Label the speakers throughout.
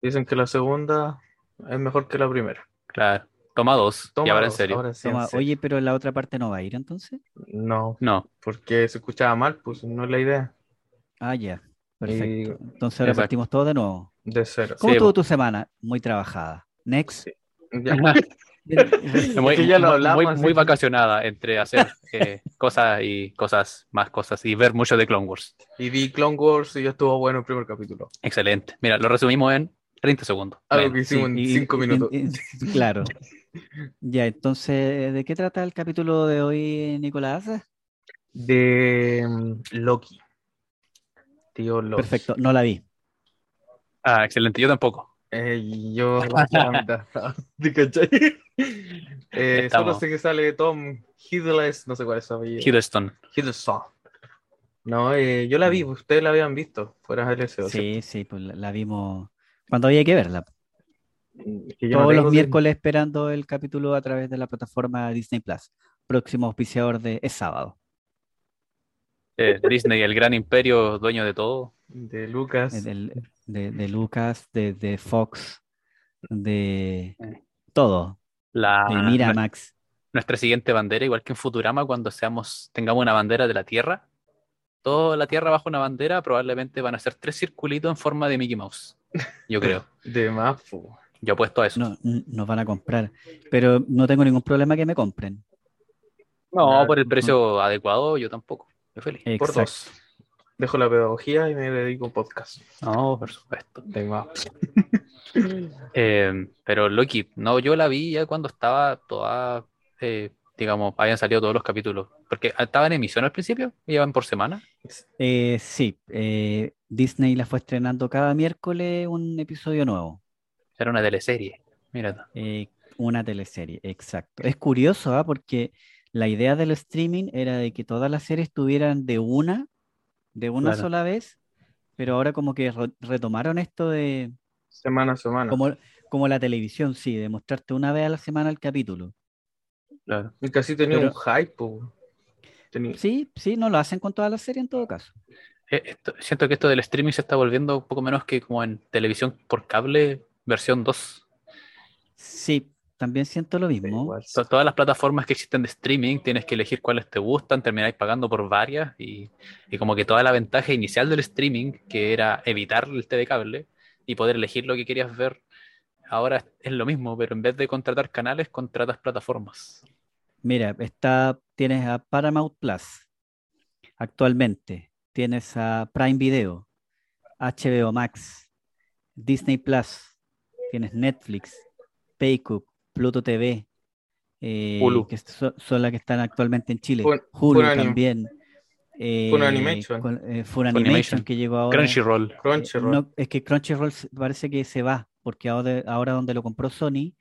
Speaker 1: Dicen que la segunda es mejor que la primera.
Speaker 2: Claro. Toma dos.
Speaker 1: Toma
Speaker 2: y ahora en
Speaker 1: dos,
Speaker 2: serio.
Speaker 1: ahora sí, en
Speaker 3: Toma,
Speaker 1: serio.
Speaker 3: oye, pero la otra parte no va a ir entonces.
Speaker 1: No,
Speaker 2: No.
Speaker 1: porque se escuchaba mal, pues no es la idea.
Speaker 3: Ah, ya.
Speaker 1: Y
Speaker 3: Perfecto. Entonces ahora
Speaker 2: Exacto.
Speaker 3: partimos todo de nuevo.
Speaker 1: de cero.
Speaker 3: ¿Cómo
Speaker 2: Sí,
Speaker 3: estuvo
Speaker 2: po.
Speaker 3: tu semana? Muy trabajada. Next.
Speaker 1: Sí. Ya.
Speaker 2: muy,
Speaker 1: que ya lo
Speaker 2: muy-
Speaker 1: hablamos,
Speaker 2: muy-
Speaker 1: así
Speaker 2: muy
Speaker 1: que-
Speaker 2: vacacionada entre hacer eh, cosas y cosas, más cosas, y ver mucho de Clone Wars.
Speaker 1: Y vi Clone Wars y ya estuvo bueno el primer capítulo.
Speaker 2: Excelente. Mira, lo resumimos en 30 segundos.
Speaker 1: Algo
Speaker 2: Bueno,
Speaker 1: que hicimos
Speaker 3: Sí,
Speaker 1: en
Speaker 3: y-
Speaker 1: cinco
Speaker 3: y-
Speaker 1: minutos.
Speaker 3: y- y- claro. Ya, entonces, ¿de qué trata el capítulo de hoy, Nicolás?
Speaker 1: De mm, Loki. Tío Loki.
Speaker 3: Perfecto, no la vi.
Speaker 2: Ah, excelente. Yo tampoco.
Speaker 1: Eh, y yo la mitad. ¿Te cachai? Eh, solo
Speaker 2: Estamos.
Speaker 1: sé que sale Tom Hiddleston, no sé cuál es su apellido.
Speaker 2: Hiddleston.
Speaker 1: Hiddleston. No, eh, yo la
Speaker 3: Mm.
Speaker 1: vi, ustedes la habían visto, fuera del SEO.
Speaker 3: Sí, sí, pues la, la vimos cuando había que verla.
Speaker 1: Que yo no
Speaker 3: Todos
Speaker 1: tengo
Speaker 3: los
Speaker 1: Disney.
Speaker 3: miércoles esperando el capítulo a través de la plataforma Disney Plus. Próximo auspiciador de es sábado,
Speaker 2: eh, Disney, el gran imperio, dueño de todo.
Speaker 1: De Lucas.
Speaker 3: eh, del- de, de Lucas, de, de Fox, de
Speaker 2: Eh.
Speaker 3: todo,
Speaker 2: La,
Speaker 3: de Miramax.
Speaker 2: nuestra siguiente bandera, igual que en Futurama, cuando seamos, tengamos una bandera de la Tierra, toda la Tierra bajo una bandera, probablemente van a ser tres circulitos en forma de Mickey Mouse. Yo creo.
Speaker 1: De Mafu.
Speaker 2: Yo apuesto a eso.
Speaker 3: No, n- nos van a comprar, pero no tengo ningún problema que me compren.
Speaker 2: No,
Speaker 1: Claro.
Speaker 2: por el precio adecuado, yo tampoco. Yo feliz. Por
Speaker 3: Exacto.
Speaker 2: dos.
Speaker 1: Dejo la pedagogía y me dedico a un podcast.
Speaker 2: No, por supuesto.
Speaker 1: De Mafu.
Speaker 2: Eh, pero Loki, no, yo la vi ya cuando estaba toda, eh, digamos, habían salido todos los capítulos. Porque estaba en emisión al principio, llevan por semana.
Speaker 3: Eh, sí, eh, Disney la fue estrenando cada miércoles un episodio nuevo.
Speaker 2: Era una teleserie. Mira. tú.
Speaker 3: Eh, una teleserie, exacto. Es curioso, ¿ah? Porque la idea del streaming era de que todas las series tuvieran de una, de una
Speaker 2: Claro.
Speaker 3: sola vez, pero ahora como que re- retomaron esto de,
Speaker 1: Semana a semana.
Speaker 3: como, como la televisión, sí, de mostrarte una vez a la semana el capítulo.
Speaker 1: Y casi tenía
Speaker 3: Pero-
Speaker 1: un hype. po. Tenía-
Speaker 3: Sí, sí, no lo hacen con todas las series en todo caso.
Speaker 2: Eh, esto- siento que esto del streaming se está volviendo un poco menos que como en televisión por cable versión 2.
Speaker 3: Sí, también siento lo mismo.
Speaker 1: Igual.
Speaker 2: To- todas las plataformas que existen de streaming tienes que elegir cuáles te gustan, termináis pagando por varias y, y como que toda la ventaja inicial del streaming, que era evitar el TV cable y poder elegir lo que querías ver, ahora es lo mismo, pero en vez de contratar canales, contratas plataformas.
Speaker 3: Mira, está, tienes a Paramount Plus actualmente, tienes a Prime Video, HBO Max, Disney Plus, tienes Netflix, Paycook, Pluto TV, eh,
Speaker 2: Hulu.
Speaker 3: que so- son las que están actualmente en Chile,
Speaker 1: Fun-
Speaker 3: Hulu
Speaker 1: Funanim-
Speaker 3: también, eh,
Speaker 1: Funimation.
Speaker 3: con- eh, Funimation que llegó ahora.
Speaker 2: Crunchyroll.
Speaker 3: Eh,
Speaker 1: Crunchyroll.
Speaker 3: no, es que Crunchyroll se- parece que se va, porque ahora, ahora donde lo compró Sony,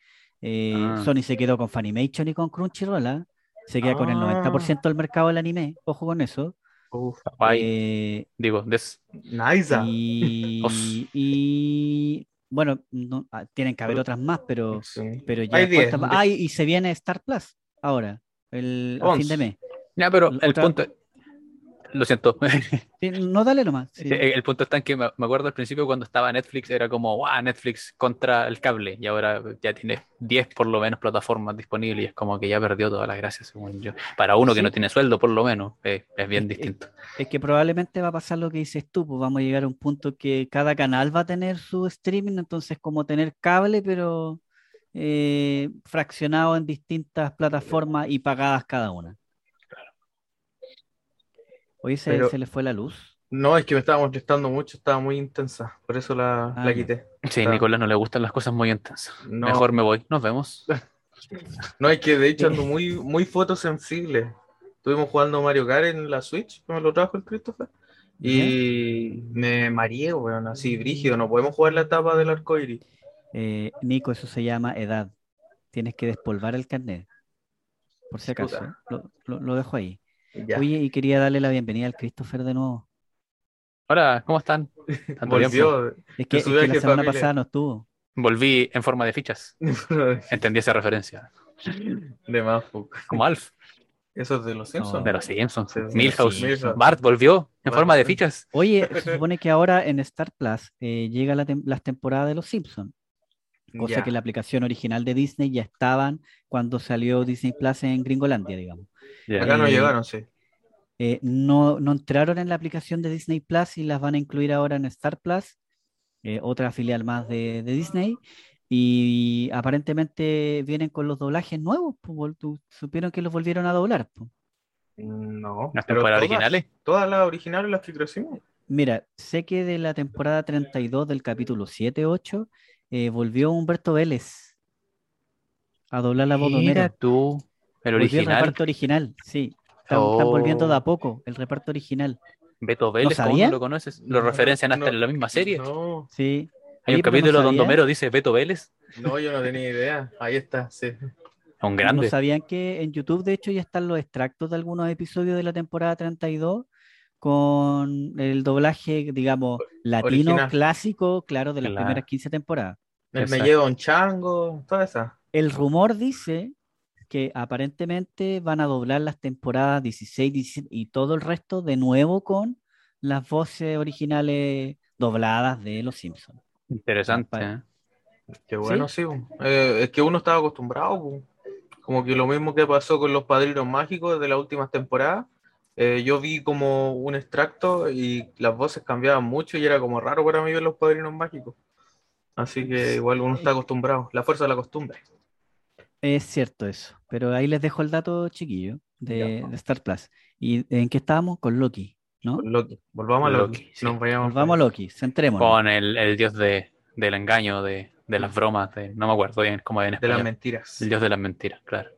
Speaker 3: eh,
Speaker 2: Ah.
Speaker 3: Sony se quedó con Funimation y con Crunchyroll, ¿ah? Se queda con el
Speaker 1: Ah.
Speaker 3: 90% del mercado del anime, ojo con eso.
Speaker 1: Uf,
Speaker 2: Bye.
Speaker 3: Eh,
Speaker 2: Digo, des-
Speaker 1: nice. ah.
Speaker 3: y,
Speaker 2: Os.
Speaker 3: y- bueno, no- ah, tienen que haber otras más, pero,
Speaker 1: Sí.
Speaker 3: pero ya
Speaker 1: Hay
Speaker 3: cuesta-
Speaker 1: 10,
Speaker 3: Ah, y- y se viene Star Plus ahora, el, a fin de
Speaker 1: 11.
Speaker 3: mes.
Speaker 2: Ya, pero el
Speaker 3: Otra-
Speaker 2: punto... Lo siento.
Speaker 3: Sí, No, dale nomás. sí.
Speaker 2: Eh, El punto está en que me me acuerdo al principio cuando estaba Netflix, era como, wow, Netflix contra el cable, y ahora ya tiene 10 por lo menos plataformas disponibles, y es como que ya perdió toda la gracia, según yo. Para uno que
Speaker 3: Sí.
Speaker 2: no tiene sueldo, por lo menos, eh, es bien
Speaker 3: Es que-
Speaker 2: distinto.
Speaker 3: Es que probablemente va a pasar lo que dices tú, pues vamos a llegar a un punto que cada canal va a tener su streaming, entonces como tener cable, pero eh, fraccionado en distintas plataformas y pagadas cada una. Oye, se,
Speaker 1: Pero-
Speaker 3: se le fue la luz.
Speaker 1: No, es que me estaba molestando mucho, estaba muy intensa. Por eso la,
Speaker 3: Ah,
Speaker 1: la
Speaker 3: ya.
Speaker 1: quité.
Speaker 2: Sí,
Speaker 1: Claro.
Speaker 2: Nicolás no le gustan las cosas muy intensas.
Speaker 1: No.
Speaker 2: Mejor me voy, nos vemos.
Speaker 1: No, es que de hecho ando muy, muy fotosensible. Estuvimos jugando Mario Kart en la Switch, que me lo trajo el Christopher. Y me mareé, weón, así brígido. No podemos jugar la etapa del arco iris.
Speaker 3: Eh, Nico, eso se llama edad. Tienes que despolvar el carnet, por si acaso. ¿eh?
Speaker 1: Puta.
Speaker 3: Lo, lo- lo dejo ahí.
Speaker 1: Ya.
Speaker 3: Oye, y quería darle la bienvenida al Christopher de nuevo.
Speaker 2: Hola, ¿cómo están? Tanto tiempo.
Speaker 1: Volvió.
Speaker 3: Es que, es
Speaker 1: su
Speaker 3: que la
Speaker 1: viaje de
Speaker 3: semana
Speaker 1: familia.
Speaker 3: pasada no estuvo.
Speaker 2: Volví en forma de fichas, entendí esa referencia,
Speaker 1: De más, po.
Speaker 2: como Alf.
Speaker 1: Eso es de los Simpsons.
Speaker 2: De los Simpsons.
Speaker 1: Sí, sí,
Speaker 2: Milhouse.
Speaker 1: sí. Milhouse.
Speaker 2: Bart volvió en
Speaker 1: Bart.
Speaker 2: forma de fichas.
Speaker 3: Oye, se supone que ahora en Star Plus eh, llega la tem- las temporadas de Los Simpsons, cosa
Speaker 1: Ya.
Speaker 3: que la aplicación original de Disney ya estaban cuando salió Disney Plus en Gringolandia, digamos.
Speaker 1: Acá no
Speaker 3: Eh,
Speaker 1: llegaron, sí.
Speaker 3: Eh, no, no entraron en la aplicación de Disney Plus y las van a incluir ahora en Star Plus, eh, otra filial más de, de Disney. Y aparentemente vienen con los doblajes nuevos, po, vol- tu- supieron que los volvieron a doblar. pues. po.
Speaker 1: No.
Speaker 2: Las
Speaker 1: pero
Speaker 2: temporadas
Speaker 1: todas-
Speaker 2: originales.
Speaker 1: Todas las originales, las que crecimos.
Speaker 3: Mira, sé que de la temporada 32 del capítulo 7-8 eh, volvió Humberto Vélez a doblar la voz de
Speaker 2: Mira
Speaker 3: Homero.
Speaker 2: tú. El
Speaker 3: Volvió el
Speaker 2: original.
Speaker 3: reparto original, sí. Están, están volviendo de
Speaker 2: Oh.
Speaker 3: a poco el reparto original,
Speaker 2: Beto Vélez, ¿cómo
Speaker 3: sabía?
Speaker 2: no lo conoces? Lo
Speaker 1: No,
Speaker 2: referencian hasta
Speaker 1: no,
Speaker 2: en la misma serie.
Speaker 1: No,
Speaker 3: sí.
Speaker 2: Hay un
Speaker 3: Oye, pero no
Speaker 2: capítulo donde
Speaker 3: sabía.
Speaker 2: Homero dice Beto Vélez.
Speaker 1: no, yo no tenía idea. Ahí está, sí.
Speaker 2: Un
Speaker 3: ¿No
Speaker 2: grande.
Speaker 3: sabían que en YouTube, de hecho, ya están los extractos de algunos episodios de la temporada 32 con el doblaje, digamos, latino
Speaker 1: original.
Speaker 3: clásico, claro, de las
Speaker 2: Claro.
Speaker 3: primeras 15 temporadas?
Speaker 1: Me- Me
Speaker 2: Exacto.
Speaker 1: lleva un chango, toda esa.
Speaker 3: El rumor dice que aparentemente van a doblar las temporadas 16, 17 y todo el resto de nuevo con las voces originales dobladas de Los Simpsons.
Speaker 2: Interesante.
Speaker 3: Pa-
Speaker 2: ¿eh?
Speaker 1: Qué bueno, sí. po. Eh, es que uno estaba acostumbrado. po. Como que lo mismo que pasó con los padrinos mágicos de las últimas temporadas. eh, yo vi como un extracto y las voces cambiaban mucho y era como raro para mí ver los padrinos mágicos. Así que igual uno está acostumbrado. La fuerza de la costumbre.
Speaker 3: Es cierto eso, pero ahí les dejo el dato chiquillo de,
Speaker 1: Ya.
Speaker 3: de Star Plus. ¿Y en qué estábamos? Con Loki, ¿no?
Speaker 1: Loki. Volvamos a Loki.
Speaker 2: Loki, sí.
Speaker 1: Nos vayamos.
Speaker 3: Volvamos a Loki, centrémonos.
Speaker 2: pues, Con el, el dios de, del engaño, de, de las bromas, de, no me acuerdo bien cómo es en
Speaker 1: De las
Speaker 2: español.
Speaker 1: mentiras.
Speaker 2: El dios de las mentiras, claro.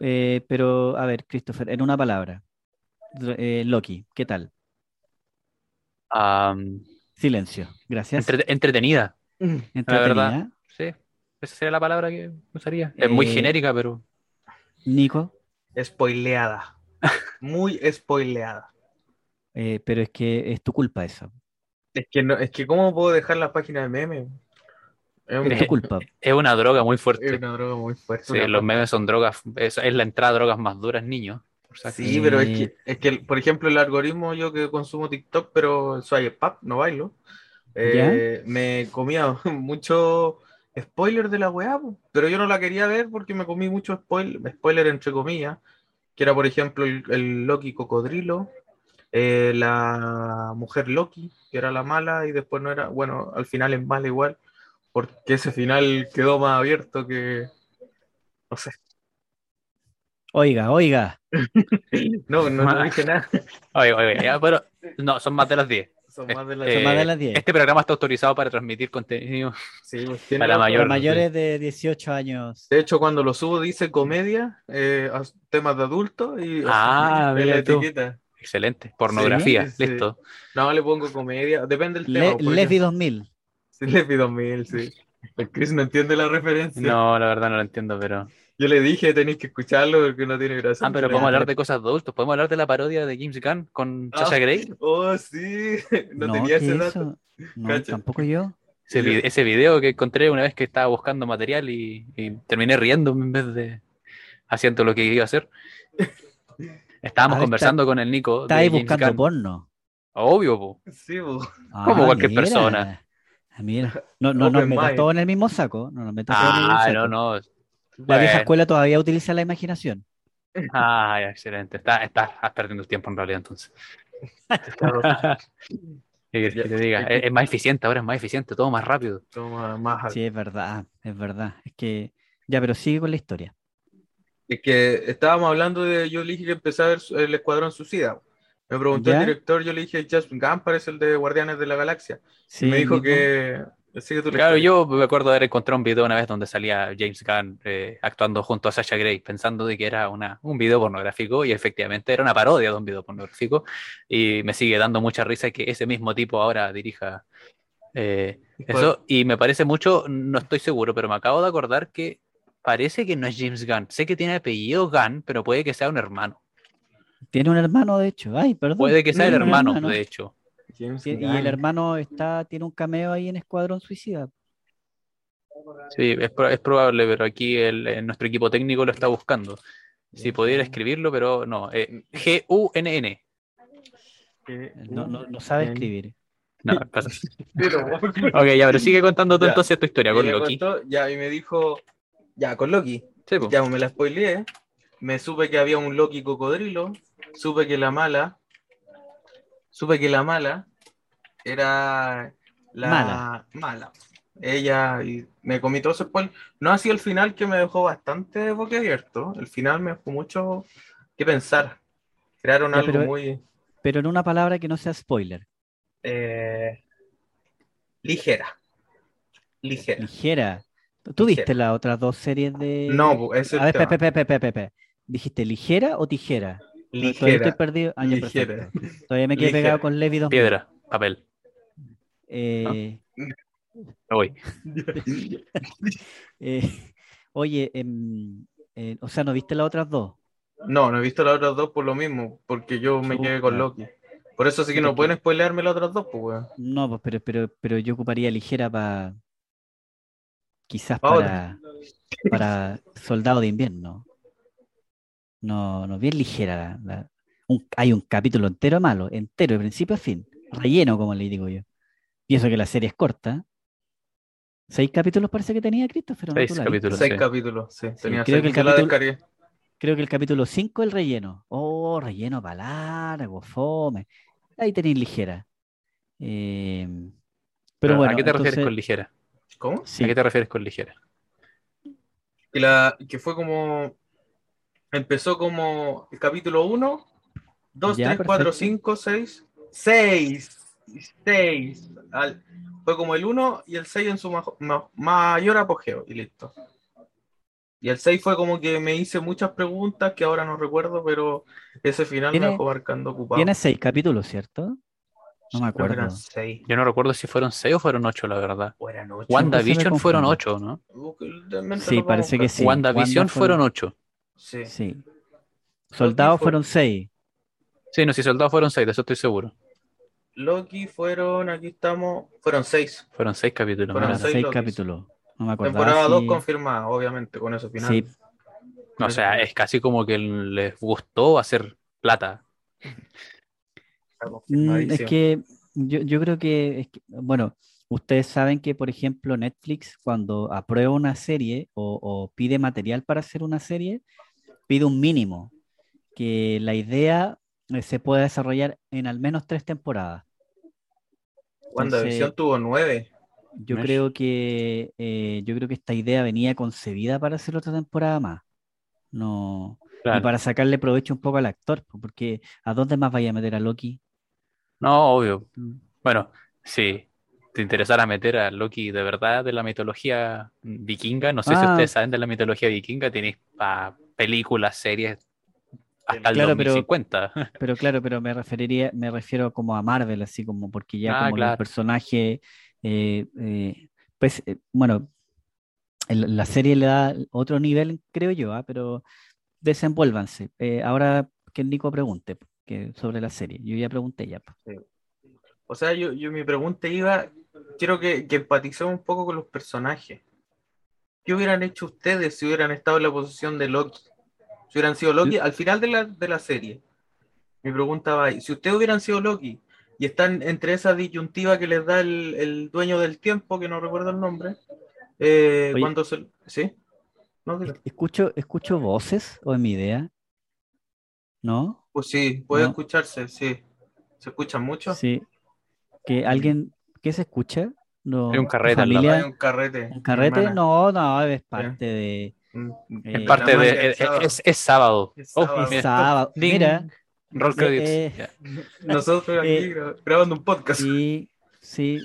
Speaker 3: Eh, pero, a ver, Christopher, en una palabra. Dr- eh, Loki, ¿qué tal?
Speaker 2: Am,
Speaker 3: Silencio, gracias.
Speaker 2: entre- entretenida,
Speaker 1: Mm.
Speaker 3: Entretenida.
Speaker 2: verdad. sí. Esa sería la palabra que usaría. Es muy
Speaker 3: Eh,
Speaker 2: genérica, pero
Speaker 3: Nico,
Speaker 1: Mm. Spoileada. Muy spoileada.
Speaker 3: eh, pero es que es tu culpa eso.
Speaker 1: Es que, no, es que ¿cómo puedo dejar la página de memes? Es un-
Speaker 3: Es tu culpa.
Speaker 2: es una droga muy
Speaker 1: Es
Speaker 2: fuerte.
Speaker 1: una droga muy fuerte.
Speaker 2: Sí,
Speaker 1: una
Speaker 2: los memes son drogas, es, es la entrada a drogas más duras, niños. Por si acaso.
Speaker 1: Sí, pero es que, es que, por ejemplo, el algoritmo, yo que consumo TikTok, pero soy pap, no bailo, eh, me comía mucho spoiler de la weá, po. pero yo no la quería ver porque me comí mucho spoiler, spoiler entre comillas, que era, por ejemplo, el, el Loki cocodrilo, eh, la mujer Loki, que era la mala y después no era, bueno, al final es mala igual, porque ese final quedó más abierto que... No sé.
Speaker 3: Oiga, oiga.
Speaker 1: No, no, no dije nada.
Speaker 2: Oye, oye, ya, pero no, son más de las 10.
Speaker 1: Son más de la-
Speaker 2: Eh,
Speaker 3: Son más de las 10.
Speaker 2: Este programa está autorizado para transmitir contenido.
Speaker 1: Sí, pues tiene
Speaker 2: Para
Speaker 1: razón.
Speaker 2: mayor-
Speaker 3: Los mayores de 18 años.
Speaker 1: De hecho, cuando lo subo dice comedia, eh, as- temas de adultos y
Speaker 2: Ah,
Speaker 1: así, en la
Speaker 2: mira tú.
Speaker 1: etiqueta.
Speaker 2: Excelente. Pornografía,
Speaker 1: Sí, sí.
Speaker 2: listo.
Speaker 1: No, le pongo comedia, depende del tema.
Speaker 3: Le-
Speaker 2: pues,
Speaker 1: porque-
Speaker 3: Lesbi 2000.
Speaker 1: Sí, Lesbi 2000, sí. El Chris no entiende la referencia.
Speaker 2: No, la verdad no lo entiendo, pero.
Speaker 1: Yo le dije, tenéis que escucharlo porque no tiene gracia.
Speaker 2: Ah, pero podemos hablar de cosas de adultos. Podemos hablar de la parodia de James Gunn con
Speaker 1: Ah.
Speaker 2: Chacha Grey.
Speaker 1: Oh, sí, no, tenía
Speaker 3: ¿qué
Speaker 1: ese
Speaker 3: es
Speaker 1: dato.
Speaker 3: eso? No,
Speaker 1: Cacha.
Speaker 3: tampoco yo.
Speaker 2: Ese, vi- ese video que encontré una vez que estaba buscando material y, y terminé riendo en vez de haciendo lo que iba a hacer. Estábamos
Speaker 3: Ah, está-
Speaker 2: conversando con el Nico.
Speaker 3: Está
Speaker 2: de
Speaker 3: ahí
Speaker 2: James
Speaker 3: buscando
Speaker 2: Gunn.
Speaker 3: porno.
Speaker 2: Obvio, po.
Speaker 1: Sí, bo.
Speaker 2: Como cualquier persona.
Speaker 3: Ah, Mira, no, no nos
Speaker 1: Open
Speaker 3: metas
Speaker 1: mind.
Speaker 3: todo en el mismo saco. No nos metas todo en el mismo
Speaker 2: Ah,
Speaker 3: saco.
Speaker 2: no, no.
Speaker 3: La vieja
Speaker 2: Bueno.
Speaker 3: escuela todavía utiliza la imaginación.
Speaker 2: Ah, excelente. Está, está, estás perdiendo el tiempo en realidad entonces. ¿Qué quieres que te diga? Es, es más eficiente, ahora es más eficiente, todo más rápido.
Speaker 1: Toma,
Speaker 2: Ah.
Speaker 1: más
Speaker 3: Sí, es verdad, es verdad. Es que, ya, pero sigue con la historia.
Speaker 1: Es que estábamos hablando de, yo le dije que empecé a ver su- el Escuadrón Suicida. Me preguntó
Speaker 3: ¿Ya?
Speaker 1: el director, yo le dije, Just Gunn parece el de Guardianes de la Galaxia.
Speaker 3: Sí,
Speaker 1: me dijo
Speaker 3: Nico.
Speaker 1: que... Sigue tú la
Speaker 2: Claro,
Speaker 1: historia.
Speaker 2: yo me acuerdo de haber encontrado un video una vez donde salía James Gunn eh, actuando junto a Sasha Grey, pensando de que era una, un video pornográfico y efectivamente era una parodia de un video pornográfico. Y me sigue dando mucha risa que ese mismo tipo ahora dirija eh, Eso, y me parece mucho, no estoy seguro, pero me acabo de acordar que parece que no es James Gunn. Sé que tiene apellido Gunn, pero puede que sea un hermano.
Speaker 3: Tiene un hermano, de hecho. Ay, perdón.
Speaker 2: Puede que sea el
Speaker 3: Tiene un
Speaker 2: hermano, de hecho.
Speaker 1: James
Speaker 3: Y y
Speaker 1: Gunn.
Speaker 3: el hermano está, tiene un cameo ahí en Escuadrón Suicida.
Speaker 2: Sí, es, pro- es probable, pero aquí el, eh, nuestro equipo técnico lo está buscando. Si pudiera escribirlo, pero no. eh, G-U-N-N.
Speaker 3: eh, No, no, no sabe escribir.
Speaker 2: No, pasa.
Speaker 1: Pero,
Speaker 2: Ok, ya, pero sigue contando tú
Speaker 1: Ya.
Speaker 2: entonces tu historia
Speaker 1: Y
Speaker 2: con
Speaker 1: me
Speaker 2: Loki.
Speaker 1: contó, ya, y me dijo, ya, con Loki.
Speaker 2: Sí, po.
Speaker 1: Ya, me la spoileé. Me supe que había un Loki cocodrilo. Supe que la mala. Supe que la mala era la
Speaker 3: Mala.
Speaker 1: mala. Ella y me comí todo ese spoil. No así el final que me dejó bastante boquiabierto. El final me dejó mucho que pensar. Crearon
Speaker 3: Ya,
Speaker 1: algo
Speaker 3: pero-
Speaker 1: muy
Speaker 3: Pero en una palabra que no sea spoiler.
Speaker 1: eh, ligera. Ligera.
Speaker 3: Ligera. ¿Tú
Speaker 1: Ligera.
Speaker 3: viste las otras dos series de...?
Speaker 1: No, ese es
Speaker 3: A
Speaker 1: el tema.
Speaker 3: ver, pe, pe, pe, pe, pe, pe. ¿Dijiste ligera o tijera? Todavía estoy
Speaker 1: Ligera.
Speaker 3: perdido. Ah, ya,
Speaker 1: Ligera.
Speaker 3: perfecto. Todavía me quedé
Speaker 1: Ligera.
Speaker 3: pegado con Levi 2000.
Speaker 2: Piedra, papel.
Speaker 3: Eh,
Speaker 2: Me voy.
Speaker 1: ah.
Speaker 3: eh, oye, em, eh, o sea, ¿no viste las otras dos?
Speaker 1: No, no he visto las otras dos por lo mismo, porque yo me quedé
Speaker 3: ah,
Speaker 1: con Loki. Por eso sí que no pueden spoilearme las otras dos, pues, weón.
Speaker 3: No, pues, pero, pero, pero yo ocuparía ligera para... Quizás
Speaker 1: Pa'
Speaker 3: para, para soldado de invierno. No, no, bien ligera. la- la- un- hay un capítulo entero malo, entero, de principio a fin. Relleno, como le digo yo. Y eso que la serie es corta. Seis capítulos parece que tenía Christopher. ¿o no?
Speaker 2: Seis
Speaker 3: ¿Tú la viste?
Speaker 2: capítulos.
Speaker 1: Seis
Speaker 2: sí.
Speaker 1: capítulos, sí. Tenía
Speaker 3: creo
Speaker 1: seis
Speaker 3: que el
Speaker 1: yo la
Speaker 3: capítulo-
Speaker 1: descargué.
Speaker 3: Creo que el capítulo 5 el relleno. Oh, relleno para largo, fome. Ahí tenéis ligera. Eh, pero
Speaker 2: Ah,
Speaker 3: bueno,
Speaker 2: ¿A qué te refieres
Speaker 3: entonces,
Speaker 2: con ligera?
Speaker 1: ¿Cómo?
Speaker 3: sí,
Speaker 2: ¿A qué te refieres con ligera?
Speaker 1: Que, la, que fue como. Empezó como el capítulo 1, 2,
Speaker 3: Ya,
Speaker 1: 3, 4,
Speaker 3: perfecto.
Speaker 1: 5, 6. 6. 6. Fue como el 1 y el 6 en su majo- ma- mayor apogeo, y listo. Y el 6 fue como que me hice muchas preguntas que ahora no recuerdo, pero ese final me
Speaker 3: Tiene-
Speaker 1: dejó marcando ocupado.
Speaker 3: Tiene seis capítulos, ¿cierto? No me
Speaker 1: Creo que
Speaker 3: acuerdo.
Speaker 1: eran seis
Speaker 2: Yo no recuerdo si fueron seis o fueron ocho, la verdad.
Speaker 1: o Uh, eran ocho.
Speaker 3: se
Speaker 2: WandaVision
Speaker 3: me
Speaker 2: fueron
Speaker 3: confunde.
Speaker 2: ocho, ¿no?
Speaker 1: Busca- realmente
Speaker 3: Sí,
Speaker 1: lo
Speaker 3: parece que
Speaker 1: vamos a
Speaker 3: sí.
Speaker 2: WandaVision
Speaker 3: Wanda fue-
Speaker 2: fueron ocho.
Speaker 1: buscar. Sí.
Speaker 3: Sí. Soldados
Speaker 1: fue-
Speaker 3: fueron seis.
Speaker 2: Sí, no, si soldados fueron seis, de eso estoy seguro.
Speaker 1: Loki fueron, aquí estamos, fueron seis.
Speaker 2: Fueron seis capítulos.
Speaker 1: Fueron
Speaker 3: Eran
Speaker 2: mira.
Speaker 1: seis
Speaker 3: seis
Speaker 1: Lokis.
Speaker 3: capítulos. No me acuerdo. Ah,
Speaker 1: Temporada 2 confirmada, obviamente, con eso final.
Speaker 3: Sí,
Speaker 2: O sea, es casi como que les gustó hacer plata.
Speaker 1: Está
Speaker 3: Mm, Es
Speaker 1: confirmadísimo.
Speaker 3: que yo, yo creo que, es que- bueno, ustedes saben que, por ejemplo, Netflix cuando aprueba una serie o, o pide material para hacer una serie, pide un mínimo, que la idea eh, se pueda desarrollar en al menos tres temporadas.
Speaker 1: WandaVision
Speaker 3: entonces-
Speaker 1: tuvo nueve.
Speaker 3: Yo
Speaker 2: Mesh.
Speaker 3: creo que, eh, yo creo que esta idea venía concebida para hacer otra temporada más. No, y
Speaker 2: Claro.
Speaker 3: para sacarle provecho un poco al actor, po, porque ¿a dónde más vaya a meter a Loki?
Speaker 2: No, obvio. Bueno, si te interesara meter a Loki de verdad de la mitología vikinga, no sé si
Speaker 3: Ah.
Speaker 2: ustedes saben de la mitología vikinga, tenéis pa- películas, series hasta el
Speaker 3: Claro, pero-
Speaker 2: 2050.
Speaker 3: Pero claro, pero me referiría, me refiero como a Marvel, así como porque ya
Speaker 2: Ah,
Speaker 3: como los
Speaker 2: claro.
Speaker 3: personajes, eh, eh, pues eh, bueno, el- la serie le da otro nivel, creo yo, ah, pero desenvuélvanse. Eh, ahora que el Nico pregunte que sobre la serie, yo ya pregunté ya. po.
Speaker 1: O sea, yo, yo mi pregunta iba, quiero que, que empaticemos un poco con los personajes. ¿Qué hubieran hecho ustedes si hubieran estado en la posición de Loki? Si hubieran sido Loki al final de la, de la serie. Mi pregunta va ahí. Si ustedes hubieran sido Loki y están entre esa disyuntiva que les da el, el dueño del tiempo, que no recuerdo el nombre, eh,
Speaker 3: Oye.
Speaker 1: cuando se... ¿Sí? No, dilo.
Speaker 3: Escucho, escucho voces o es mi idea, ¿no?
Speaker 1: Pues sí, puede
Speaker 3: No.
Speaker 1: escucharse, sí. ¿Se escucha mucho?
Speaker 3: Sí. Que alguien, ¿qué se escucha? No,
Speaker 2: Hay un
Speaker 3: ¿tu
Speaker 2: carrete al lado.
Speaker 1: Hay
Speaker 3: familia?
Speaker 1: un carrete.
Speaker 3: ¿Un carrete?
Speaker 1: hermana.
Speaker 3: No, no, es parte de eh,
Speaker 1: Mm.
Speaker 3: Es
Speaker 2: Es parte
Speaker 1: La
Speaker 2: de.
Speaker 1: marca del
Speaker 2: Es,
Speaker 1: sábado.
Speaker 2: es- es sábado.
Speaker 1: Es
Speaker 2: Oh,
Speaker 1: sábado.
Speaker 2: mira.
Speaker 3: Es sábado.
Speaker 2: Ding.
Speaker 3: Mira,
Speaker 2: Roll credits.
Speaker 3: eh,
Speaker 2: Ya.
Speaker 1: Nosotros aquí
Speaker 3: Eh,
Speaker 1: gra- grabando un podcast.
Speaker 3: sí, sí.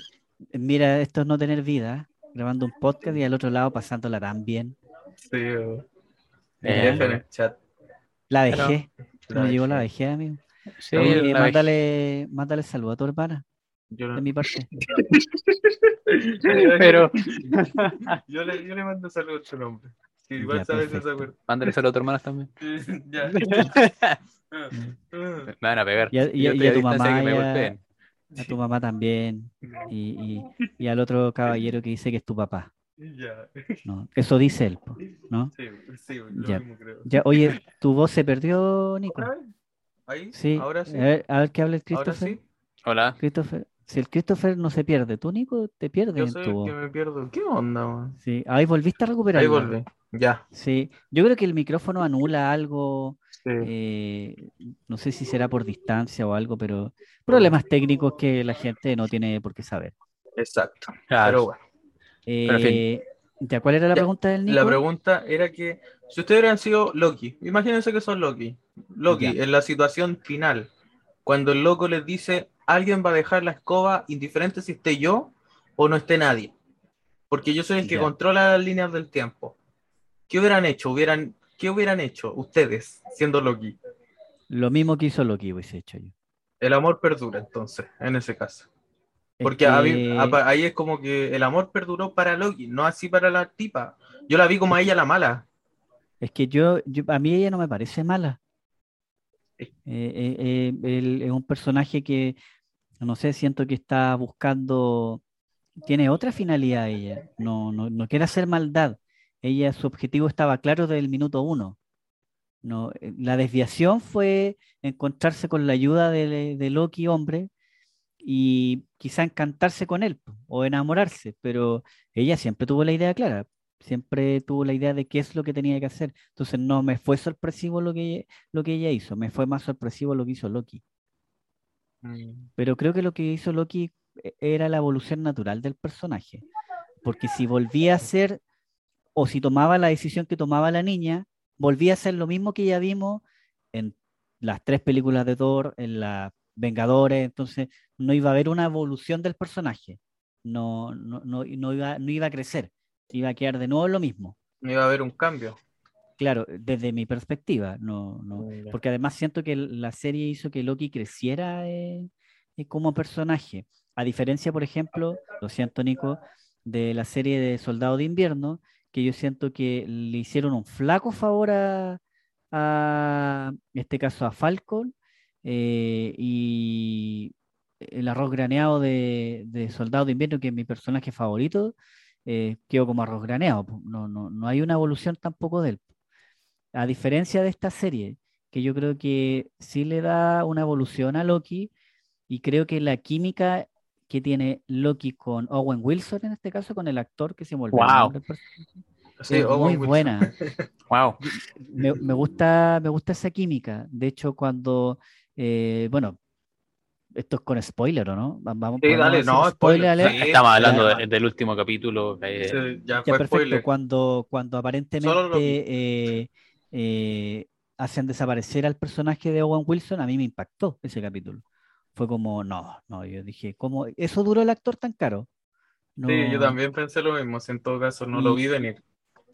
Speaker 3: Mira, esto es no tener vida, grabando un podcast y al otro lado pasándola tan bien.
Speaker 1: Sí, o-
Speaker 2: Eh,
Speaker 1: el jefe en el chat.
Speaker 3: La
Speaker 2: Pero-
Speaker 3: vejez,
Speaker 1: La
Speaker 3: me llegó
Speaker 1: dejé.
Speaker 3: la vejez, amigo.
Speaker 2: Sí,
Speaker 3: Oye,
Speaker 2: la
Speaker 3: eh, mándale, mándale saludo a tu hermana,
Speaker 1: Yo,
Speaker 3: de
Speaker 1: no-
Speaker 3: mi parte.
Speaker 2: vez- Pero
Speaker 1: yo le, yo le mando saludos a tu nombre. Sí,
Speaker 3: Ya,
Speaker 1: igual sabes que se
Speaker 3: perfecto.
Speaker 1: acuerda.
Speaker 2: mándale saludo a tu hermana también.
Speaker 1: Sí, ya. Mm.
Speaker 2: Me van a pegar.
Speaker 3: Y a- y
Speaker 2: Yo
Speaker 3: a-
Speaker 2: estoy
Speaker 3: y a tu
Speaker 2: distancia
Speaker 3: mamá
Speaker 2: que me
Speaker 3: y a-
Speaker 2: golpeen.
Speaker 3: A tu mamá también. Y, y- y al otro caballero que dice que es tu papá.
Speaker 1: Ya.
Speaker 3: No, eso dice él, po, ¿no?
Speaker 1: Sí, sí, lo
Speaker 3: Ya.
Speaker 1: mismo creo.
Speaker 3: Ya, oye, tu voz se perdió, Nico.
Speaker 1: ¿Otra vez? ¿Ahí?
Speaker 3: Sí,
Speaker 1: ¿Ahora sí?
Speaker 3: A ver, a ver qué habla el
Speaker 1: ¿Ahora
Speaker 3: Christopher.
Speaker 1: sí?
Speaker 2: Hola.
Speaker 3: Christopher- Si el Christopher no se pierde, tú, Nico, te pierdes
Speaker 1: Yo
Speaker 3: en
Speaker 1: soy
Speaker 3: tu
Speaker 1: el
Speaker 3: voz.
Speaker 1: que me pierdo. ¿Qué onda, weón?
Speaker 3: Sí, ahí volviste a recuperar.
Speaker 1: Ahí volví. Ya.
Speaker 3: Sí, yo creo que el micrófono anula algo,
Speaker 1: Sí.
Speaker 3: eh, no sé si será por distancia o algo, pero problemas técnicos que la gente no tiene por qué saber.
Speaker 1: Exacto.
Speaker 2: Claro.
Speaker 1: Pero bueno.
Speaker 2: en fin.
Speaker 3: Eh, ¿ya cuál era la
Speaker 1: Ya,
Speaker 3: pregunta del
Speaker 1: La
Speaker 3: Nico?
Speaker 1: pregunta era que si ustedes hubieran sido Loki, imagínense que son Loki. Loki,
Speaker 3: Ya.
Speaker 1: en la situación final, cuando el loco les dice, alguien va a dejar la escoba indiferente si esté yo o no esté nadie. Porque yo soy el que
Speaker 3: Ya.
Speaker 1: controla las líneas del tiempo. ¿Qué hubieran hecho? ¿Hubieran, ¿Qué hubieran hecho ustedes siendo Loki?
Speaker 3: Lo mismo que hizo Loki, hubiese hecho yo.
Speaker 1: El amor perdura entonces, en ese caso.
Speaker 3: Es
Speaker 1: Porque a mí-
Speaker 3: que-
Speaker 1: a- ahí es como que el amor perduró para Loki, no así para la tipa. Yo la vi como a ella la mala.
Speaker 3: Es que yo, yo- a mí ella no me parece mala.
Speaker 1: Sí.
Speaker 3: Eh, eh, eh, él es un personaje que, no sé, siento que está buscando, tiene otra finalidad ella, no, no, no quiere hacer maldad. Ella, su objetivo estaba claro desde el minuto uno. No, eh, la desviación fue encontrarse con la ayuda de, de Loki, hombre, y quizá encantarse con él po, o enamorarse, pero ella siempre tuvo la idea clara siempre tuvo la idea de qué es lo que tenía que hacer. Entonces no me fue sorpresivo lo que, lo que ella hizo, me fue más sorpresivo lo que hizo Loki.
Speaker 1: Mm,
Speaker 3: Pero creo que lo que hizo Loki e- era la evolución natural del personaje. Porque si volvía a ser, o si tomaba la decisión que tomaba la niña, volvía a ser lo mismo que ya vimos en las tres películas de Thor, en las Vengadores, entonces no iba a haber una evolución del personaje. No, no, no, no iba, no iba a crecer, iba a quedar de nuevo lo mismo.
Speaker 1: No iba a haber un cambio.
Speaker 3: Claro, desde mi perspectiva, no, no, porque además siento que el- la serie hizo que Loki creciera eh, eh, como personaje. A diferencia, por ejemplo, lo siento, Nico, de la serie de Soldado de Invierno, que yo siento que le hicieron un flaco favor a, a, en este caso, a Falcon eh, y el arroz graneado de, de Soldado de Invierno, que es mi personaje favorito, eh, quedó como arroz graneado. po. No, no, no hay una evolución tampoco de él. A diferencia de esta serie, que yo creo que sí le da una evolución a Loki y creo que la química que tiene Loki con Owen Wilson, en este caso, con el actor que se me olvidó el
Speaker 2: Guau.
Speaker 3: nombre del personaje,
Speaker 1: Sí, oh,
Speaker 3: es
Speaker 1: Owen
Speaker 3: muy
Speaker 1: Wilson.
Speaker 3: buena.
Speaker 2: Wow.
Speaker 3: Me, me gusta, me gusta esa química. De hecho, cuando, eh, bueno, esto es con spoiler, ¿o no? Va- Vamos,
Speaker 1: Sí,
Speaker 3: podemos
Speaker 1: dale,
Speaker 3: hacer
Speaker 1: no, spoiler,
Speaker 3: alert.
Speaker 1: sí.
Speaker 2: Estamos hablando
Speaker 1: ya.
Speaker 2: de- del último capítulo. eh,
Speaker 1: Sí, ya
Speaker 3: Ya,
Speaker 1: fue
Speaker 3: perfecto.
Speaker 1: spoiler.
Speaker 3: Cuando, cuando aparentemente
Speaker 1: Solo lo vi.
Speaker 3: eh, eh, hacen desaparecer al personaje de Owen Wilson, a mí me impactó ese capítulo. Fue como, no, no, yo dije, ¿cómo? ¿Eso duró el actor tan caro?
Speaker 1: Sí, yo
Speaker 3: No,
Speaker 1: también pensé lo mismo. Si en todo caso no lo
Speaker 3: Y-
Speaker 1: vi venir.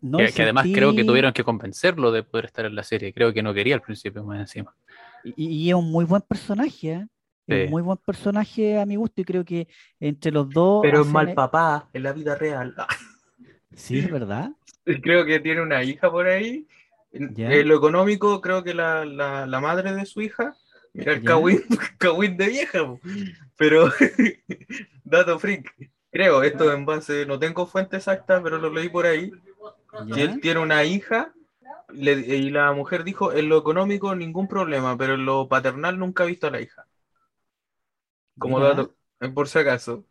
Speaker 3: no,
Speaker 2: que,
Speaker 3: y
Speaker 2: que además creo que
Speaker 3: sentí-
Speaker 2: tuvieron que convencerlo de poder estar en la serie. Creo que no quería al principio, más encima.
Speaker 3: Y, y es un muy buen personaje, ¿eh? Es un
Speaker 2: Sí.
Speaker 3: muy buen personaje a mi gusto y creo que entre los dos
Speaker 1: Pero es
Speaker 3: hacen
Speaker 1: mal
Speaker 3: e-
Speaker 1: papá en la vida real.
Speaker 3: Sí, es ¿verdad?
Speaker 1: Creo que tiene una hija por ahí. En,
Speaker 3: Ya.
Speaker 1: en lo económico, creo que la, la, la madre de su hija. Mira, el
Speaker 3: Ya.
Speaker 1: cagüín cagüín de vieja. po. Pero, dato freak. Creo, esto en base, no tengo fuente exacta, pero lo leí por ahí.
Speaker 3: Ya.
Speaker 1: que él tiene una hija le- y la mujer dijo, en lo económico ningún problema, pero en lo paternal nunca ha visto a la hija. Como
Speaker 3: Mira,
Speaker 1: dato, eh, por si acaso.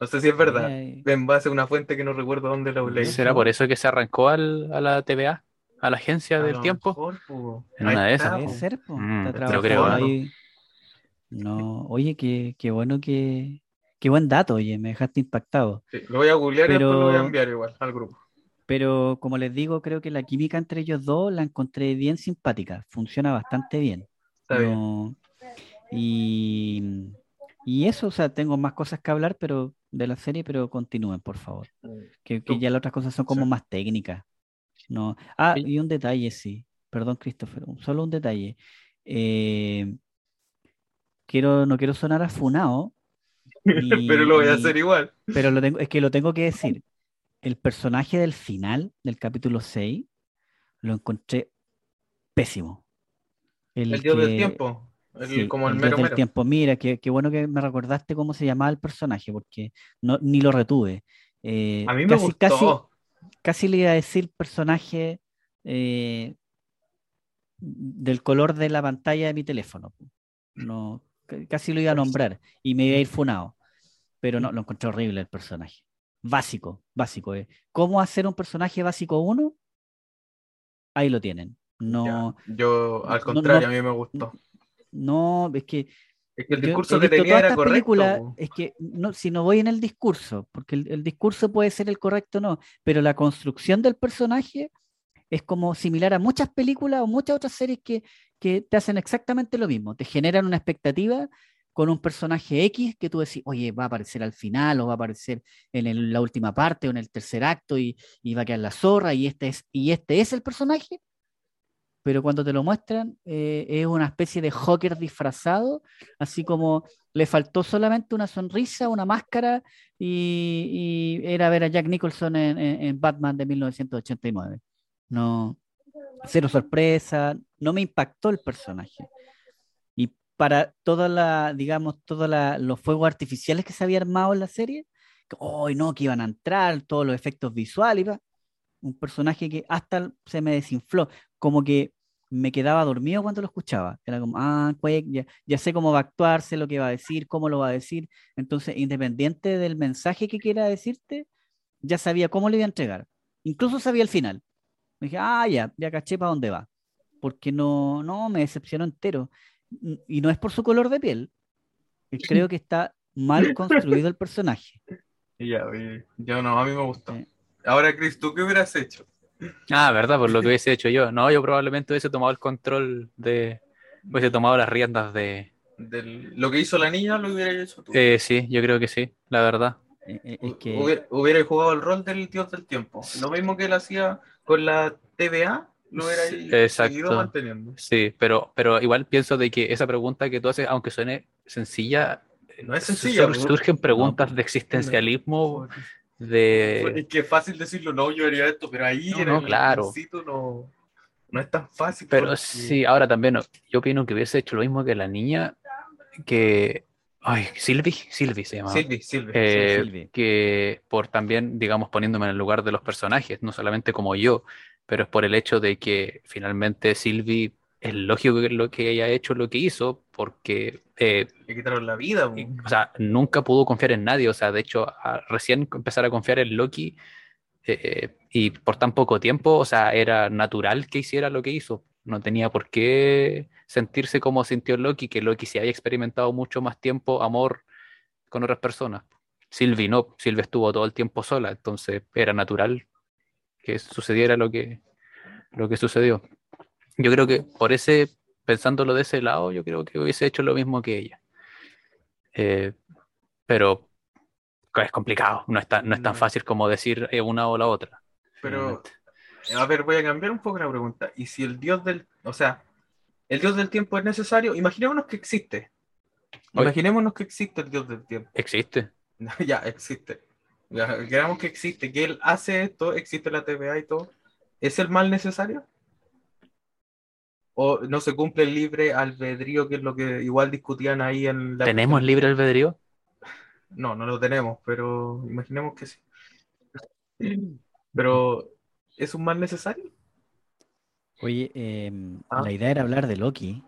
Speaker 1: No sé si es verdad.
Speaker 3: mira, eh,
Speaker 1: En base a una fuente que no recuerdo dónde la leí.
Speaker 2: ¿Será por eso que se arrancó al- a la TVA? ¿A la agencia
Speaker 1: A
Speaker 2: del
Speaker 1: lo
Speaker 2: tiempo?
Speaker 1: mejor, po.
Speaker 2: En una
Speaker 1: Ahí
Speaker 2: de
Speaker 1: está,
Speaker 2: esas.
Speaker 3: Puede
Speaker 1: po.
Speaker 3: ser, po,
Speaker 2: Mm,
Speaker 3: está
Speaker 2: pero creo que
Speaker 3: trabajando
Speaker 1: no.
Speaker 3: ahí. No, oye, qué, qué bueno que. Qué buen dato, oye, me dejaste impactado.
Speaker 1: Sí, lo voy a googlear y
Speaker 3: Pero-
Speaker 1: después lo voy a enviar igual al grupo.
Speaker 3: Pero como les digo, creo que la química entre ellos dos la encontré bien simpática, funciona bastante bien.
Speaker 1: Está bien.
Speaker 3: No, Y, y eso, o sea, tengo más cosas que hablar pero de la serie, pero continúen, por favor. Que, que
Speaker 1: Tú.
Speaker 3: ya las otras cosas son como
Speaker 1: Sí.
Speaker 3: más técnicas. No. Ah,
Speaker 2: Sí.
Speaker 3: y un detalle, sí. Perdón, Christopher, un- solo un detalle. Eh, quiero, no quiero sonar afunado,
Speaker 1: Pero lo voy a
Speaker 3: y-
Speaker 1: hacer igual.
Speaker 3: pero lo tengo, es que lo tengo que decir. El personaje del final del capítulo 6 lo encontré pésimo.
Speaker 1: El,
Speaker 3: El
Speaker 1: dios del
Speaker 3: que-
Speaker 1: tiempo. El-
Speaker 3: Sí,
Speaker 1: como el,
Speaker 3: el dios
Speaker 1: mero
Speaker 3: del
Speaker 1: mero.
Speaker 3: tiempo. Mira, qué, qué bueno que me recordaste cómo se llamaba el personaje, porque no, ni lo retuve. Eh,
Speaker 1: A mí me
Speaker 3: casi,
Speaker 1: gustó.
Speaker 3: casi, casi le iba a decir personaje eh, del color de la pantalla de mi teléfono. No, casi lo iba a
Speaker 1: Pues
Speaker 3: nombrar y me iba a ir funado. Pero
Speaker 1: Mm.
Speaker 3: no, lo encontré horrible el personaje. Básico, básico. Eh. ¿Cómo hacer un personaje básico 1? Ahí lo tienen. No,
Speaker 1: Ya, Yo, al contrario,
Speaker 3: no-
Speaker 1: a mí me gustó.
Speaker 3: no, es que
Speaker 1: Es que el
Speaker 3: Yo
Speaker 1: discurso
Speaker 3: he
Speaker 1: que
Speaker 3: visto
Speaker 1: tenía
Speaker 3: todas
Speaker 1: era
Speaker 3: estas
Speaker 1: correcto.
Speaker 3: películas,
Speaker 1: po.
Speaker 3: es que no, si no voy en el discurso, porque el, el discurso puede ser el correcto o no, pero la construcción del personaje es como similar a muchas películas o muchas otras series que, que te hacen exactamente lo mismo, te generan una expectativa con un personaje X que tú decís, oye, va a aparecer al final o va a aparecer en el- la última parte o en el tercer acto y, y va a quedar la zorra y este es, y este es el personaje. Pero cuando te lo muestran, eh, es una especie de Joker disfrazado, así como le faltó solamente una sonrisa, una máscara y, y era ver a Jack Nicholson en, en- en Batman de 1989. No, cero sorpresa, no me impactó el personaje. Y para toda la, digamos, todos los fuegos artificiales que se había armado en la serie, que hoy no, que iban a entrar, todos los efectos visuales, y va, un personaje que hasta se me desinfló, como que me quedaba dormido cuando lo escuchaba. Era como, ah, cuec, ya, ya sé cómo va a actuar, sé lo que va a decir, cómo lo va a decir. Entonces, independiente del mensaje que quiera decirte, ya sabía cómo le iba a entregar. Incluso sabía el final. Me dije, ah, ya, ya caché para dónde va. Porque no, no, me decepcionó entero. N- Y no es por su color de piel. Eh, Creo que está mal construido el personaje.
Speaker 1: Y ya, y- yo no, a mí me gustó.
Speaker 3: Sí.
Speaker 1: Ahora, Chris, ¿tú qué hubieras hecho?
Speaker 2: Ah, verdad, por lo que hubiese hecho yo. No, yo probablemente hubiese tomado el control de. Hubiese tomado las riendas de.
Speaker 1: Del- lo que hizo la niña lo hubiera hecho tú.
Speaker 2: Eh, sí, yo creo que sí, la verdad.
Speaker 3: Eh, eh,
Speaker 1: Hu-
Speaker 3: es que...
Speaker 1: hubiera, hubiera jugado el rol del dios del tiempo. Lo mismo que él hacía con la TVA, lo hubiera
Speaker 2: Sí,
Speaker 1: ahí
Speaker 2: exacto.
Speaker 1: seguido manteniendo.
Speaker 2: Sí, pero, pero igual pienso de que esa pregunta que tú haces, aunque suene sencilla,
Speaker 1: No es
Speaker 2: sur-
Speaker 1: sencilla,
Speaker 2: sur-
Speaker 1: po.
Speaker 2: surgen preguntas de existencialismo, de...
Speaker 1: Es que es fácil decirlo, no, yo haría esto, pero ahí
Speaker 2: No,
Speaker 1: en
Speaker 2: no,
Speaker 1: el
Speaker 2: claro.
Speaker 1: sitio no, no es tan fácil.
Speaker 2: Pero
Speaker 1: porque-
Speaker 2: sí, ahora también no, yo opino que hubiese hecho lo mismo que la niña, que... Ay, Silvi, Silvi se llamaba.
Speaker 1: Silvi, Silvi.
Speaker 2: Eh,
Speaker 3: Silvi.
Speaker 2: que por también, digamos, poniéndome en el lugar de los personajes, no solamente como yo, pero es por el hecho de que finalmente Silvi es lógico que lo que haya hecho lo que hizo, porque eh,
Speaker 1: Le quitaron la vida. po.
Speaker 2: Y, O sea, nunca pudo confiar en nadie. O sea, de hecho, a- recién empezar a confiar en Loki eh, eh, y por tan poco tiempo, o sea, era natural que hiciera lo que hizo. No tenía por qué sentirse como sintió Loki, que Loki se había experimentado mucho más tiempo amor con otras personas. Sylvie no, Sylvie estuvo todo el tiempo sola, entonces era natural que sucediera lo que, lo que sucedió. Yo creo que por ese, pensándolo de ese lado, yo creo que hubiese hecho lo mismo que ella. Eh, pero es complicado, no es tan, no es tan
Speaker 1: No.
Speaker 2: fácil como decir eh, una o la otra.
Speaker 1: Pero,
Speaker 2: finalmente.
Speaker 1: Eh, a ver, voy a cambiar un poco la pregunta. Y si el dios del, o sea, el dios del tiempo es necesario, imaginémonos que existe.
Speaker 2: Oye.
Speaker 1: Imaginémonos que existe el dios del tiempo.
Speaker 2: Existe.
Speaker 1: ya, existe. Ya, creamos que existe, que él hace esto, existe la TVA y todo. ¿Es el mal necesario? ¿O no se cumple el libre albedrío, que es lo que igual discutían ahí en la...
Speaker 2: ¿Tenemos libre albedrío?
Speaker 1: No, no lo tenemos, pero imaginemos que sí. Pero, ¿es un mal necesario?
Speaker 3: Oye, em,
Speaker 1: Ah.
Speaker 3: la idea era hablar de Loki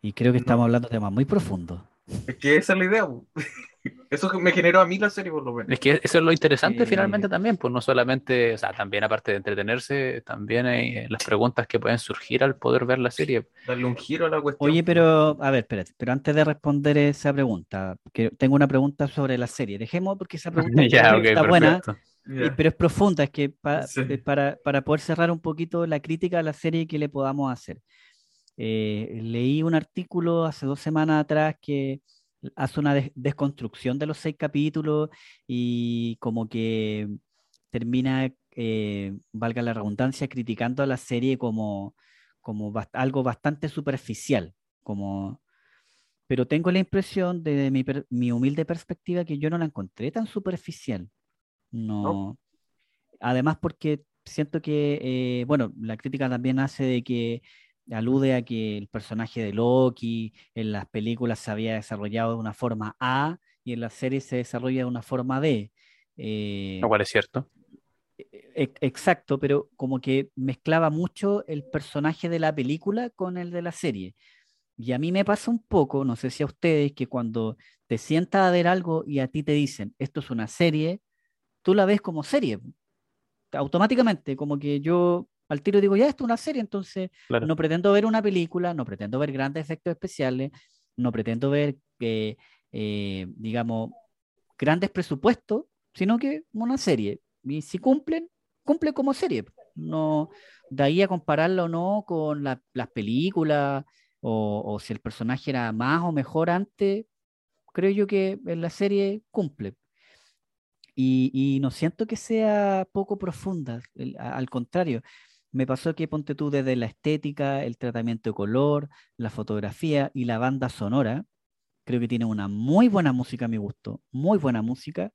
Speaker 3: y creo que
Speaker 1: No.
Speaker 3: estamos hablando de temas muy profundos.
Speaker 1: Es que esa es la idea. bu. Eso que me generó a mí la serie, por lo menos.
Speaker 2: Es que eso es lo interesante
Speaker 3: Sí.
Speaker 2: finalmente también, pues no solamente, o sea, también aparte de entretenerse, también hay eh, las preguntas que pueden surgir al poder ver la serie.
Speaker 1: Darle un giro a la cuestión.
Speaker 3: Oye, pero, a ver, espérate, pero antes de responder esa pregunta, que tengo una pregunta sobre la serie. Dejemos porque esa pregunta
Speaker 2: ya, ok,
Speaker 3: está buena,
Speaker 2: perfecto.
Speaker 1: Ya.
Speaker 3: y- pero es profunda, es que pa-
Speaker 1: Sí.
Speaker 3: eh, para, para poder cerrar un poquito la crítica a la serie que le podamos hacer. Eh, leí un artículo hace dos semanas atrás que hace una des- desconstrucción de los seis capítulos y como que termina, eh, valga la redundancia, criticando a la serie como, como bas- algo bastante superficial, como... Pero tengo la impresión, desde mi, per- mi humilde perspectiva, que yo no la encontré tan superficial. No. Además, porque siento que, eh, bueno, la crítica también hace de que alude a que el personaje de Loki en las películas se había desarrollado de una forma A y en la serie se desarrolla de una forma B. Eh,
Speaker 2: Lo cual es cierto.
Speaker 3: eh, E- Exacto, pero como que mezclaba mucho el personaje de la película con el de la serie. Y a mí me pasa un poco, no sé si a ustedes, que cuando te sientas a ver algo y a ti te dicen, esto es una serie, tú la ves como serie, automáticamente, como que yo al tiro digo, ya, esto es una serie, entonces
Speaker 2: Claro.
Speaker 3: no pretendo ver una película, no pretendo ver grandes efectos especiales, no pretendo ver, que, eh, digamos, grandes presupuestos, sino que una serie. Y si cumplen, cumple como serie. No, de ahí a compararlo o no con la- las películas o, o si el personaje era más o mejor antes, creo yo que en la serie cumple. Y, y no siento que sea poco profunda, el- a- al contrario. Me pasó que ponte tú desde la estética, el tratamiento de color, la fotografía y la banda sonora. Creo que tiene una muy buena música a mi gusto, muy buena música.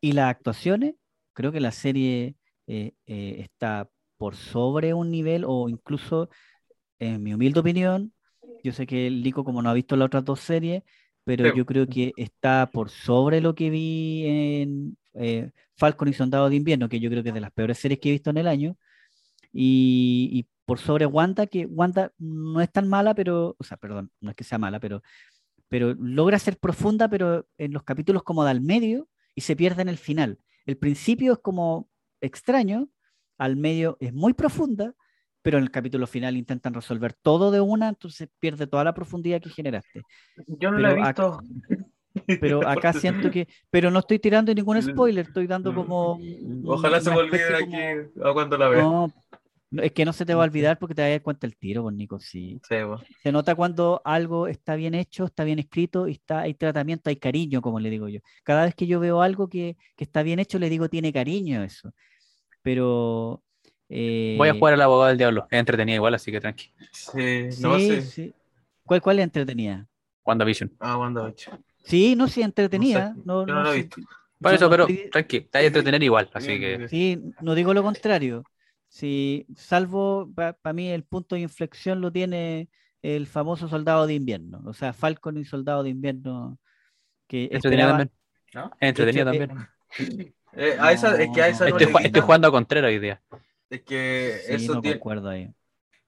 Speaker 3: Y las actuaciones, creo que la serie eh, eh, está por sobre un nivel o incluso, en mi humilde opinión, yo sé que el Lico como no ha visto las otras dos series, pero
Speaker 1: Sí.
Speaker 3: yo creo que está por sobre lo que vi en eh, Falcon y Soldado de Invierno, que yo creo que es de las peores series que he visto en el año y, y por sobre Wanda, que Wanda no es tan mala, pero, o sea, perdón, no es que sea mala, pero, pero logra ser profunda, pero en los capítulos como de al medio y se pierde en el final. El principio es como extraño, al medio es muy profunda, pero en el capítulo final intentan resolver todo de una, entonces pierde toda la profundidad que generaste.
Speaker 1: Yo no
Speaker 3: Pero
Speaker 1: la he visto.
Speaker 3: ac- Pero acá siento que, pero no estoy tirando ningún spoiler, estoy dando
Speaker 1: Mm.
Speaker 3: como...
Speaker 1: Ojalá se
Speaker 3: una
Speaker 1: me olvide
Speaker 3: especie
Speaker 1: aquí a cuando la vea.
Speaker 3: No, no, es que no se te va a olvidar porque te vas a dar cuenta el tiro, pues, Nico, sí.
Speaker 1: Sí, po.
Speaker 3: Se nota cuando algo está bien hecho, está bien escrito, y está, hay tratamiento, hay cariño, como le digo yo. Cada vez que yo veo algo que, que está bien hecho, le digo, tiene cariño eso. Pero...
Speaker 2: Voy a
Speaker 3: eh,
Speaker 2: jugar al abogado del diablo. Es entretenida igual, así que tranqui.
Speaker 1: Sí, no
Speaker 3: sí,
Speaker 1: sé.
Speaker 3: sí. ¿Cuál, cuál es entretenida?
Speaker 2: WandaVision.
Speaker 1: Ah, WandaVision.
Speaker 3: Sí, no, sí, entretenida. No,
Speaker 1: yo no
Speaker 3: no
Speaker 1: la he
Speaker 3: sí,
Speaker 1: visto.
Speaker 2: Por
Speaker 3: yo
Speaker 2: eso,
Speaker 3: no
Speaker 2: pero
Speaker 3: estoy-
Speaker 2: tranqui, te vas a entretener igual, así que.
Speaker 3: Sí, no digo lo contrario. Sí, salvo para mí el punto de inflexión lo tiene el famoso soldado de invierno, o sea, Falcon y soldado de invierno que
Speaker 2: Entretenida
Speaker 3: esperaba-
Speaker 2: también.
Speaker 1: ¿No?
Speaker 2: Es entretenida
Speaker 3: De hecho,
Speaker 2: también.
Speaker 1: Eh, a esa, es que a esa
Speaker 3: eh,
Speaker 1: no
Speaker 2: Estoy,
Speaker 1: le
Speaker 2: ju- estoy
Speaker 1: quitan.
Speaker 2: jugando a Contreras hoy día.
Speaker 1: Es que
Speaker 3: sí,
Speaker 1: Eh, eso
Speaker 3: no
Speaker 1: tiene-
Speaker 3: concuerdo ahí.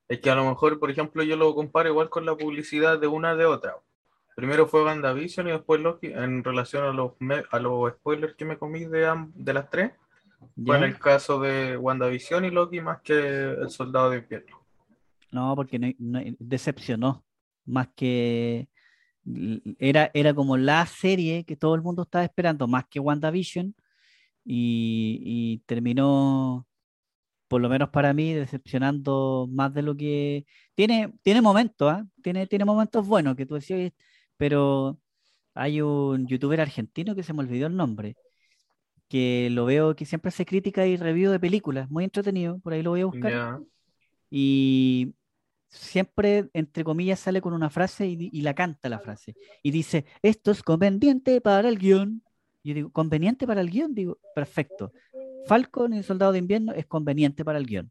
Speaker 1: Es que a lo mejor, por ejemplo, yo lo comparo igual con la publicidad de una de otra. Primero fue WandaVision y después Loki, en relación a los, me- a los spoilers que me comí de, am- de las tres. Fue en
Speaker 3: ¿Ya?
Speaker 1: el caso de WandaVision y Loki más que El Soldado de Invierno.
Speaker 3: No, porque no- no- decepcionó más que l- era, era como la serie que todo el mundo estaba esperando, más que WandaVision, y, y terminó, por lo menos para mí, decepcionando más de lo que tiene, tiene momentos, ¿ah? Tiene, tiene momentos buenos que tú decías, "Oye, pero hay un youtuber argentino que se me olvidó el nombre, que lo veo que siempre hace crítica y review de películas, muy entretenido, por ahí lo voy a buscar
Speaker 1: Ya.
Speaker 3: y siempre, entre comillas, sale con una frase y, di- y la canta la frase. Y dice, esto es conveniente para el guión. Yo digo, ¿conveniente para el guión? Digo, perfecto. Falcon y el Soldado de Invierno es conveniente para el guión.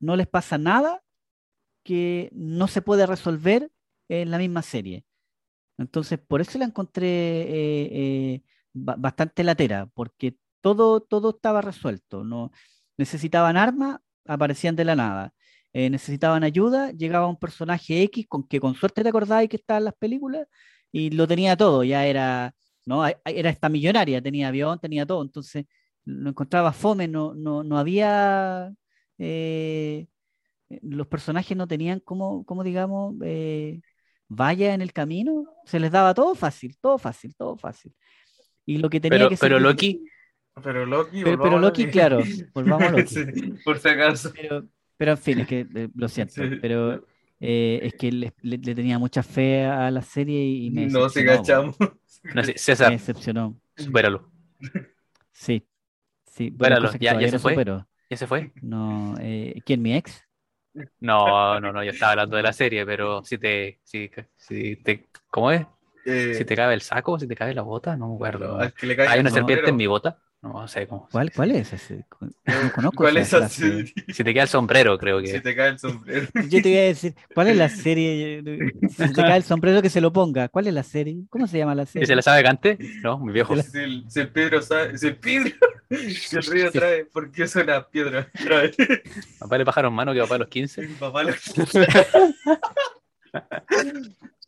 Speaker 3: No les pasa nada que no se puede resolver en la misma serie. Entonces, por eso la encontré eh, eh, ba- bastante latera, porque todo, todo estaba resuelto. No, necesitaban armas, aparecían de la nada. Eh, necesitaban ayuda, llegaba un personaje X con que con suerte te acordabas que estaba en las películas y lo tenía todo, ya era, ¿no? A- a- Era esta millonaria, tenía avión, tenía todo, entonces lo encontraba fome, no, no, no había, eh, los personajes no tenían como, como digamos, eh, vaya en el camino, se les daba todo fácil, todo fácil, todo fácil. Y lo que tenía
Speaker 2: Pero,
Speaker 3: que ser-
Speaker 2: pero Loki,
Speaker 1: Pero Loki.
Speaker 3: pero, pero
Speaker 1: volvamos a
Speaker 3: Loki, claro, volvamos a Loki.
Speaker 1: Sí, por si acaso.
Speaker 3: Pero, pero en fin, es que eh, lo siento,
Speaker 1: Sí.
Speaker 3: pero eh, es que le, le- le tenía mucha fe a la serie y me
Speaker 1: No, si
Speaker 3: decepcionó, po.
Speaker 1: cachamos.
Speaker 2: no sé,
Speaker 3: Me
Speaker 2: César,
Speaker 3: decepcionó.
Speaker 2: supéralo.
Speaker 3: Sí, sí, bueno,
Speaker 2: Espéralo,
Speaker 3: cosa que
Speaker 2: ya- ya
Speaker 3: todavía
Speaker 2: se
Speaker 3: no
Speaker 2: fue.
Speaker 3: supero.
Speaker 2: ¿Ya se fue?
Speaker 3: No, eh, ¿quién, mi ex?
Speaker 2: No, no, no, yo estaba hablando de la serie, pero si te, si, si te, ¿cómo es?
Speaker 1: Eh,
Speaker 2: Si te cabe el saco, si te cabe la bota, no me acuerdo.
Speaker 1: al que le caiga
Speaker 2: Hay una
Speaker 1: el
Speaker 2: serpiente en mi
Speaker 1: sombrero.
Speaker 2: bota, no sé cómo.
Speaker 3: ¿Cuál, cuál es ese? Cu- No
Speaker 1: Eh,
Speaker 3: conozco
Speaker 1: ¿Cuál es
Speaker 3: esa
Speaker 1: la
Speaker 3: frase.
Speaker 1: serie?
Speaker 2: Si te queda el sombrero, creo que.
Speaker 1: Si te cae el sombrero.
Speaker 3: Yo te iba a decir, ¿cuál es la serie? Si se te cae el sombrero que se lo ponga. ¿Cuál es la serie? ¿Cómo se llama la
Speaker 2: ¿Y
Speaker 3: serie?
Speaker 2: se la sabe Cante? No, muy viejo.
Speaker 1: Si el, si el Pedro sabe. Si el Pedro. Si el río trae, ¿por qué suena piedra? Trae.
Speaker 2: Papá le bajaron mano que papá a los 15.
Speaker 1: Papá lo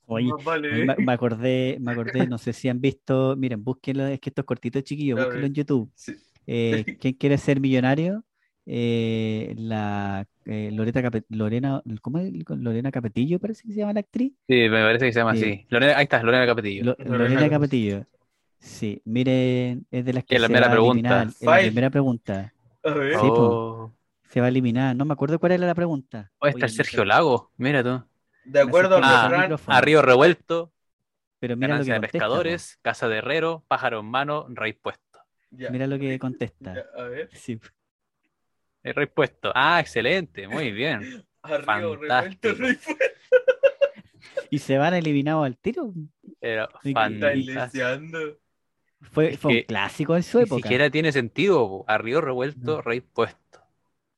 Speaker 3: Oye,
Speaker 1: papá le-
Speaker 3: me, me acordé, me acordé, no sé si han visto, miren, búsquenlo, es que estos cortitos chiquillos,
Speaker 1: A ver.
Speaker 3: búsquenlo en YouTube.
Speaker 1: Sí.
Speaker 3: Eh, ¿Quién quiere ser millonario? Eh, la eh, Loreta Cape- Lorena, ¿cómo es? Lorena Capetillo parece que se llama la actriz.
Speaker 2: Sí, me parece que se llama
Speaker 3: Sí.
Speaker 2: así. Lorena- ahí está, Lorena Capetillo.
Speaker 3: Lo-
Speaker 1: Lorena
Speaker 3: Lorena
Speaker 1: Capetillo.
Speaker 3: Capetillo. Sí, miren, es de las que
Speaker 2: Es la
Speaker 3: se
Speaker 2: primera
Speaker 3: va a
Speaker 2: pregunta.
Speaker 3: eliminar, es la
Speaker 1: File.
Speaker 3: primera pregunta.
Speaker 1: A ver.
Speaker 3: Sí,
Speaker 2: Oh,
Speaker 3: Se va a eliminar. No me acuerdo cuál era la pregunta.
Speaker 2: puede estar
Speaker 3: Oye,
Speaker 2: Sergio
Speaker 3: Nico,
Speaker 2: Lago, mira tú.
Speaker 1: De acuerdo a
Speaker 3: me acerqué
Speaker 2: Ah,
Speaker 1: los
Speaker 3: al
Speaker 1: Fran,
Speaker 3: micrófono.
Speaker 2: A Río Revuelto,
Speaker 3: Pero mira lo que
Speaker 2: Ganancia de
Speaker 3: contesta, po.
Speaker 2: Pescadores, Casa de Herrero, Pájaro en Mano, Rey Puesto.
Speaker 1: ya,
Speaker 3: Mira lo que
Speaker 1: ya,
Speaker 3: contesta.
Speaker 1: a ver.
Speaker 3: Sí, po.
Speaker 2: El Rey Puesto. Ah, excelente, muy bien.
Speaker 1: Arriba,
Speaker 2: Fantástico.
Speaker 1: revuelto, revuelto.
Speaker 3: Y se van eliminados al tiro.
Speaker 2: Era
Speaker 3: Sí,
Speaker 1: Está
Speaker 2: fantástico.
Speaker 1: iniciando.
Speaker 3: Fue,
Speaker 2: Es
Speaker 3: fue un
Speaker 2: que
Speaker 3: clásico en su
Speaker 2: Ni
Speaker 3: época.
Speaker 2: siquiera tiene sentido. po. A Río Revuelto,
Speaker 3: No.
Speaker 2: Rey Puesto.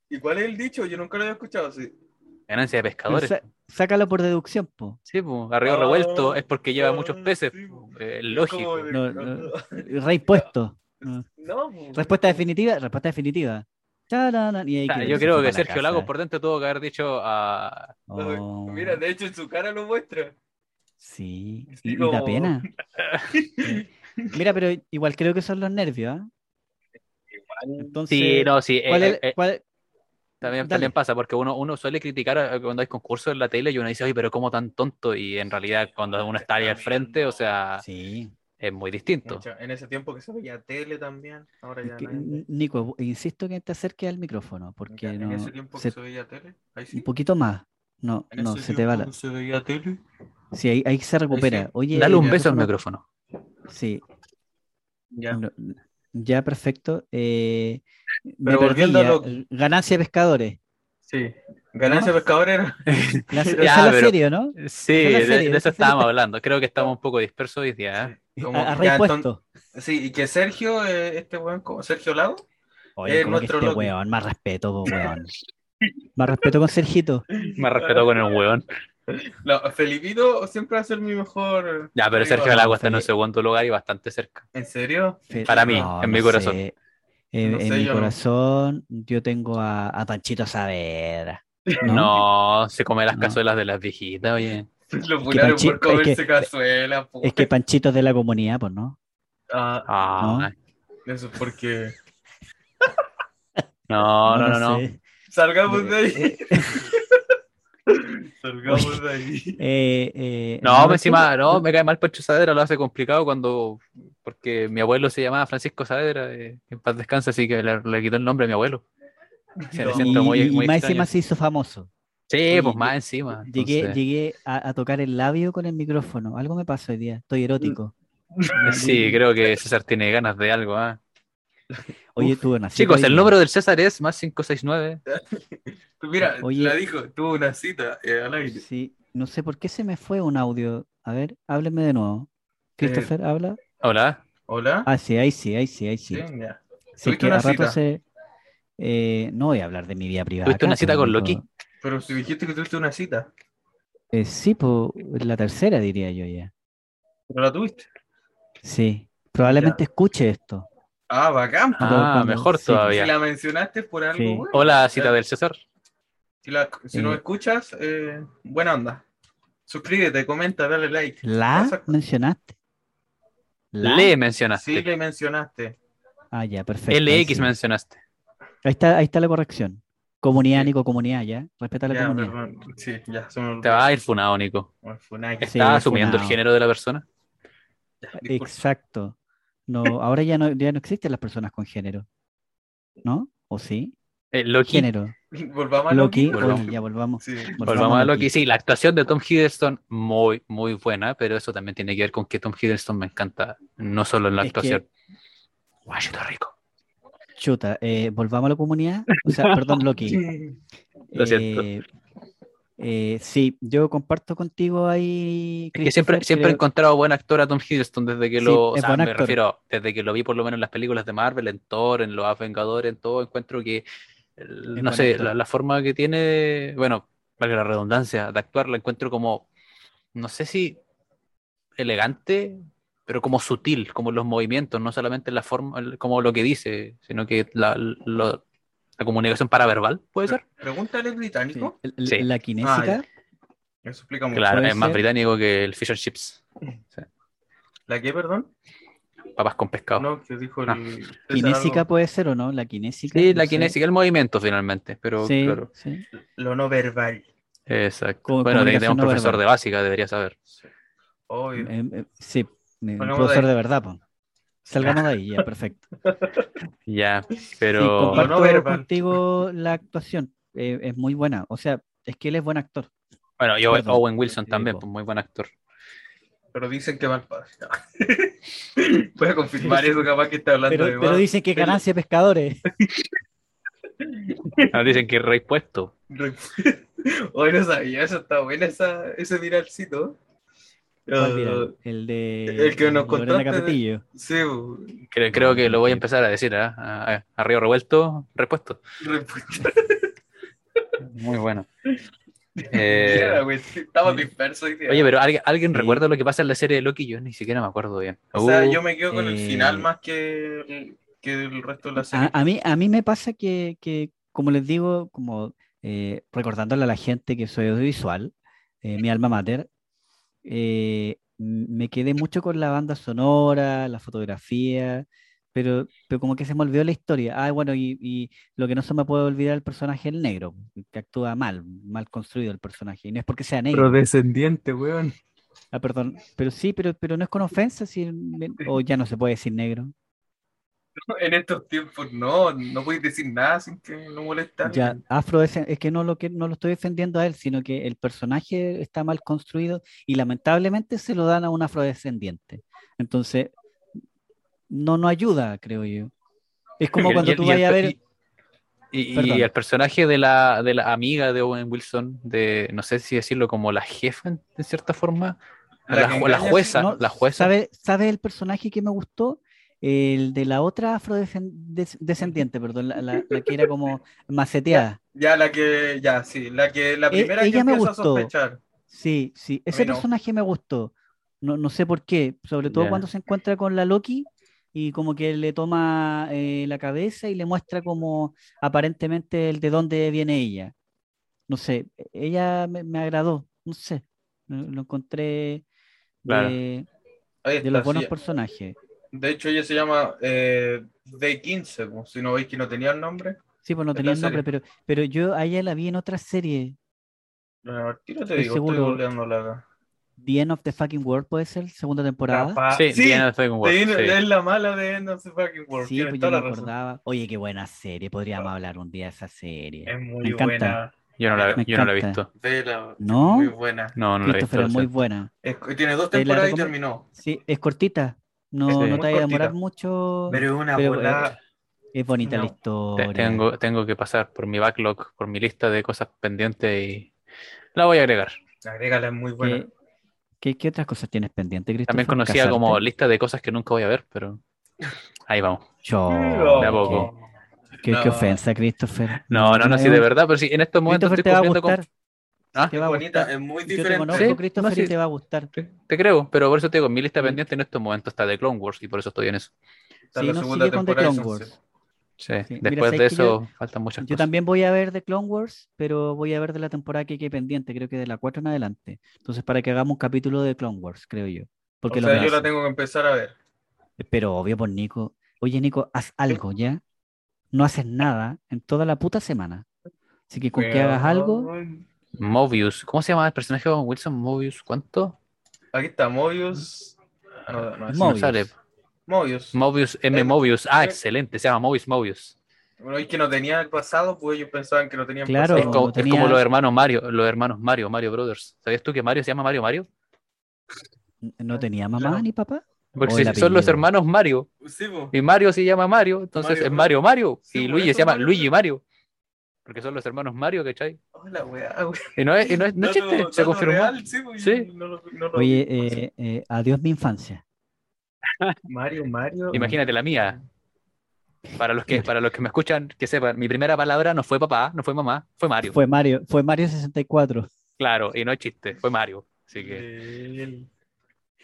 Speaker 1: ¿Y cuál es el dicho? Yo nunca lo había escuchado así.
Speaker 2: Ganancia de
Speaker 3: Pero
Speaker 2: Pescadores.
Speaker 3: sa- sácalo por deducción, po.
Speaker 2: Sí, po, a Río
Speaker 1: Ah,
Speaker 2: Revuelto es porque lleva
Speaker 1: ah,
Speaker 2: muchos peces.
Speaker 1: sí, po.
Speaker 2: po. Eh,
Speaker 1: Es
Speaker 2: lógico.
Speaker 1: como de-
Speaker 3: No, no. Rey puesto.
Speaker 1: No, pues.
Speaker 3: Respuesta definitiva, respuesta definitiva. Tararán, y ahí
Speaker 2: O sea,
Speaker 3: quedó,
Speaker 2: Ah, yo
Speaker 3: se
Speaker 2: creo
Speaker 3: fue
Speaker 2: que
Speaker 3: para la
Speaker 2: Sergio
Speaker 3: casa.
Speaker 2: Lago por dentro tuvo que haber dicho a.
Speaker 3: Oh,
Speaker 1: Mira, de hecho en su cara lo muestra.
Speaker 3: sí,
Speaker 1: sí,
Speaker 3: y, y da
Speaker 1: como-
Speaker 3: pena. Sí. Mira, pero igual creo que son los nervios, ¿ah? Entonces,
Speaker 2: Sí, no, sí. eh,
Speaker 3: ¿cuál es-
Speaker 2: eh, eh,
Speaker 3: cuál-
Speaker 2: también,
Speaker 3: dale.
Speaker 2: también pasa, porque uno, uno suele criticar a- cuando hay concursos en la tele y uno dice, oye, pero cómo tan tonto. Y en realidad, cuando uno está ahí al frente, o sea,
Speaker 3: Sí.
Speaker 2: es muy distinto.
Speaker 1: Mucha- En ese tiempo que se veía tele también. Ahora
Speaker 3: Es
Speaker 1: ya
Speaker 3: que,
Speaker 1: no.
Speaker 3: N- Nico, insisto que te acerques al micrófono, porque
Speaker 1: Ya, En
Speaker 3: no.
Speaker 1: ese tiempo
Speaker 3: se-
Speaker 1: que se veía tele. Ahí sí.
Speaker 3: un poquito más. No,
Speaker 1: En
Speaker 3: no,
Speaker 1: ese
Speaker 3: se te va
Speaker 1: tiempo
Speaker 3: la.
Speaker 1: que se veía tele.
Speaker 3: Sí, ahí, ahí se recupera. Oye,
Speaker 2: Dale
Speaker 3: el
Speaker 2: un beso al
Speaker 3: micrófono-
Speaker 2: micrófono.
Speaker 3: Sí,
Speaker 1: Ya.
Speaker 3: no, ya perfecto. Eh, me
Speaker 1: Pero
Speaker 3: perdí
Speaker 1: volviendo a
Speaker 3: ya.
Speaker 1: lo-
Speaker 3: Ganancia de pescadores.
Speaker 1: Sí. Ganancia pescadora.
Speaker 3: La, esa
Speaker 2: Ya,
Speaker 3: es la
Speaker 2: pero-
Speaker 3: serie, ¿no?
Speaker 2: Sí,
Speaker 3: Esa
Speaker 2: de,
Speaker 3: es la serie,
Speaker 2: de eso
Speaker 3: esa es la serie.
Speaker 2: estábamos hablando. Creo que estamos un poco dispersos hoy día. ¿eh?
Speaker 1: Como-
Speaker 3: a,
Speaker 1: ya,
Speaker 3: a rey
Speaker 1: enton-
Speaker 3: puesto.
Speaker 1: Sí, y que Sergio, eh, este weón, como Sergio Lago,
Speaker 3: Oye,
Speaker 1: eh,
Speaker 3: como que
Speaker 1: nuestro
Speaker 3: este
Speaker 1: Loki.
Speaker 3: weón, más respeto, po, weón. Más respeto con Sergito.
Speaker 2: Me respeto con el hueón.
Speaker 1: No, Felipito siempre va a ser mi mejor.
Speaker 2: Ya, pero
Speaker 1: rival.
Speaker 2: Sergio Lago está en un
Speaker 3: Felipe.
Speaker 2: segundo lugar y bastante cerca.
Speaker 1: ¿En serio?
Speaker 3: Fe-
Speaker 2: Para mí, en mi corazón.
Speaker 3: sé. Eh,
Speaker 1: No
Speaker 3: en
Speaker 1: sé,
Speaker 3: mi
Speaker 1: yo no.
Speaker 3: corazón, yo tengo a, a Panchito Saavedra.
Speaker 2: No, se come las
Speaker 3: No.
Speaker 2: cazuelas de las viejitas, oye.
Speaker 1: Lo funaron
Speaker 3: Panchi-
Speaker 1: por comerse
Speaker 3: es que-
Speaker 1: cazuela. po.
Speaker 3: Es que Panchito es de la comunidad, pues, ¿no?
Speaker 1: Ah,
Speaker 2: Ah,
Speaker 1: eso es porque.
Speaker 2: no, no, no, no.
Speaker 3: sé.
Speaker 1: Salgamos de ahí.
Speaker 3: Eh,
Speaker 1: Salgamos de ahí.
Speaker 3: eh, eh,
Speaker 2: No, pues,
Speaker 3: ¿qué-
Speaker 2: encima, no, me cae mal Pancho Saavedra, lo hace complicado cuando, porque mi abuelo se llamaba Francisco Saavedra, eh, en paz descansa, así que le, le quitó el nombre a mi abuelo. Se le
Speaker 1: No.
Speaker 2: siento muy,
Speaker 3: y, y
Speaker 2: muy
Speaker 3: más
Speaker 2: extraño.
Speaker 3: encima se hizo famoso.
Speaker 2: Sí, pues
Speaker 3: y-
Speaker 2: más encima.
Speaker 3: Llegué,
Speaker 2: entonces,
Speaker 3: llegué a, a tocar el labio con el micrófono. Algo me pasó hoy día. Estoy erótico.
Speaker 2: eh, Sí, creo que César tiene ganas de algo. ah.
Speaker 3: Oye, tuve una cita
Speaker 2: Chicos,
Speaker 3: hoy
Speaker 2: el
Speaker 3: día.
Speaker 2: número del César es más 569.
Speaker 1: Mira,
Speaker 3: Oye.
Speaker 1: la dijo, tuvo una cita eh, al aire.
Speaker 3: Sí, no sé por qué se me fue un audio. A ver, háblenme de nuevo. Christopher,
Speaker 1: Eh,
Speaker 3: habla.
Speaker 2: Hola.
Speaker 1: Hola.
Speaker 3: Ah, sí, ahí sí, ahí sí, ahí sí.
Speaker 1: Sí, ya.
Speaker 3: Si es
Speaker 1: ¿Tuviste
Speaker 3: que
Speaker 1: una
Speaker 3: a rato
Speaker 1: cita?
Speaker 3: se. eh, no voy a hablar de mi vida privada.
Speaker 2: ¿Tuviste
Speaker 3: acá,
Speaker 2: una cita
Speaker 3: pues,
Speaker 2: con
Speaker 3: Nico.
Speaker 2: Loki?
Speaker 1: Pero si dijiste que tuviste una cita,
Speaker 3: Eh, sí, pues la tercera diría yo ya.
Speaker 1: pero la tuviste.
Speaker 3: Sí, probablemente escuche esto.
Speaker 1: Ah, bacán.
Speaker 3: Cuando-
Speaker 2: Ah,
Speaker 3: cuando-
Speaker 2: mejor
Speaker 3: sí.
Speaker 1: Si
Speaker 2: todavía.
Speaker 1: la mencionaste es por algo
Speaker 3: Sí.
Speaker 1: bueno.
Speaker 2: Hola, cita del César.
Speaker 1: Si, la- si nos
Speaker 3: Eh.
Speaker 1: escuchas, eh, buena onda. Suscríbete, comenta, dale like.
Speaker 3: ¿La
Speaker 1: Exacto.
Speaker 3: mencionaste? ¿La?
Speaker 2: Le mencionaste.
Speaker 1: Sí, le mencionaste.
Speaker 3: Ah, ya, perfecto. ahí
Speaker 2: LX
Speaker 3: sí.
Speaker 2: mencionaste.
Speaker 3: Ahí está, ahí está la corrección. Comunidad,
Speaker 1: Sí.
Speaker 3: Nico, comunidad, ya. Respeta la
Speaker 1: Ya,
Speaker 3: comunidad.
Speaker 1: perdón. Sí, ya, se me
Speaker 2: Te
Speaker 1: olvidó.
Speaker 2: va a ir funado, Nico.
Speaker 1: Bueno, Funaki.
Speaker 3: Sí,
Speaker 2: ¿Estás asumiendo el
Speaker 3: funado.
Speaker 2: género de la persona?
Speaker 1: Ya, disculpa.
Speaker 3: Exacto. No, ahora ya no, ya no existen las personas con género. ¿No? ¿O sí?
Speaker 2: Eh, Loki.
Speaker 3: Género.
Speaker 1: Volvamos a
Speaker 3: Loki,
Speaker 1: Loki.
Speaker 2: volvamos.
Speaker 3: oye, ya volvamos.
Speaker 1: Sí.
Speaker 2: Volvamos a Loki.
Speaker 3: Loki.
Speaker 2: Sí, la actuación de Tom Hiddleston, muy, muy buena, pero eso también tiene que ver con que Tom Hiddleston me encanta, no solo en la
Speaker 3: Es que-
Speaker 2: actuación. Guayito rico.
Speaker 3: Chuta, eh, volvamos a la comunidad. O sea, perdón, Loki.
Speaker 2: Lo siento.
Speaker 3: Eh, eh, sí, yo comparto contigo ahí.
Speaker 2: Es que siempre,
Speaker 3: Christopher,
Speaker 2: siempre he
Speaker 3: creo-
Speaker 2: encontrado buen actor a Tom Hiddleston desde que
Speaker 3: Sí,
Speaker 2: lo. o
Speaker 3: es
Speaker 2: sea,
Speaker 3: buen
Speaker 2: me
Speaker 3: actor.
Speaker 2: refiero, desde que lo vi por lo menos en las películas de Marvel, en Thor, en Los Vengadores, en todo. Encuentro que. eh,
Speaker 3: buen
Speaker 2: No sé,
Speaker 3: actor.
Speaker 2: la, la forma que tiene. Bueno, valga la redundancia, de actuar, la encuentro como. No sé si elegante, pero como sutil, como los movimientos, no solamente la forma, como lo que dice, sino que la, lo- la comunicación paraverbal, ¿puede ser?
Speaker 1: Pregúntale al británico.
Speaker 3: El- el-
Speaker 2: Sí.
Speaker 3: La
Speaker 1: Ah,
Speaker 3: kinésica.
Speaker 1: Eso explica mucho.
Speaker 2: Claro,
Speaker 3: Puede
Speaker 2: es más
Speaker 3: ser.
Speaker 2: británico que el fish and chips,
Speaker 1: ¿La qué, perdón?
Speaker 2: papas con pescado.
Speaker 1: No, que dijo el.
Speaker 2: No. Ah.
Speaker 1: César
Speaker 3: Kinésica
Speaker 1: algo.
Speaker 3: puede ser o no, la kinésica.
Speaker 2: sí,
Speaker 3: no
Speaker 2: la
Speaker 3: sé.
Speaker 2: kinésica, el movimiento finalmente, pero
Speaker 3: Sí,
Speaker 2: claro.
Speaker 3: sí.
Speaker 1: Lo no verbal.
Speaker 2: Exacto.
Speaker 3: Como
Speaker 2: bueno, tenía
Speaker 3: comunicación
Speaker 2: un
Speaker 3: no
Speaker 2: profesor
Speaker 3: verbal.
Speaker 2: de básica, debería saber.
Speaker 1: Obvio.
Speaker 3: Eh, eh, sí, un
Speaker 1: Salgamos
Speaker 3: profesor
Speaker 1: de ahí.
Speaker 3: de verdad, po. Salgamos de ahí, ya, perfecto. Sí,
Speaker 2: Ya, pero...
Speaker 1: Lo
Speaker 3: comparto
Speaker 1: no verbal.
Speaker 3: contigo la actuación. eh, es muy buena. O sea, es que él es buen actor.
Speaker 2: Bueno, yo
Speaker 3: Perdón.
Speaker 2: Owen Wilson también,
Speaker 3: Sí, po.
Speaker 2: pues, muy buen actor.
Speaker 1: Pero dicen que mal padre. Voy a confirmar eso, capaz que está hablando
Speaker 3: Pero,
Speaker 1: de
Speaker 3: pero
Speaker 1: más.
Speaker 3: dicen que ganancia de pescadores.
Speaker 2: Nos dicen que es rey puesto.
Speaker 1: Hoy no sabía, eso está buena esa, ese viralcito.
Speaker 3: ¿Cuál
Speaker 1: Ah,
Speaker 3: dirá? el de
Speaker 1: el que nos
Speaker 3: Lorena
Speaker 1: contaste de-
Speaker 3: Capetillo.
Speaker 1: sí, bu-
Speaker 2: Creo, creo que lo voy a empezar a decir, ¿eh? a, a- a Río Revuelto, repuesto.
Speaker 1: respuesta.
Speaker 2: Muy bueno.
Speaker 1: Ya, güey, Estamos dispersos. hoy día.
Speaker 2: Eh, Oye, pero ¿alguien, alguien
Speaker 3: Sí.
Speaker 2: recuerda lo que pasa en la serie de Loki? Yo ni siquiera me acuerdo bien.
Speaker 1: O sea,
Speaker 2: Uh,
Speaker 1: yo me quedo con el
Speaker 3: eh,
Speaker 1: final más que el, que el resto
Speaker 3: Ah,
Speaker 1: de la serie.
Speaker 3: A, a mí, a mí me pasa que, que, como les digo, como eh, recordándole a la gente que soy audiovisual, eh, mi alma mater, eh, m- me quedé mucho con la banda sonora, la fotografía, pero, pero como que se me olvidó la historia. Ah, bueno, y, y lo que no se me puede olvidar el personaje el negro, que actúa mal, mal construido el personaje. Y no es porque sea negro.
Speaker 2: Prodescendiente, weón.
Speaker 3: Ah, perdón. Pero sí, pero, pero no es con ofensa, si, o ya no se puede decir negro.
Speaker 1: En estos tiempos no, no puedes decir nada sin que no molestar.
Speaker 3: Ya, afro es, es que no lo que no lo estoy defendiendo a él, sino que el personaje está mal construido y lamentablemente se lo dan a un afrodescendiente. Entonces, no no ayuda, creo yo. Es como
Speaker 2: Y-
Speaker 3: cuando
Speaker 2: y-
Speaker 3: tú
Speaker 2: y el
Speaker 3: vayas a
Speaker 2: pe-
Speaker 3: ver,
Speaker 2: Y, y- y
Speaker 3: Perdón.
Speaker 2: el personaje de la, de la amiga de Owen Wilson, de no sé si decirlo como la jefa, en, en cierta forma,
Speaker 1: La
Speaker 2: la,
Speaker 1: que
Speaker 2: ju- la
Speaker 1: engaña,
Speaker 2: jueza,
Speaker 3: no,
Speaker 2: la jueza.
Speaker 3: ¿sabe, sabe el personaje que me gustó? El de la otra afrodescendiente, perdón, la, la- la que era como maceteada.
Speaker 1: Ya la que, ya, sí, la que la
Speaker 3: E-
Speaker 1: primera que
Speaker 3: ella me
Speaker 1: empieza a
Speaker 3: gustó.
Speaker 1: sospechar.
Speaker 3: Sí, sí, ese
Speaker 1: no.
Speaker 3: personaje me gustó. No, no sé por qué, sobre todo
Speaker 2: Ya.
Speaker 3: cuando se encuentra con la Loki y como que le toma eh, la cabeza y le muestra como aparentemente el de dónde viene ella. No sé, ella me, me agradó, no sé, lo, lo encontré
Speaker 2: Claro.
Speaker 3: de,
Speaker 1: Ahí
Speaker 3: de
Speaker 1: está,
Speaker 3: los buenos
Speaker 1: sí.
Speaker 3: personajes.
Speaker 1: De hecho, ella se llama eh, D15, pues, si no veis que no tenía el nombre.
Speaker 3: Sí, pues no
Speaker 1: de la
Speaker 3: tenía el nombre,
Speaker 1: serie.
Speaker 3: pero, pero yo a ella la vi en otra serie,
Speaker 1: No, al tiro te
Speaker 3: Estoy
Speaker 1: digo,
Speaker 3: seguro.
Speaker 1: estoy googleando la.
Speaker 3: The End of the Fucking World, puede ser, segunda temporada.
Speaker 1: Capaz-
Speaker 2: Ah, Sí,
Speaker 1: sí,
Speaker 2: Diana Fenwick,
Speaker 1: de-
Speaker 2: sí.
Speaker 1: es la mala de No sé fucking World.
Speaker 3: Sí,
Speaker 1: tienes
Speaker 3: pues yo
Speaker 1: toda
Speaker 3: me
Speaker 1: la razón. Ah.
Speaker 3: acordaba. Oye, qué buena serie, podríamos hablar un día de esa serie.
Speaker 1: Es muy
Speaker 3: Me encanta.
Speaker 1: buena.
Speaker 2: Yo no la,
Speaker 3: Me
Speaker 2: yo no la he
Speaker 3: encanta.
Speaker 2: visto.
Speaker 1: Vela,
Speaker 3: ¿No?
Speaker 1: muy buena.
Speaker 2: No, no la he visto.
Speaker 3: Christopher
Speaker 2: lo
Speaker 3: es muy
Speaker 2: siento.
Speaker 3: buena.
Speaker 1: Es- tiene dos
Speaker 3: Te la
Speaker 1: temporadas y
Speaker 3: recome-
Speaker 1: terminó.
Speaker 3: Sí, es cortita. No,
Speaker 2: Sí.
Speaker 3: no te
Speaker 1: Muy
Speaker 3: vas a demorar
Speaker 1: cortita. pues,
Speaker 3: mucho.
Speaker 1: Pero es una
Speaker 3: Pero, eh,
Speaker 1: volada.
Speaker 3: es bonita la
Speaker 1: no.
Speaker 3: historia.
Speaker 2: Te- Tengo, tengo que pasar por mi backlog, por mi lista de cosas pendientes y la voy a agregar.
Speaker 1: Agrégala, es muy
Speaker 3: ¿Qué,
Speaker 1: buena.
Speaker 3: qué- qué otras cosas tienes pendientes,
Speaker 2: También
Speaker 3: Christopher?
Speaker 2: conocida como
Speaker 3: ¿Casarte?
Speaker 2: lista de cosas que nunca voy a ver, pero ahí vamos.
Speaker 3: Cho,
Speaker 2: de a
Speaker 3: qué-
Speaker 2: poco.
Speaker 3: qué, qué
Speaker 1: No.
Speaker 3: ofensa, Christopher.
Speaker 2: No, no, no, sí, de verdad, pero sí, en estos momentos
Speaker 3: Christopher
Speaker 2: estoy
Speaker 3: te va a
Speaker 2: cumpliendo con...
Speaker 3: gustar.
Speaker 2: Ah,
Speaker 3: Te
Speaker 1: Es
Speaker 3: va a
Speaker 1: bonita,
Speaker 3: gustar.
Speaker 1: es muy
Speaker 3: Yo te
Speaker 1: diferente.
Speaker 3: conozco,
Speaker 2: Sí, no,
Speaker 3: Christopher, y
Speaker 2: sí.
Speaker 3: te va a gustar.
Speaker 2: Te, te creo, pero por eso te digo, mi lista pendiente en estos momentos está de Clone Wars y por eso estoy en eso.
Speaker 1: Está
Speaker 3: Sí,
Speaker 1: la
Speaker 3: no,
Speaker 1: segunda
Speaker 3: sigue con The
Speaker 1: temporada y
Speaker 3: Clone
Speaker 1: son
Speaker 3: Wars.
Speaker 1: seis.
Speaker 2: Sí,
Speaker 3: Sí, mira,
Speaker 2: después
Speaker 3: ¿sabes
Speaker 2: de
Speaker 3: que yo-
Speaker 2: eso faltan muchas
Speaker 3: Yo
Speaker 2: cosas.
Speaker 3: también voy a ver The Clone Wars, pero voy a ver de la temporada que quede pendiente, creo que de la 4 en adelante. Entonces, para que hagamos un capítulo de Clone Wars, creo yo. Porque
Speaker 1: O
Speaker 3: lo
Speaker 1: sea, yo
Speaker 3: merece.
Speaker 1: la tengo que empezar a ver.
Speaker 3: Pero obvio por Nico. Oye, Nico, haz algo ya. No haces nada en toda la puta semana. Así que con que hagas algo,
Speaker 2: Mobius, ¿cómo se llama el personaje de Owen Wilson? Mobius, ¿cuánto?
Speaker 1: Aquí está Mobius.
Speaker 3: ¿Mm?
Speaker 1: Ah, No, no, es-
Speaker 3: Mobius.
Speaker 2: No sale.
Speaker 1: Mobius.
Speaker 2: Mobius, M.
Speaker 1: Eh,
Speaker 2: Mobius. Ah,
Speaker 1: eh.
Speaker 2: excelente, se llama Mobius Mobius.
Speaker 1: Bueno, es que no tenía el pasado, pues ellos pensaban que no tenían
Speaker 3: Claro.
Speaker 2: Es
Speaker 1: pasado.
Speaker 2: como,
Speaker 3: lo
Speaker 2: es como
Speaker 3: tenía-
Speaker 2: los hermanos Mario, los hermanos Mario, Mario Brothers. ¿Sabías tú que Mario se llama Mario Mario?
Speaker 3: no tenía mamá
Speaker 1: Claro.
Speaker 3: ni papá.
Speaker 2: Porque
Speaker 3: O el
Speaker 2: si- son los
Speaker 3: apellido.
Speaker 2: hermanos Mario.
Speaker 1: Pues Sí, po.
Speaker 2: Y Mario se llama Mario, entonces
Speaker 1: Mario
Speaker 2: es Mario Mario.
Speaker 1: Sí,
Speaker 2: y
Speaker 1: por
Speaker 2: Luigi
Speaker 1: eso
Speaker 2: se llama
Speaker 1: Mario.
Speaker 2: Luigi Mario. Porque son los hermanos Mario, ¿cachai?
Speaker 1: Hola, Oh, weá, weá.
Speaker 2: Y no es, y no es, no es
Speaker 1: Dato-
Speaker 2: chiste, se
Speaker 1: dato
Speaker 2: confirmó.
Speaker 1: real, sí, po, yo
Speaker 2: Sí.
Speaker 1: no lo- no lo-
Speaker 3: Oye, eh, eh, adiós mi infancia.
Speaker 1: Mario, Mario.
Speaker 2: Imagínate la mía. Para los que, para los que me escuchan, que sepan, mi primera palabra no fue papá, no fue mamá, fue Mario.
Speaker 3: Fue Mario, fue Mario 64.
Speaker 1: Eh,
Speaker 2: Claro, y no es chiste, fue Mario. Así que
Speaker 1: Él.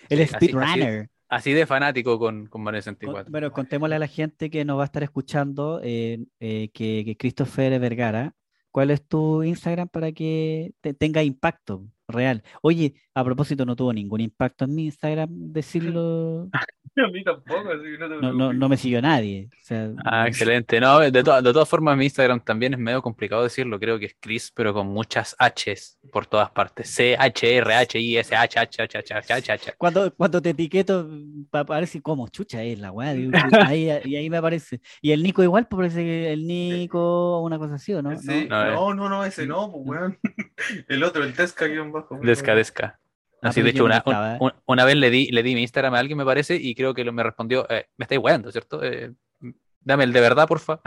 Speaker 3: El
Speaker 2: Sí, así-
Speaker 3: speedrunner.
Speaker 2: Así de fanático con, con Mario
Speaker 3: Con-
Speaker 2: 64.
Speaker 3: Bueno, contémosle a la gente que nos va a estar escuchando eh, eh, que, que Christopher Vergara, ¿cuál es tu Instagram para que te- tenga impacto real? Oye, a propósito, no tuvo ningún impacto en mi Instagram decirlo,
Speaker 1: A mí tampoco, así que no te
Speaker 3: no, no, no me siguió nadie. o sea,
Speaker 2: Ah, excelente. No, de, to- de todas formas, mi Instagram también es medio complicado decirlo. Creo que es Chris, pero con muchas H's por todas partes. C, H, R, H, I, S, H, H, H, H, H, H, H.
Speaker 3: Cuando, cuando te etiqueto, pa- parece como chucha es la weá. digo, chucha, ahí- y ahí me aparece. Y el Nico igual, pues parece que el Nico o una cosa así, ¿o no?
Speaker 1: Sí,
Speaker 3: ¿No?
Speaker 2: No, eh.
Speaker 1: no, no, no, ese no, pues, weón. El otro, el Tesca guión bajo. weón.
Speaker 2: Desca, desca.
Speaker 3: Ah,
Speaker 2: Así,
Speaker 3: pero
Speaker 2: de
Speaker 3: yo
Speaker 2: hecho,
Speaker 3: no
Speaker 2: una,
Speaker 3: estaba, ¿eh?
Speaker 2: un- una vez le di, le di mi Instagram a alguien, me parece, y creo que lo- me respondió, eh, me estáis weando, ¿cierto? Eh, dame el de verdad, porfa.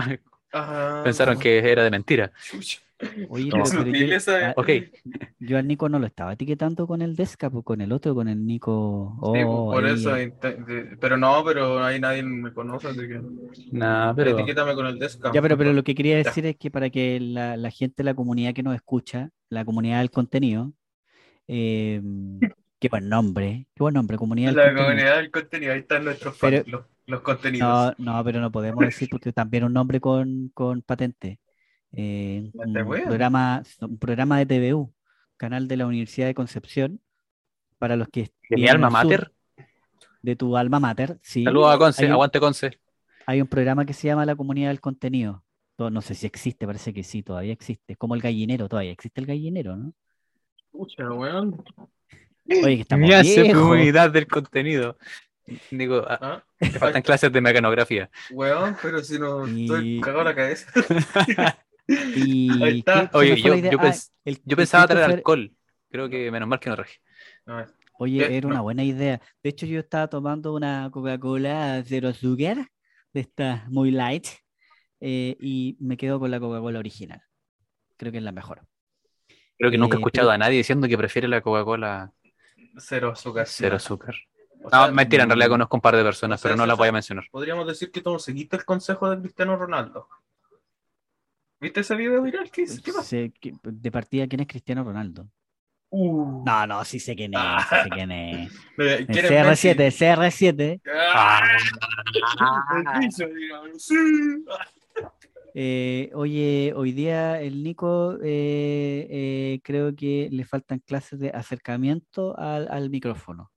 Speaker 1: Ah,
Speaker 2: Pensaron que era de mentira.
Speaker 1: chucha.
Speaker 3: Oye,
Speaker 2: No.
Speaker 3: pero- pero yo- ah,
Speaker 1: Sutileza, eh.
Speaker 2: Ok,
Speaker 3: Yo al Nico no lo estaba etiquetando con el Desca, pues, con el otro, con el Nico.
Speaker 1: Sí, pues,
Speaker 3: Oh,
Speaker 1: por
Speaker 3: ahí,
Speaker 1: eso,
Speaker 3: eh.
Speaker 1: int- de- pero no, pero ahí nadie me conoce, así que
Speaker 2: nada, pero...
Speaker 1: etiquétame con el Tesca.
Speaker 3: Ya, pero, pero lo que quería
Speaker 1: Ya.
Speaker 3: decir es que para que la, la gente, la comunidad que nos escucha, la comunidad del contenido, eh, qué buen nombre, qué buen nombre, comunidad del
Speaker 1: La
Speaker 3: contenido.
Speaker 1: comunidad del contenido, ahí están nuestros
Speaker 3: Pero-
Speaker 1: fans, los, los contenidos.
Speaker 3: No, no, pero no podemos decir porque también un nombre con, con patente. Eh,
Speaker 1: No
Speaker 3: un
Speaker 1: te weas.
Speaker 3: programa, un programa de TVU, canal de la Universidad de Concepción, para los que
Speaker 2: ¿De mi
Speaker 3: viven en
Speaker 2: alma
Speaker 3: el sur,
Speaker 2: mater?
Speaker 3: de tu alma mater, sí.
Speaker 2: Saludos a Conce,
Speaker 3: Hay un-
Speaker 2: aguante Conce.
Speaker 3: Hay un programa que se llama La Comunidad del Contenido. No, no sé si existe, parece que sí, todavía existe. Es como el gallinero, todavía existe el gallinero, ¿no?
Speaker 1: Pucha, weón.
Speaker 3: Oye, que estamos
Speaker 2: Me hace
Speaker 3: viejos.
Speaker 2: comunidad del contenido. Digo, ah,
Speaker 1: Ah,
Speaker 2: te faltan clases de mecanografía.
Speaker 1: weón, pero si no estoy
Speaker 3: Y-
Speaker 1: cagado la cabeza.
Speaker 3: Y
Speaker 1: Ahí está.
Speaker 3: ¿qué- qué
Speaker 2: Oye,
Speaker 3: me fue la
Speaker 2: yo-
Speaker 3: idea?
Speaker 2: yo
Speaker 3: Ah,
Speaker 2: pens-
Speaker 3: el-
Speaker 2: Yo
Speaker 3: el
Speaker 2: pensaba traer
Speaker 3: Christopher-
Speaker 2: alcohol. Creo que menos mal que no traje.
Speaker 1: No,
Speaker 3: Oye,
Speaker 1: Eh,
Speaker 3: era una
Speaker 1: no.
Speaker 3: buena idea. De hecho, yo estaba tomando una Coca-Cola cero azúcar, de esta muy light, eh, y me quedo con la Coca-Cola original. Creo que es la mejor.
Speaker 2: Creo que nunca he
Speaker 3: Eh,
Speaker 2: escuchado
Speaker 3: pero-
Speaker 2: a nadie diciendo que prefiere la Coca-Cola
Speaker 1: cero azúcar.
Speaker 2: cero azúcar.
Speaker 1: O sea,
Speaker 2: No, mentira, en realidad conozco un par de personas,
Speaker 1: o sea,
Speaker 2: pero no
Speaker 1: sí,
Speaker 2: las
Speaker 1: sí.
Speaker 2: voy a mencionar.
Speaker 1: Podríamos decir que todo seguiste el consejo de Cristiano Ronaldo. ¿Viste ese video viral que hizo? ¿Qué pasa?
Speaker 3: Sé que- de partida, ¿quién es Cristiano Ronaldo?
Speaker 1: Uh,
Speaker 3: No, no, sí sé quién es, sí sé quién es.
Speaker 1: eh,
Speaker 3: El
Speaker 1: ¿quieren
Speaker 3: CR7,
Speaker 1: Messi?
Speaker 3: el CR7.
Speaker 1: Ah,
Speaker 2: Ah.
Speaker 1: el piso, digamos, sí.
Speaker 3: Eh, oye, hoy día el Nico eh, eh, creo que le faltan clases de acercamiento al, al micrófono.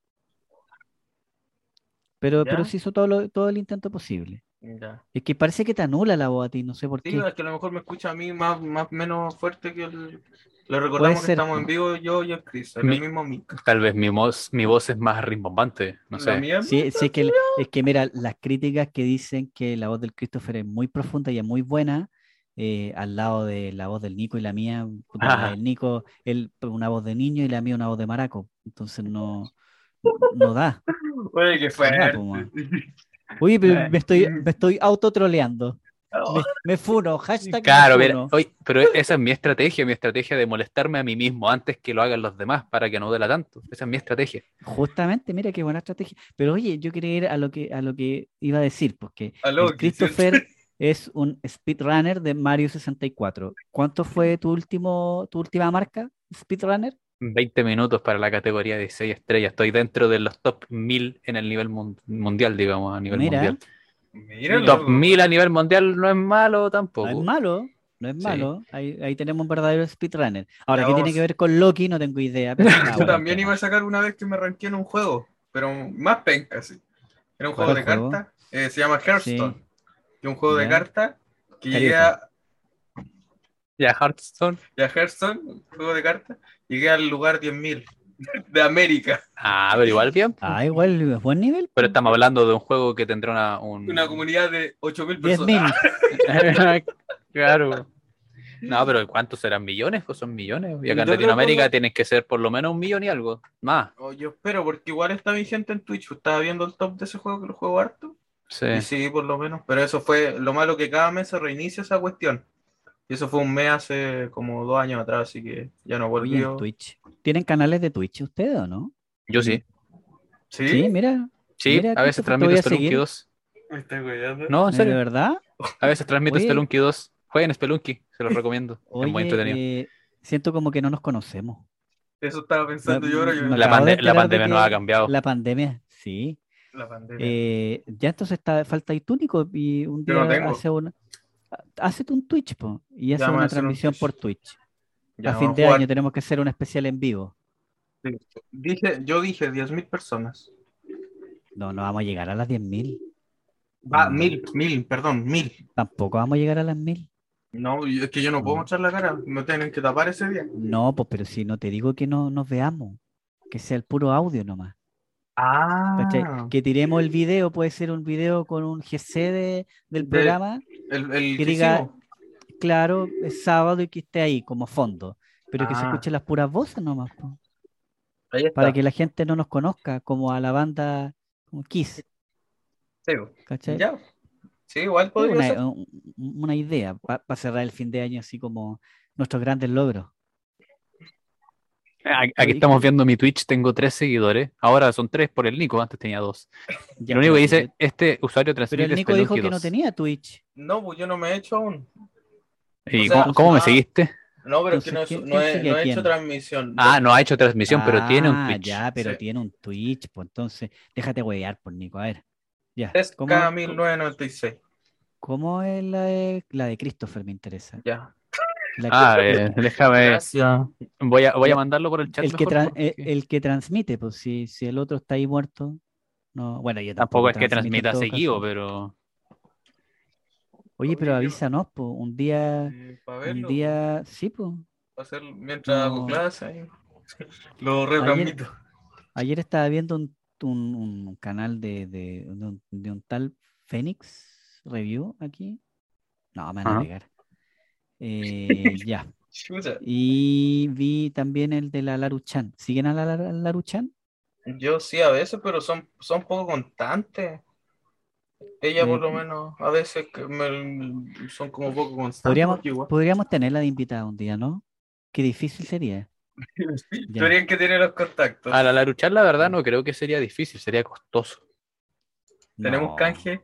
Speaker 3: Pero, pero
Speaker 1: ¿Ya?
Speaker 3: se hizo todo, lo- todo el intento posible.
Speaker 1: Ya.
Speaker 3: Es que parece que te anula la voz a ti, no sé por
Speaker 1: Sí,
Speaker 3: qué.
Speaker 1: es que a lo mejor me escucha a mí más, más menos fuerte que el. Le recordamos que
Speaker 3: ser.
Speaker 1: estamos en vivo yo y el Chris, en
Speaker 2: Mi-
Speaker 1: el mismo mic.
Speaker 2: Tal vez mi, voz- mi voz es más rimbombante, no
Speaker 1: La
Speaker 2: sé.
Speaker 1: mía,
Speaker 3: Sí, sí, es que, es que mira, las críticas que dicen que la voz del Christopher es muy profunda y es muy buena, eh, al lado de la voz del Nico y la mía, puta, la
Speaker 2: Ajá.
Speaker 3: del Nico, él una voz de niño y la mía una voz de maraco. Entonces no, no da.
Speaker 1: Oye, qué
Speaker 3: Ah,
Speaker 1: fuerte.
Speaker 3: po, man. Oye, pero
Speaker 1: Eh,
Speaker 3: me estoy,
Speaker 1: mm.
Speaker 3: me estoy autotroleando.
Speaker 1: Oh,
Speaker 3: Me, me funo, hashtag me
Speaker 2: Claro, mira,
Speaker 3: funo.
Speaker 2: oye, pero esa es mi estrategia, mi estrategia de molestarme a mí mismo antes que lo hagan los demás para que no duela tanto. Esa es mi estrategia.
Speaker 3: Justamente, mira qué buena estrategia. Pero oye, yo quería ir a lo que, a lo que iba a decir, porque
Speaker 1: Aló,
Speaker 3: el Christopher es un speedrunner de Mario 64. ¿Cuánto fue tu último, tu última marca, speedrunner?
Speaker 2: 20 minutos para la categoría de 6 estrellas. Estoy dentro de los top 1000 en el nivel mun- mundial, digamos, a nivel
Speaker 3: Mira.
Speaker 2: mundial.
Speaker 1: Míralo.
Speaker 2: Top 1000 a nivel mundial no es malo tampoco.
Speaker 3: No es malo, no es
Speaker 2: Sí.
Speaker 3: malo. Ahí, ahí tenemos un verdadero speedrunner. Ahora,
Speaker 1: Ya
Speaker 3: ¿qué tiene
Speaker 1: vamos.
Speaker 3: que ver con Loki? No tengo idea. pero está
Speaker 1: Yo
Speaker 3: bueno el
Speaker 1: también
Speaker 3: tema.
Speaker 1: iba a sacar una vez que me ranqué en un juego, pero más penca, sí. Era un
Speaker 3: ¿Cuál
Speaker 1: juego de
Speaker 3: juego?
Speaker 1: cartas, eh, se llama Hearthstone.
Speaker 3: Sí.
Speaker 1: Que es un juego de
Speaker 3: Ya.
Speaker 1: cartas que llegué a,
Speaker 2: Ya, Hearthstone.
Speaker 1: a Hearthstone, un juego de cartas, llegué al lugar 10.000 de América.
Speaker 2: Ah, pero igual bien.
Speaker 3: Ah, igual, es buen nivel.
Speaker 2: Pero estamos hablando de un juego que tendrá una, un-
Speaker 3: Mm.
Speaker 1: Una comunidad de 8.000 personas.
Speaker 3: 10.000.
Speaker 2: claro. No, pero ¿cuántos serán millones? Pues son millones. Y
Speaker 1: Yo
Speaker 2: acá en
Speaker 1: creo
Speaker 2: Latinoamérica
Speaker 1: que-
Speaker 2: tienen que ser por lo menos un millón y algo. Más.
Speaker 1: Oh, yo espero, porque igual está vigente en Twitch. Estaba viendo el top de ese juego que lo juego harto.
Speaker 2: Sí.
Speaker 1: Y sí, por lo menos. Pero eso fue lo malo que cada mes se reinicia esa cuestión. Y eso fue un mes hace como dos años atrás, así que ya no
Speaker 3: Oye, en
Speaker 1: volvió.
Speaker 3: Twitch. ¿Tienen canales de Twitch ustedes o no?
Speaker 2: Yo sí.
Speaker 1: ¿Sí?
Speaker 3: Sí, mira.
Speaker 2: Sí,
Speaker 3: Mira,
Speaker 2: a veces
Speaker 3: Christopher, te voy
Speaker 2: transmito
Speaker 3: a
Speaker 2: Spelunky
Speaker 3: seguir.
Speaker 2: 2.
Speaker 1: Me está cuidando.
Speaker 2: No, en
Speaker 3: ¿De
Speaker 2: serio.
Speaker 3: verdad?
Speaker 2: A veces transmito
Speaker 3: Oye.
Speaker 2: Spelunky 2. Jueguen Spelunky, se los recomiendo. es muy
Speaker 3: Oye,
Speaker 2: entretenido.
Speaker 3: eh, siento como que no nos conocemos.
Speaker 1: Eso estaba pensando
Speaker 3: No,
Speaker 1: yo ahora. Yo...
Speaker 3: no,
Speaker 2: la,
Speaker 3: acabo de
Speaker 2: pande- la
Speaker 3: enterar de
Speaker 2: pandemia nos
Speaker 3: que
Speaker 2: ha cambiado.
Speaker 3: La pandemia, sí.
Speaker 1: La pandemia.
Speaker 3: Eh, ya entonces está, falta iTunes Nico, y un
Speaker 1: Yo
Speaker 3: día
Speaker 1: no tengo.
Speaker 3: hace una. Hazte un Twitch, po, y hace
Speaker 1: Ya, voy a
Speaker 3: una
Speaker 1: hacer un
Speaker 3: transmisión
Speaker 1: Twitch.
Speaker 3: por Twitch.
Speaker 1: Ya,
Speaker 3: a fin
Speaker 1: vamos
Speaker 3: de
Speaker 1: a jugar.
Speaker 3: año tenemos que hacer un especial en vivo.
Speaker 1: Dije, yo dije 10.000 personas.
Speaker 3: No, no vamos a llegar a las 10.000.
Speaker 1: Va,
Speaker 3: No.
Speaker 1: mil, mil, perdón, mil.
Speaker 3: Tampoco vamos a llegar a las 1.000.
Speaker 1: No, y es que yo no
Speaker 3: Mm.
Speaker 1: puedo mostrar la cara. Me tienen que tapar ese día.
Speaker 3: No, pues, pero si no te digo que no nos veamos, que sea el puro audio nomás.
Speaker 1: Ah,
Speaker 3: ¿cachai? Que tiremos el video, puede ser un video con un GC de- del
Speaker 1: De-
Speaker 3: programa,
Speaker 1: el, el
Speaker 3: que
Speaker 1: que
Speaker 3: diga-
Speaker 1: hicimos.
Speaker 3: claro, es sábado y que esté ahí como fondo, pero que se
Speaker 1: Ah.
Speaker 3: escuchen las puras voces nomás, po,
Speaker 1: Ahí está.
Speaker 3: para que la gente no nos conozca como a la banda como Kiss,
Speaker 1: Sí,
Speaker 3: ¿cachai?
Speaker 1: Ya. Sí, igual
Speaker 3: Es
Speaker 1: podría
Speaker 3: una,
Speaker 1: ser.
Speaker 3: un- una idea para cerrar el fin de año así como nuestros grandes logros.
Speaker 2: Ah, Aquí aquí estamos viendo mi Twitch, tengo tres seguidores. Ahora son tres por el Nico, antes tenía dos.
Speaker 3: Ya,
Speaker 2: Lo único
Speaker 3: pero
Speaker 2: que
Speaker 3: si
Speaker 2: dice,
Speaker 3: te-
Speaker 2: este usuario transmite
Speaker 3: Pero el Nico dijo
Speaker 2: Spelunky
Speaker 3: que no
Speaker 2: 2.
Speaker 3: tenía Twitch.
Speaker 1: No, pues yo no me he hecho aún.
Speaker 2: ¿Y
Speaker 1: o sea,
Speaker 2: cómo, cómo me
Speaker 1: ah,
Speaker 2: seguiste?
Speaker 1: No, pero es que no,
Speaker 3: Entonces,
Speaker 1: he-
Speaker 3: ¿quién-
Speaker 1: no
Speaker 3: quién
Speaker 1: he,
Speaker 3: sigue
Speaker 1: no
Speaker 3: a
Speaker 1: he hecho
Speaker 3: quién?
Speaker 1: transmisión.
Speaker 2: Ah, no ha hecho transmisión, pero tiene un
Speaker 3: Ah,
Speaker 2: Twitch.
Speaker 3: Ya, pero
Speaker 1: sí.
Speaker 3: tiene un Twitch, pues entonces, déjate huevear, por Nico, a ver. Ya. ¿Cómo,
Speaker 1: SK1996.
Speaker 3: cómo es la de, la de Christopher? Me interesa.
Speaker 1: Ya.
Speaker 3: La que-
Speaker 2: Ah, eh,
Speaker 3: Pues,
Speaker 2: déjame.
Speaker 1: Gracias.
Speaker 2: Voy a, voy a mandarlo por el chat.
Speaker 3: el, que eh,
Speaker 2: mejor,
Speaker 3: tran- el-
Speaker 2: porque
Speaker 3: el que transmite, pues si, si el otro está ahí muerto. No, bueno, yo
Speaker 2: Tampoco
Speaker 3: tampoco,
Speaker 2: es que
Speaker 3: transmito en
Speaker 2: transmita
Speaker 3: todo
Speaker 2: seguido,
Speaker 3: caso.
Speaker 2: pero.
Speaker 3: Oye, pero avísanos, pues, un día,
Speaker 1: Para
Speaker 3: un
Speaker 1: Eh, verlo,
Speaker 3: día, sí, pues.
Speaker 1: pa' hacer- mientras hago
Speaker 3: No.
Speaker 1: clase, ahí. lo retransmito.
Speaker 3: Ayer estaba viendo un, un- un canal de, de- de un, de un tal Fénix Review aquí. No, me van a
Speaker 2: Ajá.
Speaker 3: pegar. Eh, ya.
Speaker 1: Chuta.
Speaker 3: Y vi también el de la Laruchan. ¿Siguen a la, la- Laruchan?
Speaker 1: Yo sí a veces, pero son, son poco constantes. Ella por
Speaker 3: Mm.
Speaker 1: lo menos a veces que me- son como poco constantes.
Speaker 3: Podríamos,
Speaker 1: porque igual-
Speaker 3: podríamos tenerla de invitada un día, ¿no? Qué difícil sería. ya. Ah,
Speaker 1: Tendrían que tener los contactos.
Speaker 2: A la Laruchar, la verdad, no creo que sería difícil, sería costoso.
Speaker 1: Tenemos
Speaker 3: No, Ah.
Speaker 1: canje,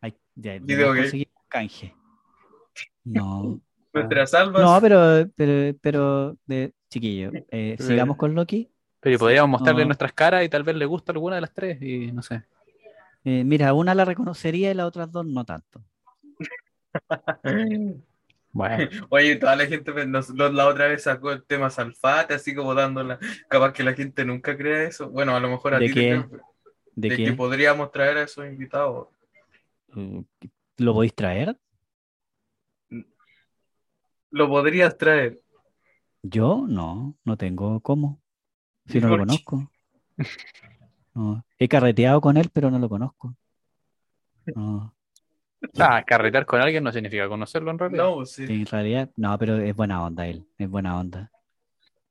Speaker 3: hay- ya,
Speaker 1: Video
Speaker 3: debemos
Speaker 1: game.
Speaker 3: conseguir un canje. No.
Speaker 1: nuestras salvas.
Speaker 3: No, pero, pero, pero de, chiquillo, eh,
Speaker 1: Sí.
Speaker 3: sigamos con Loki.
Speaker 2: Pero podríamos mostrarle
Speaker 3: no.
Speaker 2: nuestras caras y tal vez le gusta alguna de las tres y no sé.
Speaker 3: Eh, mira, una la reconocería y las otras dos no tanto.
Speaker 2: Bueno,
Speaker 1: Oye, toda la gente, me- nos- lo- la otra vez sacó el tema Salfate, así como dándola. Capaz que la gente nunca crea eso. Bueno, a lo mejor a
Speaker 3: ¿De
Speaker 1: ti
Speaker 3: qué?
Speaker 1: te creo, pero-
Speaker 3: ¿De,
Speaker 1: de
Speaker 3: qué?
Speaker 1: que podríamos traer a esos invitados.
Speaker 3: Mm, ¿Lo podéis traer?
Speaker 1: Lo podrías traer.
Speaker 3: Yo no, no tengo cómo. Si no lo
Speaker 1: Jorge.
Speaker 3: conozco. No, he carreteado con él, pero no lo conozco. No,
Speaker 2: ah, carretear con alguien no significa conocerlo en realidad.
Speaker 1: No, pues, sí.
Speaker 3: en realidad, no, pero es buena onda él, es buena onda.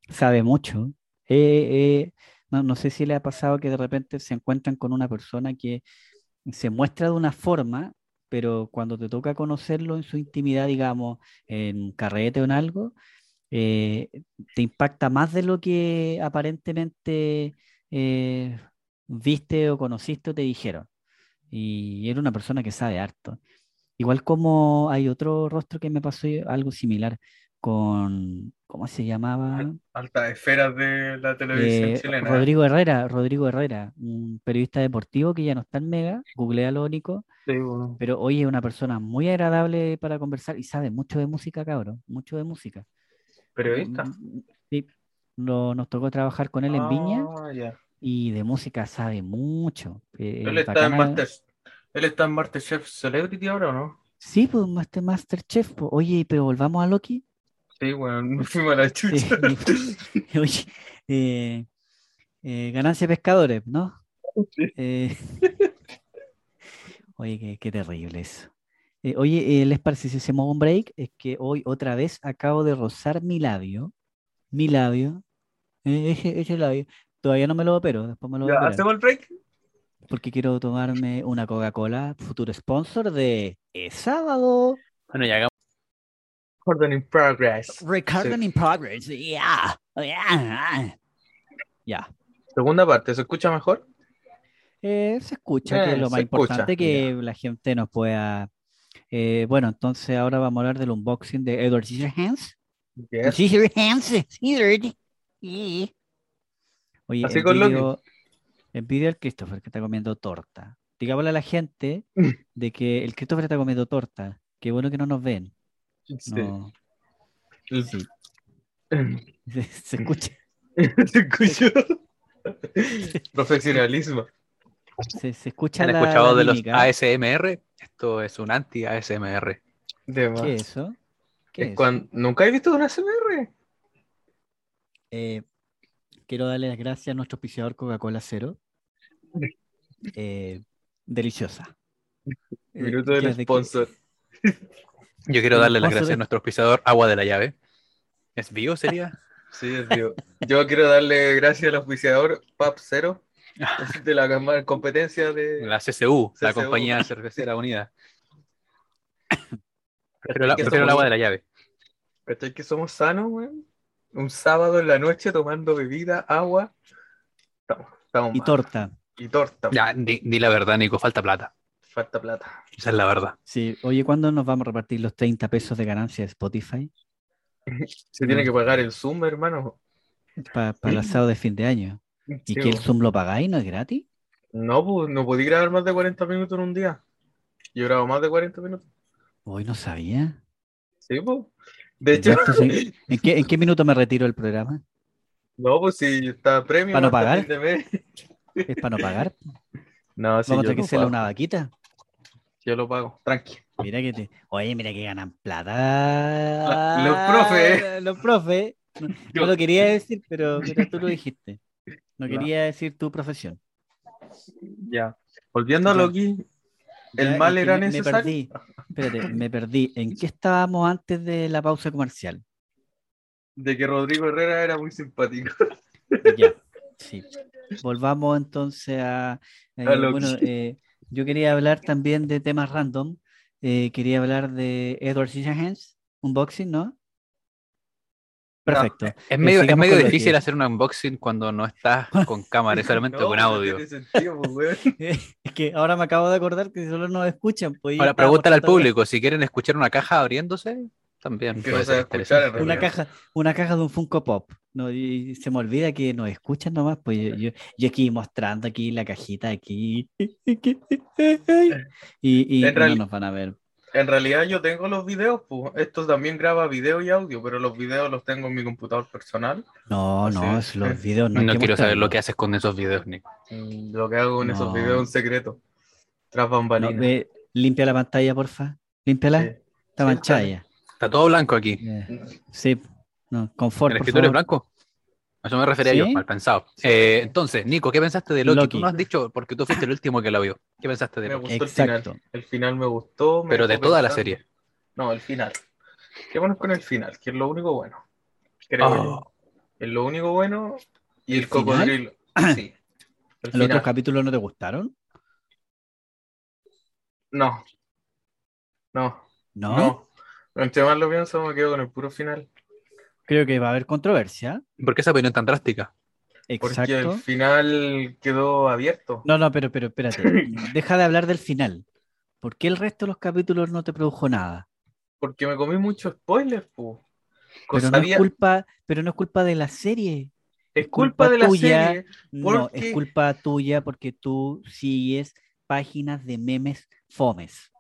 Speaker 3: Sabe mucho. Eh, eh, no, no sé si le ha pasado que de repente se encuentran con una persona que se muestra de una forma, pero cuando te toca conocerlo en su intimidad, digamos, en un carrete o en algo, eh, te impacta más de lo que aparentemente eh, viste o conociste o te dijeron. Y era una persona que sabe harto. Igual como hay otro rostro que me pasó y- algo similar con, ¿cómo se llamaba?
Speaker 1: Altas esferas de la televisión
Speaker 3: Eh,
Speaker 1: chilena.
Speaker 3: Rodrigo Herrera, Rodrigo Herrera, un periodista deportivo que ya no está en Mega, googlealo, Nico,
Speaker 1: Sí, bueno.
Speaker 3: pero hoy es una persona muy agradable para conversar y sabe mucho de música, cabrón, mucho de música. Mm,
Speaker 1: Periodista.
Speaker 3: Sí, no- nos tocó trabajar con él en Viña eh,
Speaker 1: Ah, ya.
Speaker 3: y de música sabe mucho. eh,
Speaker 1: Él
Speaker 3: es
Speaker 1: está en
Speaker 3: bacana.
Speaker 1: Master. Él está en MasterChef Celebrity ahora, ¿o no?
Speaker 3: Sí, pues Master Masterchef. po. Oye, pero volvamos a Loki.
Speaker 1: Sí, bueno, me fui a la chucha.
Speaker 3: Sí. Oye, eh, eh, ganancia de pescadores, ¿no? Eh, oye, qué, qué terrible eso. Eh, oye, eh, ¿les parece si hacemos un break? Es que hoy otra vez acabo de rozar mi labio. Mi labio. eh, ese, ese labio. Todavía no me lo opero, después me lo voy a
Speaker 1: Ya,
Speaker 3: operar.
Speaker 1: ¿Hacemos el break?
Speaker 3: porque quiero tomarme una Coca-Cola, futuro sponsor de Es Sábado.
Speaker 2: Bueno, ya hagamos.
Speaker 1: Recording in progress.
Speaker 3: Recording in progress. Yeah. Yeah. Ya.
Speaker 1: Segunda parte, ¿se escucha mejor?
Speaker 3: Eh, se escucha, que es
Speaker 1: Eh,
Speaker 3: lo más
Speaker 1: se escucha,
Speaker 3: importante que la gente nos pueda. Eh, bueno, entonces ahora vamos a hablar del unboxing de Edward Scissorhands.
Speaker 1: Yes.
Speaker 3: Scissorhands, Scissorhands. Yeah. Oye,
Speaker 1: Así
Speaker 3: el
Speaker 1: con Loki.
Speaker 3: video- Envidia al Christopher que está comiendo torta. Digámosle a la gente
Speaker 1: Mm.
Speaker 3: de que el Christopher está comiendo torta. Qué bueno que no nos ven.
Speaker 1: Sí.
Speaker 3: No,
Speaker 1: El-
Speaker 3: sí. se, se escucha.
Speaker 1: Se escuchó. Profesionalismo.
Speaker 3: Se, se escucha
Speaker 2: ¿Han
Speaker 3: la,
Speaker 2: escuchado
Speaker 3: la
Speaker 2: de los
Speaker 3: mímica.
Speaker 2: ASMR? Esto es un anti-ASMR.
Speaker 1: De más.
Speaker 3: ¿Qué es eso? ¿Qué
Speaker 1: Es
Speaker 3: es?
Speaker 1: cuan- ¿Nunca he visto una CBR?
Speaker 3: Eh, quiero darle las gracias a nuestro auspiciador Coca-Cola Cero. Eh, deliciosa. Eh,
Speaker 1: Minuto
Speaker 3: ya
Speaker 1: del
Speaker 3: de que-
Speaker 1: sponsor.
Speaker 2: Yo quiero darle las
Speaker 3: Vamos a
Speaker 2: gracias a
Speaker 3: ver.
Speaker 2: nuestro auspiciador Agua de la Llave. ¿Es bio sería?
Speaker 1: Sí, es digo. Yo quiero darle gracias al auspiciador PAP Cero de la gama- competencia de.
Speaker 2: La CCU, la
Speaker 1: CCU.
Speaker 2: compañía cervecera unida. Prefiero, la-
Speaker 1: Que
Speaker 2: prefiero el
Speaker 1: somos-
Speaker 2: agua de la llave.
Speaker 1: ¿Cachai que somos sanos, weón? Un sábado en la noche tomando bebida, agua. Estamos, estamos
Speaker 3: Y
Speaker 1: mal.
Speaker 3: torta.
Speaker 1: Y torta.
Speaker 2: Ya, di, di la verdad, Nico, falta plata.
Speaker 1: Falta plata.
Speaker 2: Esa es la verdad.
Speaker 3: Sí, oye, ¿cuándo nos vamos a repartir los 30 pesos de ganancia de Spotify
Speaker 1: Se tiene que pagar el Zoom, hermano.
Speaker 3: para el asado de fin de año? ¿Y
Speaker 1: Sí,
Speaker 3: que el
Speaker 1: weón.
Speaker 3: Zoom lo pagáis? ¿No es gratis?
Speaker 1: No, pues no podí grabar más de 40 minutos en un día. Yo grabo más de 40 minutos.
Speaker 3: Hoy no sabía.
Speaker 1: Sí, pues. De hecho,
Speaker 3: Ya, pues, ¿en, en qué, en qué minuto me retiro del programa?
Speaker 1: no, pues si está premio.
Speaker 3: ¿Para no
Speaker 1: hasta
Speaker 3: pagar?
Speaker 1: fin de mes.
Speaker 3: ¿Es para no pagar?
Speaker 1: No, sí,
Speaker 3: ¿Vamos a
Speaker 1: yo
Speaker 3: tener que
Speaker 1: lo,
Speaker 3: hacerle
Speaker 1: pago.
Speaker 3: una vaquita?
Speaker 1: yo lo pago. Tranqui.
Speaker 3: Mira que te... Oye, mira que ganan plata. Ah,
Speaker 1: La- los profes.
Speaker 3: Los profes. No,
Speaker 1: Yo-
Speaker 3: no lo quería decir, pero, pero tú lo dijiste.
Speaker 1: No.
Speaker 3: No quería decir tu profesión.
Speaker 1: Ya. Volviendo a
Speaker 3: Ya.
Speaker 1: Loki,
Speaker 3: Ya,
Speaker 1: ¿el mal
Speaker 3: es que
Speaker 1: era
Speaker 3: me-
Speaker 1: necesario?
Speaker 3: Me perdí. Espérate, me perdí. ¿En qué estábamos antes de la pausa comercial?
Speaker 1: De que Rodrigo Herrera era muy simpático.
Speaker 3: Ya, sí. Volvamos entonces a... eh,
Speaker 1: A lo
Speaker 3: bueno,
Speaker 1: que-
Speaker 3: eh, yo quería hablar también de temas random. Eh, quería hablar de Edward Scissorhands, unboxing, ¿no? Perfecto.
Speaker 2: Es medio, es
Speaker 3: sigamos
Speaker 2: medio
Speaker 3: con lo
Speaker 2: difícil
Speaker 3: que-
Speaker 2: hacer un unboxing cuando no estás con cámara, es solamente
Speaker 1: No,
Speaker 2: con
Speaker 1: no
Speaker 2: audio.
Speaker 1: tiene sentido, pues, weón.
Speaker 3: Es que ahora me acabo de acordar que solo nos escuchan. pues, y
Speaker 2: Ahora,
Speaker 3: estábamos
Speaker 2: pregúntale al
Speaker 3: tratando de-
Speaker 2: público, si quieren escuchar una caja abriéndose, también.
Speaker 1: Que no
Speaker 2: puede ser
Speaker 1: se va a escuchar,
Speaker 2: interesante.
Speaker 1: en
Speaker 3: Una caja, una caja de un Funko Pop. ¿no? Y se me olvida que nos escuchan nomás. Pues yo, yo- yo aquí mostrando aquí la cajita aquí. Y, y
Speaker 1: En reali-
Speaker 3: no nos van a ver.
Speaker 1: En realidad yo tengo los videos, pues. Esto también graba video y audio, pero los videos los tengo en mi computador personal.
Speaker 3: No,
Speaker 1: Así
Speaker 3: no,
Speaker 1: es.
Speaker 3: es los videos no.
Speaker 2: No,
Speaker 3: hay que
Speaker 2: quiero saber
Speaker 3: mostrarlos.
Speaker 2: lo que haces con esos videos, Nico.
Speaker 1: Mm, Lo que hago en esos
Speaker 3: No.
Speaker 1: videos es secreto. Tras
Speaker 3: No,
Speaker 1: bambalinas.
Speaker 3: ve, limpia la pantalla, porfa. Límpiala.
Speaker 1: Sí. sí,
Speaker 3: Está manchada
Speaker 1: está
Speaker 3: ya.
Speaker 2: Está todo blanco aquí.
Speaker 3: Ya. Sí. No, confort,
Speaker 2: ¿El
Speaker 3: por
Speaker 2: escritorio es
Speaker 3: favor.
Speaker 2: blanco? A eso me refería
Speaker 3: ¿Sí?
Speaker 2: yo, mal pensado. Eh, entonces, Nico, ¿qué pensaste de Loki?
Speaker 3: Loki.
Speaker 2: Tú no has dicho, porque tú fuiste el último que la vio. ¿Qué pensaste de
Speaker 1: Me
Speaker 2: Loki?
Speaker 1: gustó el
Speaker 3: Exacto.
Speaker 1: final. El final me gustó. me
Speaker 2: Pero de
Speaker 1: dejó
Speaker 2: toda la
Speaker 1: pensando.
Speaker 2: serie.
Speaker 1: No, el final. Quedémonos con el final, que es lo único bueno. Creo
Speaker 2: Oh.
Speaker 1: yo. Es lo único bueno. Y el,
Speaker 3: Ah. ¿El final?
Speaker 1: cocodrilo. Sí. El
Speaker 3: ¿Los otros
Speaker 1: final.
Speaker 3: capítulos no te gustaron?
Speaker 1: No. No.
Speaker 3: No.
Speaker 1: No. Entre más lo pienso, me quedo con el puro final.
Speaker 3: Creo que va a haber controversia.
Speaker 2: ¿Por qué esa opinión tan drástica?
Speaker 1: Porque
Speaker 3: Exacto.
Speaker 1: el final quedó abierto.
Speaker 3: No, no, pero, pero espérate. Deja de hablar del final. ¿Por qué el resto de los capítulos no te produjo nada?
Speaker 1: Porque me comí muchos spoilers, pu.
Speaker 3: Pero no, es
Speaker 1: Sabía-
Speaker 3: culpa, pero no es culpa de la serie.
Speaker 1: es culpa
Speaker 3: culpa
Speaker 1: de la
Speaker 3: tuya.
Speaker 1: serie.
Speaker 3: No,
Speaker 1: Porque-
Speaker 3: es culpa tuya porque tú sigues páginas de memes fomes.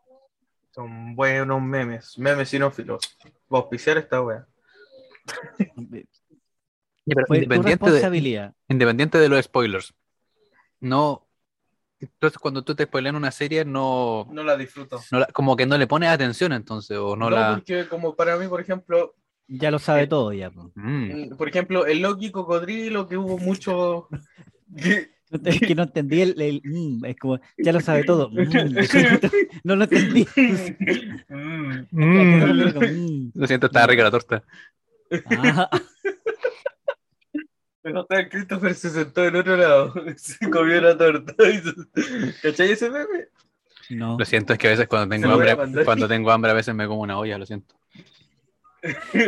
Speaker 1: Son buenos memes. Memes sinófilos. Va a auspiciar esta wea.
Speaker 3: Fue tu
Speaker 2: independiente, de,
Speaker 3: responsabilidad.
Speaker 2: independiente de los spoilers. No. Entonces, cuando tú te spoilean una serie, no,
Speaker 1: No la disfruto.
Speaker 2: no la- como que no le pones atención, entonces, o no,
Speaker 1: No,
Speaker 2: la.
Speaker 1: porque como para mí, por ejemplo,
Speaker 3: Ya lo sabe
Speaker 1: Eh,
Speaker 3: todo ya. po.
Speaker 2: Mm.
Speaker 1: mm, por ejemplo, el Loki Cocodrilo, que hubo mucho... que-
Speaker 3: Es que no entendí el, el, mm, es como, ya lo sabe todo. mm, no lo entendí.
Speaker 1: Mm,
Speaker 2: Mm.
Speaker 3: Mm.
Speaker 2: Lo siento, estaba rica la torta.
Speaker 3: Ah,
Speaker 1: entonces Christopher se sentó en otro lado, se comió una torta. y se- ¿Cachai ese meme?
Speaker 3: no.
Speaker 2: Lo siento, es que a veces cuando tengo
Speaker 1: lo voy a
Speaker 2: hambre,
Speaker 1: mandar.
Speaker 2: cuando tengo hambre, a veces me como una olla, lo siento.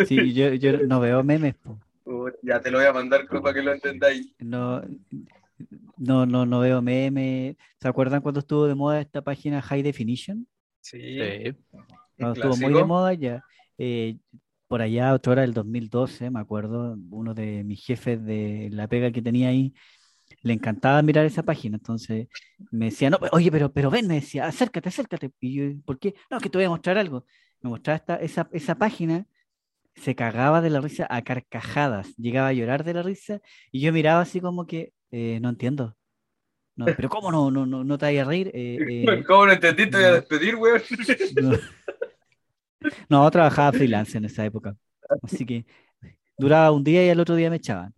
Speaker 3: Sí, yo, yo no veo memes. po.
Speaker 1: Uh, Ya te lo voy a mandar creo, para que lo entendáis.
Speaker 3: No, no, no, no veo memes. ¿Se acuerdan cuando estuvo de moda esta página High Definition?
Speaker 1: Sí.
Speaker 2: Sí.
Speaker 1: un
Speaker 3: Cuando estuvo muy de
Speaker 1: clásico.
Speaker 3: moda ya. eh, por allá, otra hora del 2012, me acuerdo, uno de mis jefes de la pega que tenía ahí, le encantaba mirar esa página. Entonces me decía, no, oye, pero, pero ven, me decía, acércate, acércate. Y yo, ¿por qué? No, que te voy a mostrar algo. Me mostraba esta, esa, esa página, se cagaba de la risa a carcajadas, llegaba a llorar de la risa y yo miraba así como que, eh, no entiendo. No, pero ¿cómo no? No, no, no te vayas a reír. Eh, eh,
Speaker 1: ¿Cómo no entendí? Te voy a
Speaker 3: no.
Speaker 1: despedir, weón.
Speaker 3: no. No, trabajaba freelance en esa época. Así que duraba un día y al otro día me echaban.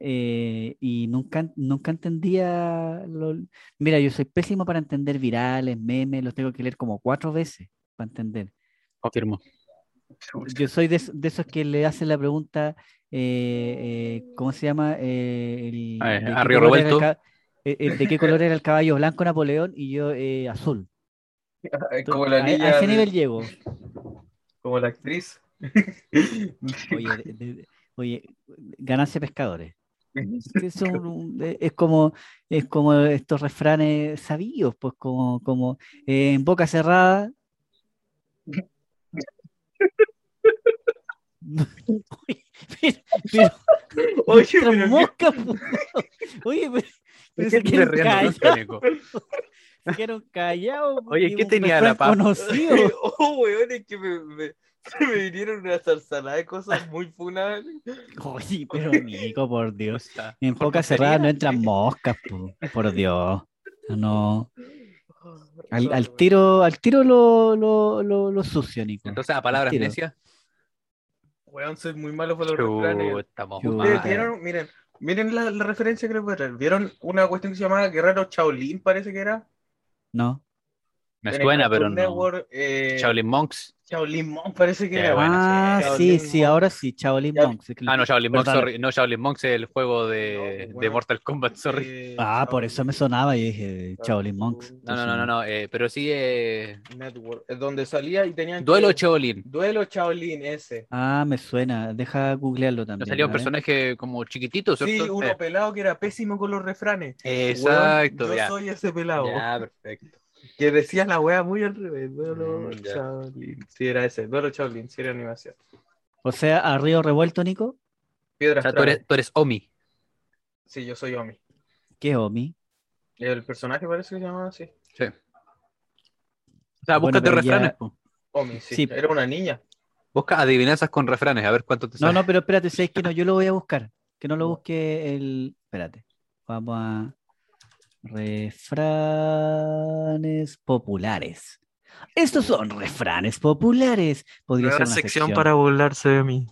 Speaker 3: Eh, y nunca, nunca entendía. lo- Mira, yo soy pésimo para entender virales, memes, los tengo que leer como cuatro veces para entender.
Speaker 2: Confirmo.
Speaker 3: Yo soy de, es- de esos que le hacen la pregunta, eh, eh, ¿cómo se llama? Eh, el-
Speaker 2: Ah, eh,
Speaker 3: ¿de qué
Speaker 2: Arrio
Speaker 3: color era el
Speaker 2: Revuelto.
Speaker 3: ca- eh, eh, ¿De qué color era el caballo blanco Napoleón? Y yo, eh, azul.
Speaker 1: Como la
Speaker 3: A- a,
Speaker 1: niña,
Speaker 3: ese
Speaker 1: de-
Speaker 3: nivel llego.
Speaker 1: como la actriz.
Speaker 3: Oye, de- de- oye, ganancia pescadores. Sí, son un- e- es como, es como estos refranes sabidos, pues como, como eh, en boca cerrada. Oye, pero- pero-
Speaker 1: Oye,
Speaker 3: nuestras
Speaker 1: pero
Speaker 3: moscas, po. Oye, pero, pero se quedaron callados, se quedaron callados,
Speaker 2: Oye,
Speaker 3: porque
Speaker 2: ¿qué
Speaker 3: un
Speaker 2: tenía la
Speaker 3: refrán
Speaker 2: papa?
Speaker 3: conocido.
Speaker 1: Oh, weón, es que me, me- se me vinieron una zarzalada de cosas muy funables.
Speaker 3: Oye, pero Nico, por Dios. En boca cerrada no
Speaker 2: sería,
Speaker 3: entran moscas, po, por Dios. Ah, No. Al,
Speaker 1: No,
Speaker 3: al
Speaker 1: weón.
Speaker 3: tiro, al tiro lo, lo, lo, lo sucio, Nico.
Speaker 2: Entonces, a palabras
Speaker 3: Tiro.
Speaker 2: necias.
Speaker 1: Weón, soy muy malo para los refranes.
Speaker 2: Chu, Estamos
Speaker 3: Chu.
Speaker 1: Ustedes
Speaker 3: Ah,
Speaker 2: mal.
Speaker 1: vieron, miren, miren la, la referencia que les voy a traer. ¿Vieron una cuestión que se llamaba Guerrero Shaolin, parece que era?
Speaker 3: No.
Speaker 2: Me
Speaker 1: En el
Speaker 2: suena, pero
Speaker 1: Cartoon
Speaker 2: no.
Speaker 1: Network, eh, Shaolin.
Speaker 2: Shaolin Monks.
Speaker 1: Monk, parece que
Speaker 2: Qué
Speaker 1: era.
Speaker 2: bueno.
Speaker 3: ah,
Speaker 1: sí,
Speaker 3: sí,
Speaker 1: Shaolin
Speaker 3: sí,
Speaker 1: Monk.
Speaker 3: ahora sí, Shaolin
Speaker 1: Ya-
Speaker 3: Monks. es que lo-
Speaker 2: Ah, no, Shaolin Monks,
Speaker 3: Perdón.
Speaker 2: sorry. No, Shaolin Monks es el juego de,
Speaker 1: No,
Speaker 2: de
Speaker 1: bueno.
Speaker 2: Mortal Kombat, sorry.
Speaker 1: Eh,
Speaker 3: Ah, por
Speaker 1: Shaolin
Speaker 3: eso me sonaba y dije Shaolin Monks.
Speaker 2: Ah. No, no, no, no, no, eh, pero sí eh,
Speaker 1: Network, eh, donde salía y tenían. que-
Speaker 2: Duelo Shaolin.
Speaker 1: Duelo Shaolin, ese.
Speaker 3: Ah, me suena. Deja googlearlo
Speaker 2: No
Speaker 3: también.
Speaker 2: salía un
Speaker 3: a ver.
Speaker 2: personaje como chiquitito,
Speaker 1: Sí,
Speaker 2: ¿cierto?
Speaker 1: uno pelado que era pésimo con los refranes.
Speaker 2: Eh, Exacto,
Speaker 1: Weón, yo
Speaker 2: ya.
Speaker 1: soy ese pelado.
Speaker 2: Ya, perfecto.
Speaker 1: Que decía la wea muy al revés. Duelo
Speaker 2: Mm, ya.
Speaker 1: Shaolin. Sí, era ese. Duelo Shaolin, sí, era animación.
Speaker 3: O sea, a Río Revuelto, Nico,
Speaker 2: O
Speaker 1: Piedras
Speaker 2: sea, tú
Speaker 1: Trabas.
Speaker 2: eres, tú eres Omi.
Speaker 1: Sí, yo soy Omi.
Speaker 3: que es Omi.
Speaker 1: El personaje parece que se llamaba así.
Speaker 2: Sí. O sea,
Speaker 3: Bueno,
Speaker 2: búscate
Speaker 3: pero ya-
Speaker 2: refranes. po.
Speaker 1: Omi, sí.
Speaker 3: Sí.
Speaker 1: Era una niña.
Speaker 2: Busca adivinanzas con refranes, a ver cuánto te
Speaker 3: No,
Speaker 2: sale.
Speaker 3: no, pero espérate, sabes que no, yo lo voy a buscar. Que no lo busque el. Espérate. Vamos a. Refranes populares. Estos son refranes populares. Podría ser una sección
Speaker 1: burlarse de mí.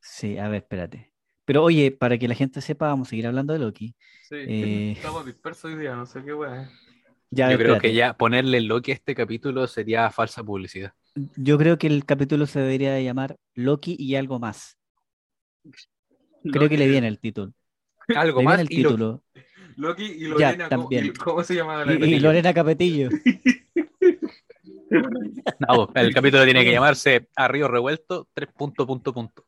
Speaker 3: Sí, a ver, espérate. Pero oye, para que la gente sepa, vamos a seguir hablando de Loki.
Speaker 1: Sí.
Speaker 3: Eh.
Speaker 1: Estamos dispersos hoy día, no sé qué eh. wea.
Speaker 3: Ya, a
Speaker 2: Yo
Speaker 3: ver,
Speaker 2: creo que
Speaker 3: espérate.
Speaker 2: ya ponerle Loki a este capítulo sería falsa publicidad.
Speaker 3: Yo creo que el capítulo se debería de llamar Loki y algo más. Creo que le viene el título.
Speaker 2: Algo
Speaker 3: Le
Speaker 2: más.
Speaker 3: viene el
Speaker 2: y lo-
Speaker 3: título.
Speaker 1: Loki y
Speaker 3: Ya,
Speaker 1: Lorena. ¿cómo,
Speaker 3: también.
Speaker 1: y- ¿Cómo se llamaba la
Speaker 3: Y, y
Speaker 1: niña?
Speaker 3: Lorena Capetillo.
Speaker 2: No, el capítulo tiene que llamarse A Río Revuelto, tres punto, punto, punto.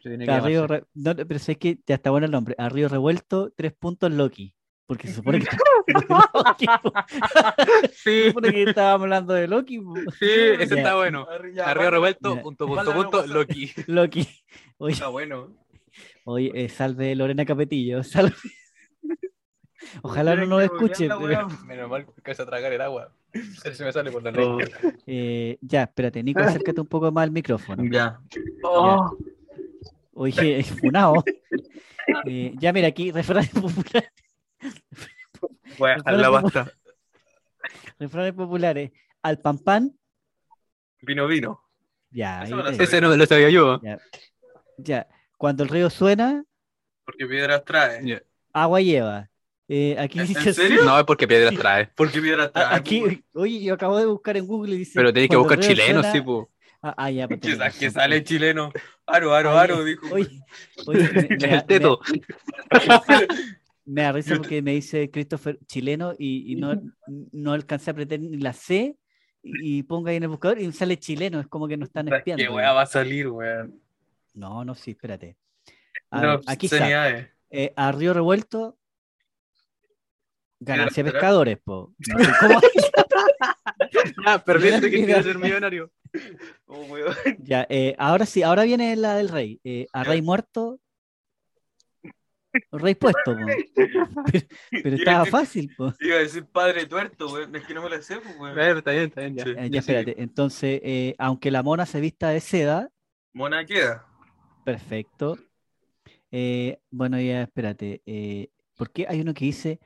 Speaker 2: Se tiene que
Speaker 3: A Río
Speaker 2: llamarse.
Speaker 3: Re- no, no, pero sé que ya está bueno el nombre. A Río Revuelto, tres puntos Loki. Porque se supone que, Loki, po. se
Speaker 1: Sí,
Speaker 3: supone que estábamos hablando de Loki. po.
Speaker 1: sí,
Speaker 2: Ese
Speaker 3: Ya.
Speaker 2: está bueno.
Speaker 1: Arriba,
Speaker 2: A Río Revuelto,
Speaker 3: Ya.
Speaker 2: punto,
Speaker 1: Pásalo,
Speaker 2: punto, punto,
Speaker 1: pásalo.
Speaker 2: Loki.
Speaker 3: Loki. Oye,
Speaker 1: Está bueno.
Speaker 3: oye, eh, salve Lorena Capetillo. salve. Ojalá no
Speaker 1: Tienen
Speaker 3: nos
Speaker 1: que
Speaker 3: escuche.
Speaker 1: googlear la
Speaker 3: pero-
Speaker 1: wea.
Speaker 2: Menos mal que alcanza a tragar el agua. Se me sale por la
Speaker 1: Oh,
Speaker 2: nariz.
Speaker 3: Eh, ya, espérate,
Speaker 1: Ah.
Speaker 3: Nico, acércate un poco más al micrófono.
Speaker 1: Ya. Oh,
Speaker 3: Oye, funao. Eh, ya, mira, aquí, refranes populares.
Speaker 1: voy a dejar la basta.
Speaker 3: Refranes populares. Al pan pan.
Speaker 1: Vino, vino. Eso
Speaker 3: Ya, ahí
Speaker 1: me lo
Speaker 3: te-
Speaker 1: sé.
Speaker 2: Ese no me lo sabía yo.
Speaker 3: ya. Cuando el río suena,
Speaker 1: Porque piedras trae.
Speaker 2: Ya.
Speaker 3: agua lleva. Eh, aquí
Speaker 1: ¿En- en
Speaker 3: dice así-
Speaker 1: serio? Ah,
Speaker 2: No, es porque piedras trae.
Speaker 1: Porque piedras
Speaker 3: a-
Speaker 1: trae. weón.
Speaker 3: Aquí, oye, yo acabo de buscar en Google y dice.
Speaker 2: Pero tenéis que
Speaker 3: cuando el
Speaker 2: buscar
Speaker 3: río
Speaker 2: chilenos,
Speaker 3: suena-
Speaker 2: sí, po.
Speaker 3: Ah, ah, ya, pues,
Speaker 1: Que,
Speaker 3: tenés
Speaker 1: sa-
Speaker 3: razón.
Speaker 1: que sale chileno. Aro, aro,
Speaker 3: Oye,
Speaker 1: aro, dijo.
Speaker 3: Oye, oye, me, me da-
Speaker 2: El teto.
Speaker 3: me da risa porque me dice Christopher chileno y, y no, no alcancé a apretar ni la C y, y pongo ahí en el buscador y sale chileno, es como que nos están espiando.
Speaker 1: ¿Qué weá va a salir, weón?
Speaker 3: No, no, sí, espérate. A
Speaker 1: No,
Speaker 3: ver, aquí está.
Speaker 1: obscenidades.
Speaker 3: Eh, a Río Revuelto, ganancia de
Speaker 1: Piedras
Speaker 3: pescadores, po. No sé cómo-
Speaker 2: Ah,
Speaker 3: perdiste que quiero ser
Speaker 2: millonario.
Speaker 1: Oh, weón.
Speaker 3: Ya, eh, ahora sí, ahora viene la del rey. Eh, a rey muerto, Repuesto, pero, pero estaba fácil, po.
Speaker 1: Iba a decir padre tuerto, weón. Es que no me la sé, pues, weón.
Speaker 2: Bueno, está bien, está bien, ya.
Speaker 1: Sí.
Speaker 3: Eh, Ya espérate, entonces, eh, aunque la mona se vista de seda,
Speaker 1: Mona queda.
Speaker 3: perfecto. Eh, bueno, ya espérate, eh, ¿por qué hay uno que dice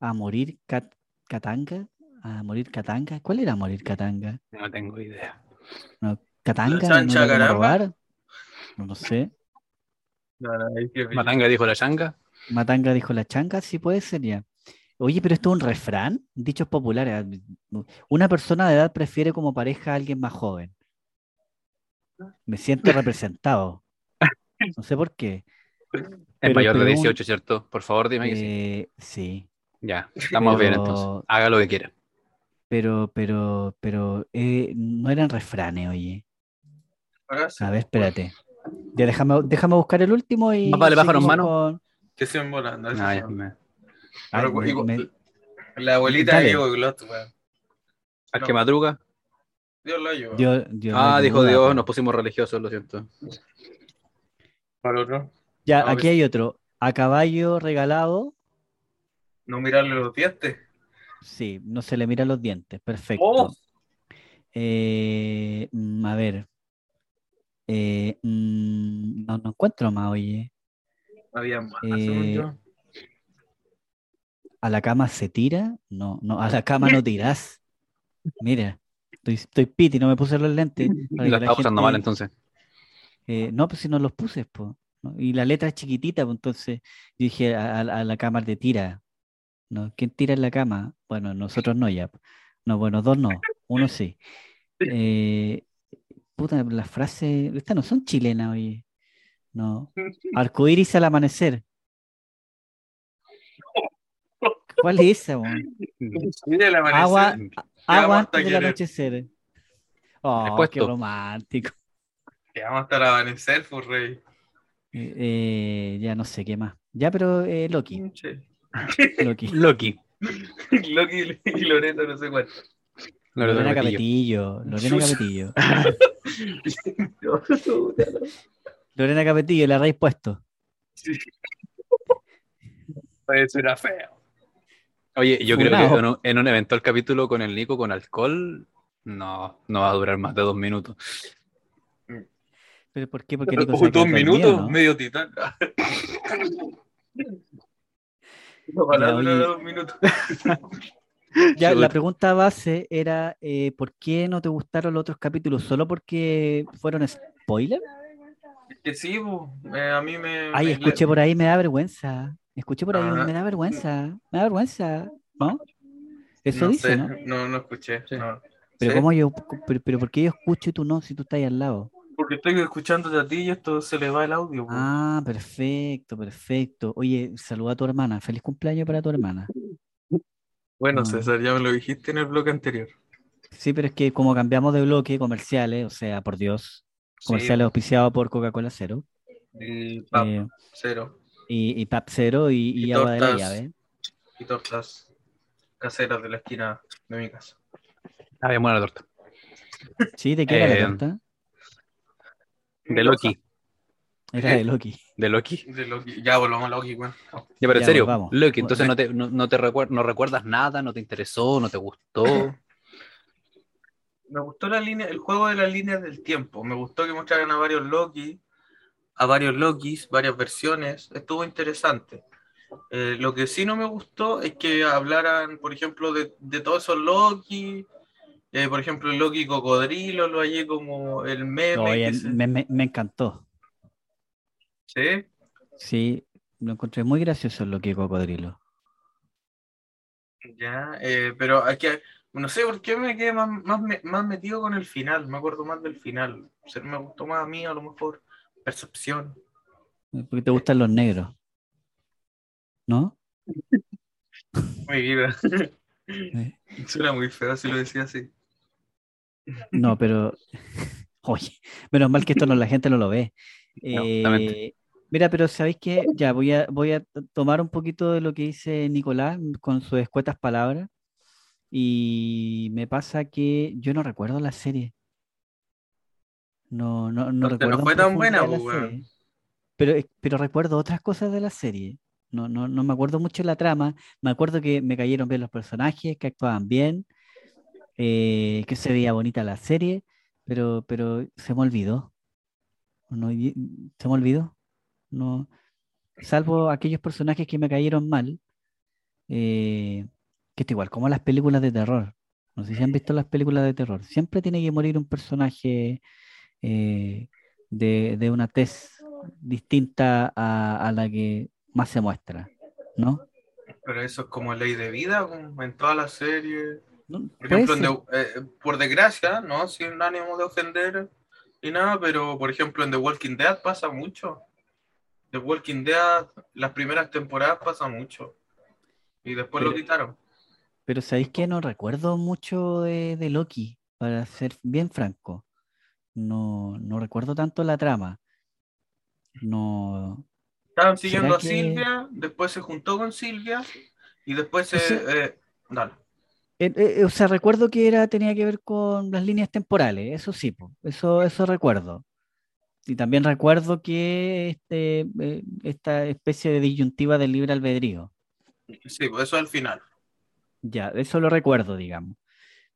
Speaker 3: a morir Cat- Katanga? ¿A morir Katanga? ¿Cuál era a morir Katanga?
Speaker 2: No tengo idea.
Speaker 3: ¿Katanga? ¿No
Speaker 1: chancha,
Speaker 3: era como
Speaker 1: caramba.
Speaker 3: robar? No lo sé.
Speaker 1: No, no, ahí sí es brillo.
Speaker 2: Matanga dijo la changa.
Speaker 3: Matanga dijo la changa, sí puede ser ya. Oye, pero esto es un refrán, dichos populares. ah, Una persona de edad prefiere como pareja a alguien más joven. Me siento representado. No sé por qué.
Speaker 2: Es
Speaker 3: Pero
Speaker 2: mayor de
Speaker 3: pregun-
Speaker 2: 18, ¿cierto? Por favor, dime que sí.
Speaker 3: Eh, sí,
Speaker 2: Ya, estamos bien
Speaker 3: pero-
Speaker 2: entonces. Haga lo que quiera.
Speaker 3: pero, pero, pero eh, no eran refranes, oye.
Speaker 1: Ahora sí,
Speaker 3: A ver, espérate. Ya déjame, déjame buscar el último y.
Speaker 2: Más vale pájaro en
Speaker 3: seguimos
Speaker 2: mano.
Speaker 3: con-
Speaker 1: Que se volando.
Speaker 2: No, ya, me-
Speaker 3: Ay,
Speaker 1: Pero,
Speaker 3: me-
Speaker 1: igual-
Speaker 3: me-
Speaker 1: La abuelita
Speaker 3: Dale.
Speaker 1: de Diego Glot, weón.
Speaker 2: Al
Speaker 1: No.
Speaker 2: que madruga.
Speaker 1: Dios la ayuda.
Speaker 3: Dios- Dios no
Speaker 2: Ah,
Speaker 3: hay
Speaker 2: dijo
Speaker 3: duda,
Speaker 2: Dios,
Speaker 3: po.
Speaker 2: nos pusimos religiosos, lo siento.
Speaker 1: Para otro.
Speaker 3: Ya,
Speaker 1: no,
Speaker 3: aquí
Speaker 2: pues.
Speaker 1: que-
Speaker 3: hay otro. A caballo regalado.
Speaker 1: No mirarle los dientes.
Speaker 3: Sí, no se le miran los dientes, perfecto.
Speaker 1: Oh.
Speaker 3: Eh, mm, a ver. Eh, mm, no, no encuentro más, oye.
Speaker 1: Había más.
Speaker 3: Eh,
Speaker 1: según yo.
Speaker 3: ¿A la cama se tira? No, no, a la cama no tirás. Mira, estoy, estoy piti, no me puse los lentes. para
Speaker 2: Lo
Speaker 3: que la
Speaker 2: estaba usando
Speaker 3: gente-
Speaker 2: mal entonces.
Speaker 3: eh, no, pues si no los puse, po, ¿no? Y la letra es chiquitita, pues, entonces yo dije a, a- a la cama de tira. ¿no? ¿Quién tira en la cama? Bueno, nosotros no ya. po. No, bueno, dos no, uno sí. Eh, puta, las frases, estas no son chilenas, oye. No. Arcoíris al amanecer. ¿Cuál es esa, weón?
Speaker 1: Mira el amanecer.
Speaker 3: Agua, agua
Speaker 1: hasta
Speaker 3: antes del
Speaker 1: querer.
Speaker 3: anochecer. Oh, qué
Speaker 2: puesto.
Speaker 3: romántico.
Speaker 1: Te vamos hasta el amanecer, pues, Furrey.
Speaker 3: Eh, eh, ya no sé qué más. Ya, pero eh, Loki,
Speaker 1: Che.
Speaker 3: Loki.
Speaker 2: Loki.
Speaker 1: Loki y Loreto no sé cuánto.
Speaker 2: Loreto
Speaker 3: Lorena
Speaker 2: Loretillo.
Speaker 3: Capetillo, Lorena
Speaker 1: Chucha.
Speaker 3: Capetillo. Lorena Capetillo, la raíz puesto.
Speaker 1: Puede ser feo.
Speaker 2: Oye, yo creo
Speaker 3: Funao.
Speaker 2: que en un, en un eventual capítulo con el Nico con alcohol, no, no va a durar más de dos minutos.
Speaker 3: ¿Pero por qué? Porque Nico se va a
Speaker 1: Justo un
Speaker 3: quedar
Speaker 1: minuto,
Speaker 3: dormido, ¿no?
Speaker 1: medio titán. Ojalá
Speaker 3: Ya,
Speaker 1: durara
Speaker 3: oye.
Speaker 1: dos minutos.
Speaker 3: Ya, la
Speaker 2: Chuta.
Speaker 3: pregunta base era eh, ¿por qué no te gustaron los otros capítulos? ¿Solo porque fueron spoiler?
Speaker 1: Que sí, po. Eh, a mí me.
Speaker 3: Ay,
Speaker 1: me-
Speaker 3: escuché por ahí, me da vergüenza. Escuché por ahí, un,
Speaker 1: Ah.
Speaker 3: me da vergüenza, me da vergüenza, ¿no? Eso
Speaker 1: no
Speaker 3: dice,
Speaker 1: sé,
Speaker 3: ¿no?
Speaker 1: No, no escuché.
Speaker 2: Sí.
Speaker 1: no.
Speaker 3: Pero
Speaker 1: Sí,
Speaker 3: cómo yo, pero, pero ¿por qué yo escucho y tú no si tú estás ahí al lado?
Speaker 1: Porque estoy escuchándote a ti y esto se le va el audio. po.
Speaker 3: Ah, perfecto, perfecto. Oye, saluda a tu hermana. Feliz cumpleaños para tu hermana.
Speaker 1: bueno,
Speaker 3: no.
Speaker 1: César, ya me lo dijiste en el bloque anterior.
Speaker 3: Sí, pero es que como cambiamos de bloque, comerciales, o sea, por Dios, comerciales auspiciados por Coca-Cola Cero
Speaker 1: Y pap,
Speaker 3: eh,
Speaker 1: cero.
Speaker 3: y, y Pap Cero y, y
Speaker 1: Y
Speaker 3: Agua de la
Speaker 1: tortas.
Speaker 3: Llave.
Speaker 1: Y tortas caseras de la esquina de mi casa.
Speaker 2: Ah, bien buena la torta.
Speaker 3: Sí, ¿de qué era
Speaker 2: Eh,
Speaker 3: la torta?
Speaker 2: De Loki.
Speaker 3: Era de Loki.
Speaker 2: De Loki.
Speaker 1: De Loki. Ya volvamos a Loki, weón.
Speaker 2: Ya, pero en
Speaker 3: Ya,
Speaker 2: serio,
Speaker 3: vamos.
Speaker 2: Loki, entonces no te, no, no te recuer- no recuerdas nada, no te interesó, no te gustó.
Speaker 3: Eh,
Speaker 1: Me gustó la línea, el juego de las líneas del tiempo. Me gustó que mostraran a varios Loki, a varios Lokis, varias versiones. Estuvo interesante. Eh, lo que sí no me gustó es que hablaran, por ejemplo, de, de todos esos Loki. Eh, por ejemplo, el Loki cocodrilo, lo hallé como el meme.
Speaker 3: Oye,
Speaker 1: que se-
Speaker 3: me, me- me encantó.
Speaker 1: Sí,
Speaker 3: Sí, lo encontré muy gracioso el Loki Cocodrilo.
Speaker 1: ya. eh, pero aquí, no sé por qué me quedé más, más, me- más metido con el final. Me acuerdo más del final. Se- me gustó más a mí, a lo mejor. Percepción.
Speaker 3: Porque te gustan los negros. ¿No?
Speaker 1: Mi vida.
Speaker 3: Eh,
Speaker 1: Suena muy feo si lo decía así.
Speaker 3: No, pero. Oye, menos mal que esto no, la gente no lo ve.
Speaker 2: No,
Speaker 3: Eh,
Speaker 2: exactamente.
Speaker 3: mira, pero ¿sabéis qué? Ya voy a, voy a t- tomar un poquito de lo que dice Nicolás con sus escuetas palabras. Y me pasa que yo no recuerdo la serie. No, no, no
Speaker 1: Entonces no
Speaker 3: recuerdo. en
Speaker 1: fue tan buena,
Speaker 3: profundidad la
Speaker 1: pues, weón.
Speaker 3: serie. Pero, pero recuerdo otras cosas de la serie. No, no, no me acuerdo mucho de la trama. Me acuerdo que me cayeron bien los personajes, que actuaban bien, eh, que se veía bonita la serie, pero, pero se me olvidó. No, se me olvidó. No, salvo aquellos personajes que me cayeron mal, eh, que es igual, como las películas de terror. No sé si han visto las películas de terror. Siempre tiene que morir un personaje eh, de, de, una tez distinta a, a, la que más se muestra, ¿no?
Speaker 1: Pero eso es como ley de vida en todas las series. No, por, ejemplo, en de, eh, por desgracia, ¿no? Sin ánimo de ofender y nada, pero por ejemplo en The Walking Dead pasa mucho. The Walking Dead, las primeras temporadas pasa mucho. Y después
Speaker 3: Pero-
Speaker 1: lo quitaron.
Speaker 3: Pero sabéis que no recuerdo mucho de, de Loki, para ser bien franco. No, no recuerdo tanto la trama. No.
Speaker 1: Estaban siguiendo a
Speaker 3: que-
Speaker 1: Silvia, después se juntó con Silvia y después se...
Speaker 3: Ese-
Speaker 1: eh, dale.
Speaker 3: Eh, eh, o sea, recuerdo que era, tenía que ver con las líneas temporales, eso sí, po, eso, eso recuerdo. Y también recuerdo que este, eh, esta especie de disyuntiva del libre albedrío.
Speaker 1: Sí, pues eso al final.
Speaker 3: Ya, eso lo recuerdo, digamos.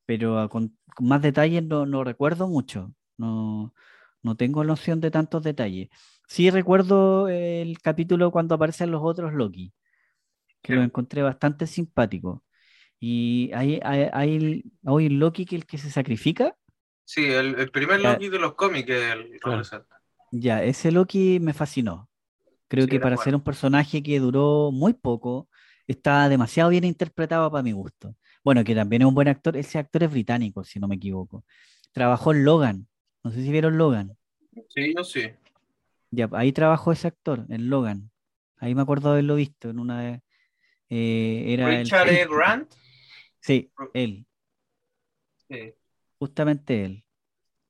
Speaker 3: Pero a con, con más detalles no, no recuerdo mucho. No, no tengo noción de tantos detalles. Sí recuerdo eh, el capítulo cuando aparecen los otros Loki, que lo
Speaker 1: Sí.
Speaker 3: encontré bastante simpático. Y hay, hay, hay el- hay un Loki que el que se sacrifica.
Speaker 1: Sí, el, el primer
Speaker 3: Ya.
Speaker 1: Loki de los cómics que él
Speaker 2: Claro.
Speaker 1: representa.
Speaker 3: Ya, ese Loki me fascinó. Creo
Speaker 1: Sí,
Speaker 3: que
Speaker 1: de
Speaker 3: para ser
Speaker 1: acuerdo.
Speaker 3: un personaje que duró muy poco, está demasiado bien interpretado para mi gusto. Bueno, que también es un buen actor, ese actor es británico, si no me equivoco. Trabajó en Logan, no sé si vieron Logan.
Speaker 1: Sí, yo sí.
Speaker 3: Ya, ahí trabajó ese actor, en Logan. Ahí me acuerdo de haberlo visto en una de... eh, era el
Speaker 1: Richard E.
Speaker 3: príncipe.
Speaker 1: Grant.
Speaker 3: Sí, él,
Speaker 1: Sí.
Speaker 3: Este justamente él.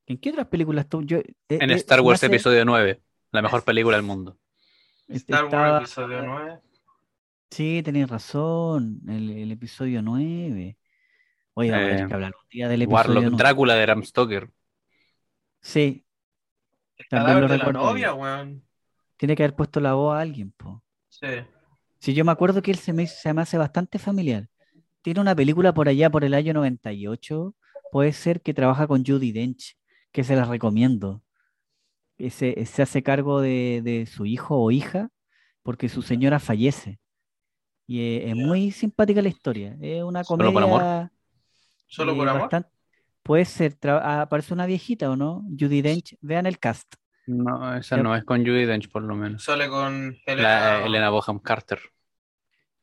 Speaker 3: ¿En qué otras películas tú? Yo, eh,
Speaker 2: En
Speaker 3: eh,
Speaker 2: Star
Speaker 3: me
Speaker 2: Wars
Speaker 3: hace-
Speaker 2: Episodio 9, la mejor película del mundo.
Speaker 3: este,
Speaker 1: Star
Speaker 3: estaba-
Speaker 1: Wars episodio 9.
Speaker 3: Sí, tenés razón. El, el episodio 9. Oye, vamos a tener
Speaker 2: Eh,
Speaker 3: que hablar un día del episodio
Speaker 2: Warlock,
Speaker 3: 9.
Speaker 2: Drácula de Ram Stoker.
Speaker 3: Sí,
Speaker 1: El
Speaker 3: También lo
Speaker 1: cadáver de la
Speaker 3: recuerdo
Speaker 1: novia, weón.
Speaker 3: tiene que haber puesto la voz a alguien, po.
Speaker 1: Sí.
Speaker 3: Sí, yo me acuerdo que él se me, hizo- se me hace bastante familiar. Tiene una película por allá, por el año 98. Puede ser que trabaja con Judy Dench, que se las recomiendo. Que se, se hace cargo de, de su hijo o hija porque su señora fallece. Y eh, es muy simpática la historia. Es una
Speaker 2: Solo por amor.
Speaker 3: comedia.
Speaker 1: Solo
Speaker 3: Eh,
Speaker 1: por amor.
Speaker 3: bastan- Puede ser, tra- ah, parece una viejita o no, Judy Dench, vean el cast.
Speaker 2: No, esa
Speaker 3: Ya.
Speaker 2: no es con Judy Dench, por lo menos.
Speaker 1: Sale con
Speaker 2: La, eh,
Speaker 1: Helena.
Speaker 2: Elena Boham Carter.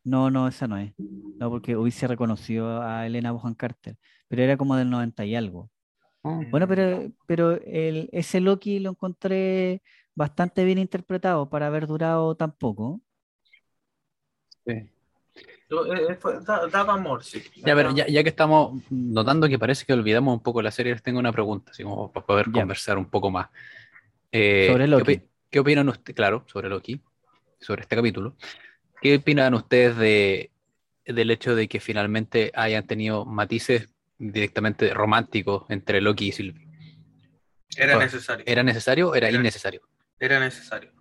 Speaker 3: No, no, esa no es. No, porque hubiese reconocido a Elena Bohan Carter, pero era como del 90 y algo.
Speaker 2: Mm.
Speaker 3: Bueno, pero, pero el, ese Loki lo encontré bastante bien interpretado para haber durado tan poco.
Speaker 2: Sí.
Speaker 1: Yo, eh, eh, fue- da- daba amor, sí.
Speaker 2: Ya, pero ya, ya que estamos notando que parece que olvidamos un poco la serie, les tengo una pregunta, así como para poder
Speaker 3: Ya.
Speaker 2: conversar un poco más. Eh,
Speaker 3: Sobre
Speaker 2: ¿qué
Speaker 3: Loki.
Speaker 2: opi- ¿Qué opinan ustedes, claro, sobre Loki, sobre este capítulo? ¿Qué opinan ustedes de, del hecho de que finalmente hayan tenido matices directamente románticos entre Loki y Sylvie?
Speaker 1: Era
Speaker 2: Bueno,
Speaker 1: necesario.
Speaker 2: ¿Era necesario o era
Speaker 1: Era-
Speaker 2: innecesario?
Speaker 1: Era necesario.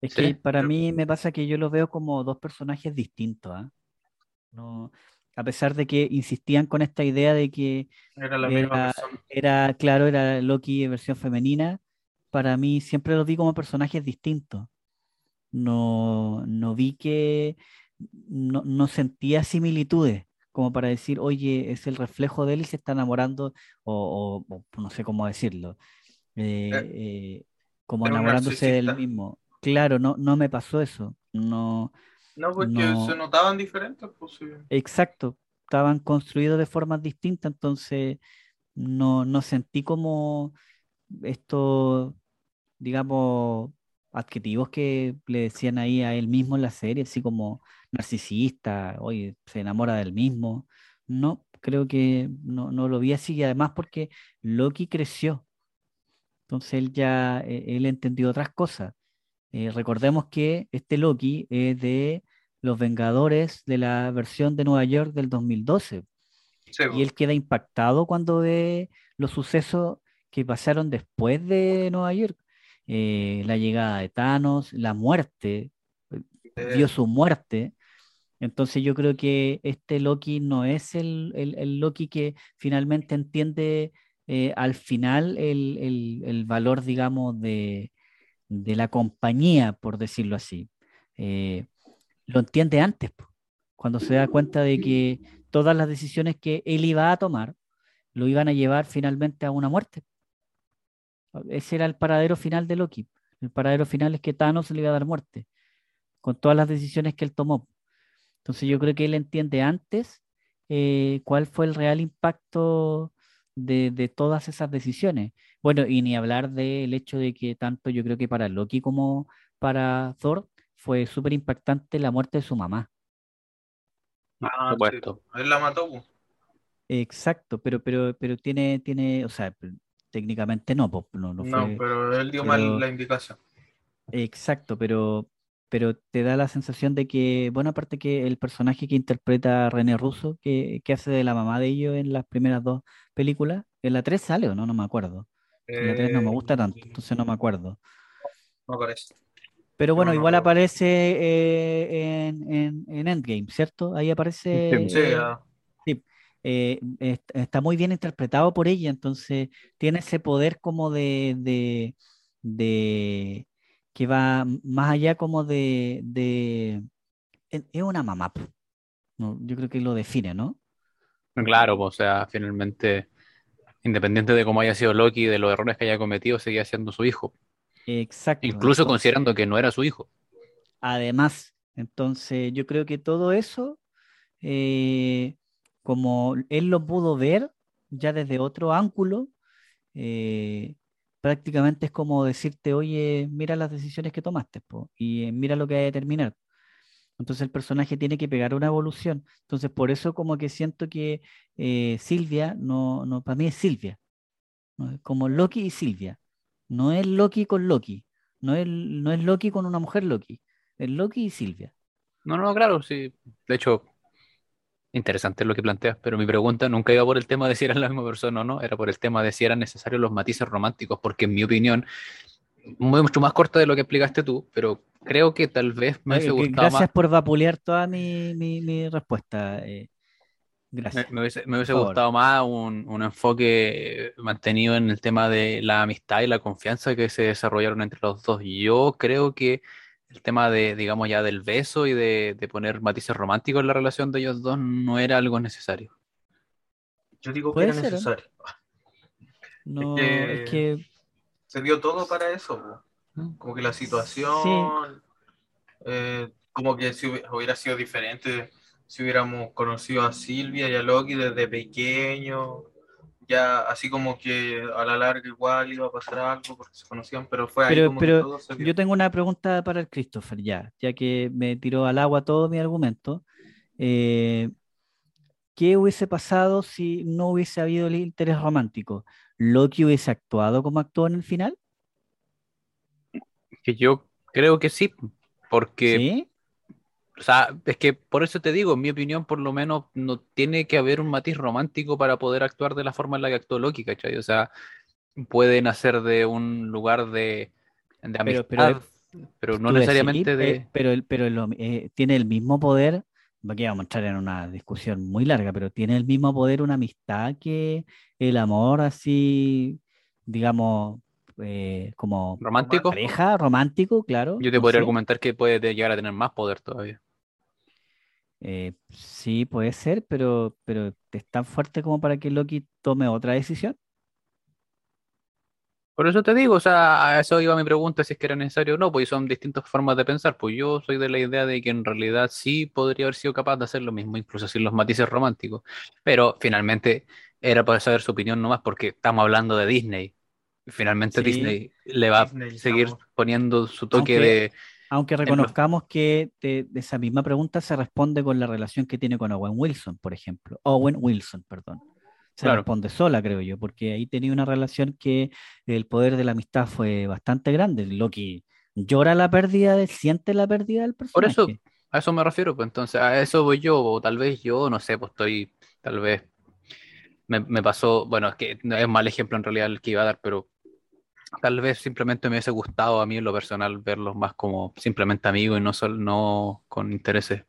Speaker 3: Es
Speaker 2: Sí,
Speaker 3: que para
Speaker 1: pero-
Speaker 3: mí me pasa que yo los veo como dos personajes distintos, ¿ah? No, a pesar de que insistían con esta idea de que
Speaker 1: Era la
Speaker 3: Era-
Speaker 1: misma persona.
Speaker 3: era, claro, era Loki en versión femenina. Para mí siempre los vi como personajes distintos. No, no vi que, no, no sentía similitudes como para decir, oye, es el reflejo de él y se está enamorando, o, o- o no sé cómo decirlo, eh,
Speaker 1: Era-
Speaker 3: eh, como
Speaker 1: era un
Speaker 3: enamorándose de él
Speaker 1: narcisista.
Speaker 3: mismo. Claro, no, no me pasó eso. No,
Speaker 1: No, porque
Speaker 3: no.
Speaker 1: se notaban diferentes, pues sí.
Speaker 3: Exacto, estaban construidos de formas distintas, entonces no, no sentí como estos, digamos, adjetivos que le decían ahí a él mismo en la serie, así como narcisista, oye, se enamora del mismo. No, creo que no, no lo vi así y además porque Loki creció, entonces él ya, eh, él entendió otras cosas. Eh, recordemos que este Loki es de... Los Vengadores de la versión de Nueva York del 2012.
Speaker 1: Sí,
Speaker 3: Y él queda impactado cuando ve los sucesos que pasaron después de Nueva York. Eh, la llegada de Thanos, la muerte, eh, vio su muerte. Entonces yo creo que este Loki no es el, el, el Loki que finalmente entiende eh, al final el, el valor, digamos, de, de, la compañía, por decirlo así. Eh, lo entiende antes, cuando se da cuenta de que todas las decisiones que él iba a tomar lo iban a llevar finalmente a una muerte. Ese era el paradero final de Loki. El paradero final es que Thanos le iba a dar muerte, con todas las decisiones que él tomó. Entonces yo creo que él entiende antes eh, cuál fue el real impacto de, de, todas esas decisiones. Bueno, y ni hablar del hecho de que tanto yo creo que para Loki como para Thor fue súper impactante la muerte de su mamá.
Speaker 1: Ah, supuesto. Sí. Él la mató. Pues.
Speaker 3: Exacto, pero, pero, pero tiene, tiene, o sea, técnicamente no, pues, no, no, fue,
Speaker 1: no, pero él dio pero, mal la indicación.
Speaker 3: Exacto, pero, pero te da la sensación de que, bueno, aparte que el personaje que interpreta René Russo, que, que hace de la mamá de ellos en las primeras dos películas, en la 3 sale o no, no me acuerdo. En la 3 no me gusta tanto, entonces no me acuerdo.
Speaker 1: Eh, No aparece.
Speaker 3: Pero bueno, no, igual aparece eh, en, en, en, Endgame, ¿cierto? Ahí aparece.
Speaker 1: Sí, eh,
Speaker 3: sí. Eh, está muy bien interpretado por ella, entonces tiene ese poder como de, de, de que va más allá como de, de e-, es una mamá. No, yo creo que lo define, ¿no?
Speaker 2: Claro, pues, o sea, finalmente, independiente de cómo haya sido Loki, de los errores que haya cometido, seguía siendo su hijo.
Speaker 3: Exacto.
Speaker 2: Incluso entonces, considerando que no era su hijo.
Speaker 3: Además, entonces yo creo que todo eso, eh, como él lo pudo ver ya desde otro ángulo, eh, prácticamente es como decirte, oye, mira las decisiones que tomaste po, y eh, mira lo que hay que terminar. Entonces el personaje tiene que pegar una evolución. Entonces por eso como que siento que eh, Silvia, no, no, para mí es Silvia, como Loki y Silvia. No es Loki con Loki, no es, no es Loki con una mujer Loki, es Loki y Silvia.
Speaker 2: No, no, claro, sí. De hecho, Interesante lo que planteas, pero mi pregunta nunca iba por el tema de si eran la misma persona o no, era por el tema de si eran necesarios los matices románticos, porque en mi opinión, muy mucho más corta de lo que explicaste tú, pero creo que tal vez me hubiese gustado
Speaker 3: Eh, Gracias
Speaker 2: más.
Speaker 3: por vapulear toda mi, mi, mi respuesta. Eh, gracias.
Speaker 2: Me, me, hubiese, me hubiese gustado más un, un, enfoque mantenido en el tema de la amistad y la confianza que se desarrollaron entre los dos. Yo creo que el tema de, digamos, ya del beso y de, de, poner matices románticos en la relación de ellos dos no era algo necesario.
Speaker 1: Yo digo que era
Speaker 3: ¿eh?
Speaker 1: ser, necesario.
Speaker 3: No, es que, es que,
Speaker 1: Se dio todo para eso,
Speaker 3: Mm.
Speaker 1: ¿no? como que la situación, sí. eh, como que si hubiera sido diferente si hubiéramos conocido a Silvia y a Loki desde pequeño, ya así como que a la larga igual iba a pasar algo porque se conocían, pero fue ahí
Speaker 3: pero,
Speaker 1: como
Speaker 3: pero
Speaker 1: que todo se dio.
Speaker 3: Yo tengo una pregunta para el Christopher, ya, ya que me tiró al agua todo mi argumento. Eh, ¿Qué hubiese pasado si no hubiese habido el interés romántico? ¿Loki hubiese actuado como actuó en el final?
Speaker 2: Que yo creo que sí, porque ¿Sí? O sea, es que por eso te digo, en mi opinión, por lo menos, no tiene que haber un matiz romántico para poder actuar de la forma en la que actuó Loki, ¿cachai? O sea, pueden hacer de un lugar de, de amistad, pero, pero, pero no necesariamente
Speaker 3: decís,
Speaker 2: de.
Speaker 3: Eh, pero pero lo, eh, tiene el mismo poder, aquí vamos a entrar en una discusión muy larga, pero tiene el mismo poder una amistad que el amor así, digamos, eh, como
Speaker 2: romántico
Speaker 3: pareja, romántico, claro.
Speaker 2: Yo te podría no sé. argumentar que puede llegar a tener más poder todavía.
Speaker 3: Eh, sí, puede ser, pero, pero es tan fuerte como para que Loki tome otra decisión.
Speaker 2: Por eso te digo, o sea, a eso iba mi pregunta si es que era necesario o no, pues son distintas formas de pensar. Pues yo soy de la idea de que en realidad sí podría haber sido capaz de hacer lo mismo, incluso sin los matices románticos. Pero finalmente era para saber su opinión nomás, porque estamos hablando de Disney finalmente sí, Disney le va Disney, a seguir digamos. poniendo su toque
Speaker 3: aunque,
Speaker 2: de... Em,
Speaker 3: Aunque reconozcamos que te, esa misma pregunta se responde con la relación que tiene con Owen Wilson, por ejemplo. Owen Wilson, perdón. Se claro. responde sola, creo yo, porque ahí tenía una relación que el poder de la amistad fue bastante grande. Loki llora la pérdida, de, siente la pérdida del personaje.
Speaker 2: Por eso, a eso me refiero, pues entonces, a eso voy yo, o tal vez yo, no sé, pues estoy, tal vez me, me pasó, bueno, es que es mal ejemplo en realidad el que iba a dar, pero Tal vez simplemente me hubiese gustado a mí en lo personal verlos más como simplemente amigos y no, sol- no con intereses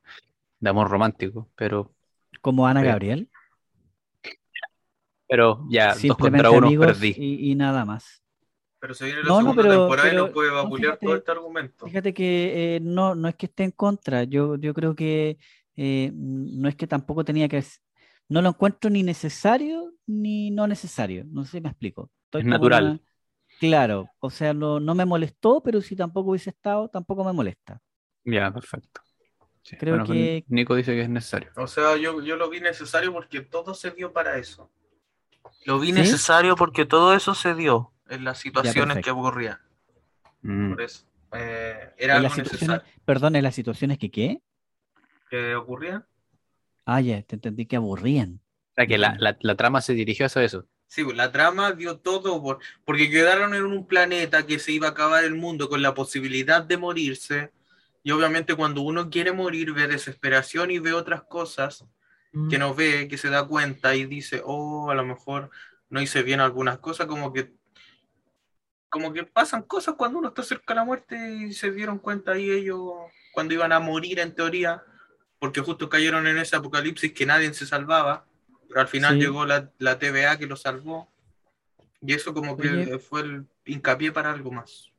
Speaker 2: de amor romántico, pero
Speaker 3: Como Ana
Speaker 2: Sí.
Speaker 3: Gabriel.
Speaker 2: Pero ya, dos
Speaker 3: Simplemente
Speaker 2: contra uno
Speaker 3: amigos
Speaker 2: perdí.
Speaker 3: y, y nada más.
Speaker 1: Pero se viene la
Speaker 3: No, no,
Speaker 1: segunda
Speaker 3: pero-
Speaker 1: temporada
Speaker 3: pero-
Speaker 1: y no puede
Speaker 3: no,
Speaker 1: vapulear
Speaker 3: fíjate-
Speaker 1: todo este argumento.
Speaker 3: Fíjate que eh, no, no es que esté en contra. Yo, yo creo que eh, no es que tampoco tenía que. s- No lo encuentro ni necesario ni no necesario. No sé si me explico. Estoy
Speaker 2: Es
Speaker 3: como en
Speaker 2: natural.
Speaker 3: una- Claro, o sea, no, no me molestó, pero si tampoco hubiese estado, tampoco me molesta.
Speaker 2: Ya, perfecto. Sí,
Speaker 3: Creo
Speaker 2: bueno,
Speaker 3: que-
Speaker 2: Nico dice que es necesario.
Speaker 1: O sea, yo, yo lo vi necesario porque todo se dio para eso. Lo vi
Speaker 3: ¿Sí?
Speaker 1: necesario porque todo eso se dio en las situaciones
Speaker 3: perfecto.
Speaker 1: que ocurrían.
Speaker 2: Mm.
Speaker 1: Por eso. Eh, era
Speaker 3: En
Speaker 1: algo
Speaker 3: las situaciones,
Speaker 1: necesario
Speaker 3: perdón, en las situaciones que qué?
Speaker 1: que ocurrían.
Speaker 3: Ah, ya, te entendí que aburrían.
Speaker 2: O sea, que la, la- la trama se dirigió hacia eso.
Speaker 1: Sí, pues, la trama dio todo por- porque quedaron en un planeta que se iba a acabar el mundo con la posibilidad de morirse. Y obviamente cuando uno quiere morir ve desesperación y ve otras cosas que no ve, que se da cuenta y dice, oh, a lo mejor no hice bien algunas cosas, como que como que pasan cosas cuando uno está cerca de la muerte y se dieron cuenta ahí ellos cuando iban a morir en teoría, porque justo cayeron en ese apocalipsis que nadie se salvaba, pero al final
Speaker 3: Sí.
Speaker 1: llegó la, la TVA que lo salvó y eso como que
Speaker 3: Oye.
Speaker 1: fue el hincapié para algo más.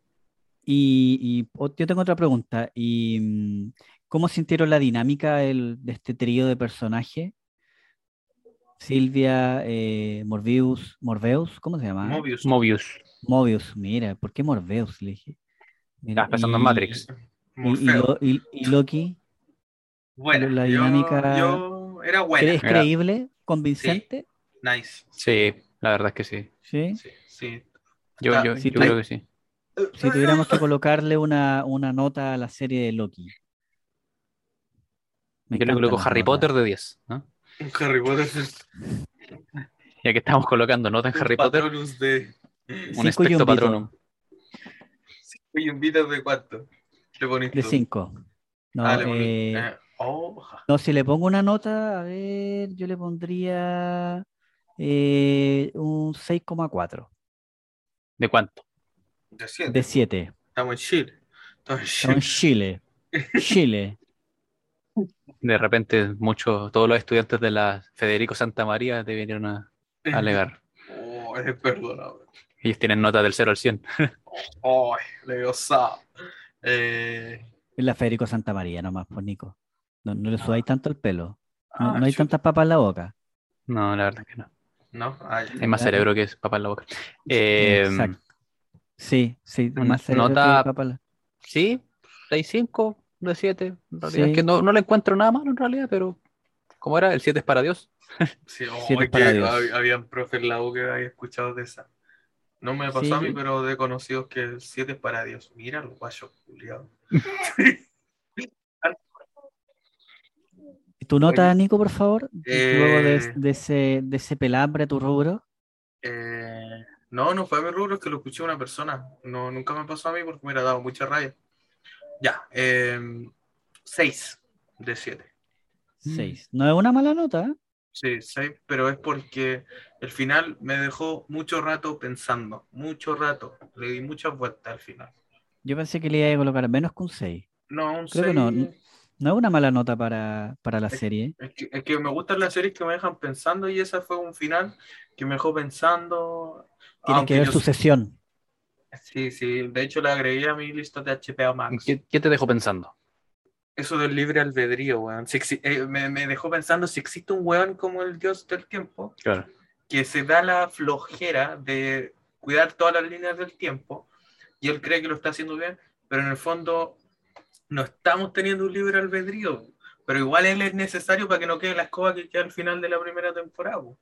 Speaker 3: Y, y ot- yo tengo otra pregunta. ¿Y mm, cómo sintieron la dinámica del- de este trío de personajes? Silvia, eh, Morbius, Morbeus, ¿cómo se llama?
Speaker 1: Mobius.
Speaker 2: Mobius.
Speaker 3: Morbius, mira, ¿por qué Morbeus? Le dije. Mira,
Speaker 2: Estás pensando en
Speaker 3: y-
Speaker 2: Matrix.
Speaker 3: y- y
Speaker 1: Morfeo.
Speaker 3: Lo- y- y Loki,
Speaker 1: Bueno,
Speaker 3: la
Speaker 1: yo-
Speaker 3: dinámica-
Speaker 1: yo- era buena.
Speaker 3: ¿crees
Speaker 2: mira.
Speaker 3: creíble? ¿Convincente?
Speaker 1: Nice.
Speaker 2: Sí, la verdad es que sí.
Speaker 3: ¿Sí?
Speaker 1: Sí, sí.
Speaker 2: Yo,
Speaker 1: Ah,
Speaker 2: yo,
Speaker 3: sí,
Speaker 2: yo
Speaker 3: tú-
Speaker 2: creo que sí.
Speaker 3: Si tuviéramos que colocarle una, una nota a la serie de Loki.
Speaker 2: Yo
Speaker 3: Me
Speaker 2: le
Speaker 3: encantan
Speaker 2: coloco
Speaker 3: las
Speaker 2: Harry
Speaker 3: notas.
Speaker 2: Potter de 10. ¿no?
Speaker 1: Un Harry Potter.
Speaker 2: Ya que estamos colocando nota en Harry
Speaker 1: un
Speaker 2: Potter,
Speaker 1: Patronus de.
Speaker 2: un
Speaker 3: Cinco y
Speaker 2: aspecto
Speaker 3: un Vito.
Speaker 2: patronum.
Speaker 1: Oye, un Vita de cuánto. Le poniste.
Speaker 3: De 5. No,
Speaker 1: Ah, le poní-
Speaker 3: eh,
Speaker 1: eh, oh, ja.
Speaker 3: no, si le pongo una nota, a ver, yo le pondría eh, un 6,4
Speaker 2: ¿De cuánto?
Speaker 1: De siete.
Speaker 3: de 7.
Speaker 1: Estamos en Chile. Estamos en Chile.
Speaker 3: Son Chile. Chile.
Speaker 2: De repente, muchos, todos los estudiantes de la Federico Santa María te vinieron a, a alegar.
Speaker 1: Oh, es perdonable.
Speaker 2: Ellos tienen nota del 0 al 100.
Speaker 1: Oh, le digo, sa. Eh,
Speaker 3: Es la Federico Santa María nomás, pues Nico. No, no le subáis tanto el pelo. No,
Speaker 1: ah,
Speaker 3: no hay
Speaker 1: chuta.
Speaker 3: tantas papas en la boca.
Speaker 2: No, la verdad es que no.
Speaker 1: No, ah, ya.
Speaker 2: Hay más
Speaker 3: Ya.
Speaker 2: cerebro que es papá en la boca. Eh,
Speaker 3: Exacto. Sí, sí,
Speaker 2: un-
Speaker 3: más cerebro que
Speaker 2: nota-
Speaker 3: papa en la-
Speaker 2: Sí, 6-5 de 7. En realidad,
Speaker 3: Sí.
Speaker 2: es que no, no le encuentro nada malo en realidad, pero como era, el 7 es para Dios.
Speaker 1: Sí, oh,
Speaker 3: Siete
Speaker 1: es que
Speaker 3: para Dios.
Speaker 1: hab- habían profe en la U que había escuchado de esa. No me pasó
Speaker 3: Sí.
Speaker 1: a mí, pero de conocidos que el 7 es para Dios. Mira los guayos, culiados.
Speaker 3: ¿Tu nota, Nico, por favor? Luego de,
Speaker 1: Eh.
Speaker 3: de ese, de ese pelambre, tu rubro.
Speaker 1: Eh, no, no fue mi rubro, es que lo escuché a una persona. No, nunca me pasó a mí porque me hubiera dado mucha rabia. Ya, 6 de 7.
Speaker 2: mm.
Speaker 3: 6. No es una mala nota, ¿eh?
Speaker 1: Sí, 6, pero es porque el final me dejó mucho rato pensando, mucho rato. Le di muchas vueltas al final.
Speaker 3: Yo pensé que le iba a colocar menos que un 6.
Speaker 1: No, un
Speaker 3: Creo que
Speaker 1: 6.
Speaker 3: no, n- No es una mala nota para, para la serie. ¿eh?
Speaker 1: Es que, es que me gustan las series que me dejan pensando y esa fue un final que me dejó pensando.
Speaker 3: Tiene
Speaker 1: aunque
Speaker 3: que ver
Speaker 1: yo-
Speaker 3: sucesión.
Speaker 1: Sí, sí, de hecho la agregué a mi lista de HBO Max.
Speaker 2: ¿Qué, qué te dejo pensando?
Speaker 1: Eso del libre albedrío, weón. Si exi- eh, me, me dejó pensando si existe un weón como el dios del tiempo
Speaker 2: Claro.
Speaker 1: que se da la flojera de cuidar todas las líneas del tiempo y él cree que lo está haciendo bien, pero en el fondo no estamos teniendo un libre albedrío. Pero igual él es necesario para que no quede la escoba que queda al final de la primera temporada. po.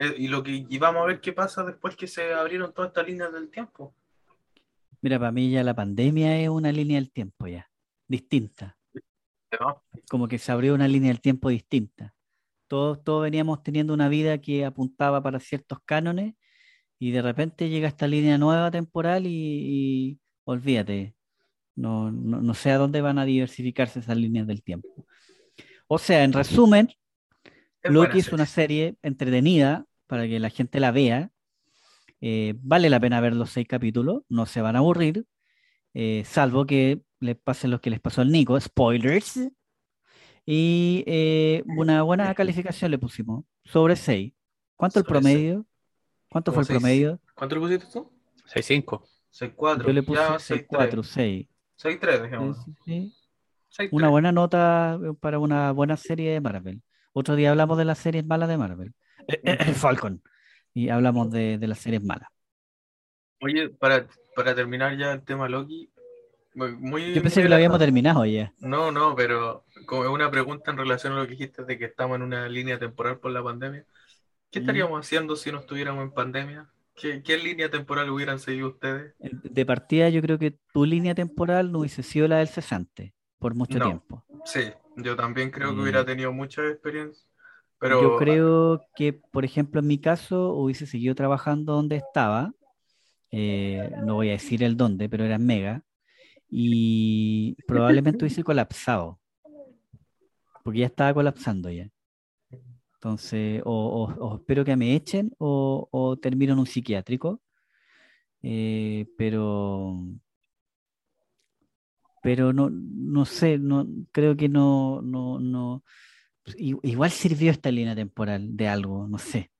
Speaker 1: Eh, Y, lo que, y vamos a ver qué pasa después que se abrieron todas estas líneas del tiempo.
Speaker 3: Mira, para mí ya la pandemia es una línea del tiempo ya, distinta.
Speaker 1: ¿no?
Speaker 3: Como que se abrió una línea del tiempo distinta. Todos, todos veníamos teniendo una vida que apuntaba para ciertos cánones y de repente llega esta línea nueva temporal y, y olvídate, no, no, no sé a dónde van a diversificarse esas líneas del tiempo. O sea, en resumen,
Speaker 1: Es buena
Speaker 3: Loki es
Speaker 1: serie.
Speaker 3: una serie entretenida para que la gente la vea. Eh, vale la pena ver los seis capítulos, no se van a aburrir, eh, salvo que les pase lo que les pasó al Nico, spoilers. Y eh, una buena calificación le pusimos, sobre 6. ¿Cuánto el
Speaker 1: Sobre
Speaker 3: promedio? ¿Cuánto fue
Speaker 1: Como
Speaker 3: el
Speaker 1: seis.
Speaker 3: promedio?
Speaker 1: ¿Cuánto le pusiste tú?
Speaker 2: 6-5.
Speaker 1: 6-4.
Speaker 3: Yo le puse
Speaker 1: Ya,
Speaker 3: 6,4, 6.
Speaker 1: 6-3, dejémoslo.
Speaker 3: Sí, sí.
Speaker 1: 6-3.
Speaker 3: Una buena nota eh, para una buena serie de Marvel. Otro día hablamos de las series malas de Marvel. Falcon. Y hablamos de, de las series malas.
Speaker 1: Oye, para, para terminar ya el tema Loki, muy- muy...
Speaker 3: Yo pensé que lo habíamos terminado ya.
Speaker 1: No, no, pero como es una pregunta en relación a lo que dijiste de que estamos en una línea temporal por la pandemia. ¿Qué
Speaker 3: Mm.
Speaker 1: estaríamos haciendo si no estuviéramos en pandemia? ¿Qué, qué línea temporal hubieran seguido ustedes?
Speaker 3: Eh, De partida, yo creo que tu línea temporal no hubiese sido la del cesante por mucho
Speaker 1: No.
Speaker 3: tiempo.
Speaker 1: Sí, yo también creo que
Speaker 3: Mm.
Speaker 1: hubiera tenido mucha experiencia, pero
Speaker 3: Yo creo que, por ejemplo, en mi caso, hubiese seguido trabajando donde estaba. eh, no voy a decir el dónde, pero era en Mega. Y probablemente hubiese colapsado. Porque ya estaba colapsando ya. Entonces, o, o- o espero que me echen o, o termino en un psiquiátrico. Eh, pero, pero no, no sé, no, creo que no, no, no. i- Igual sirvió esta línea temporal de algo, no sé.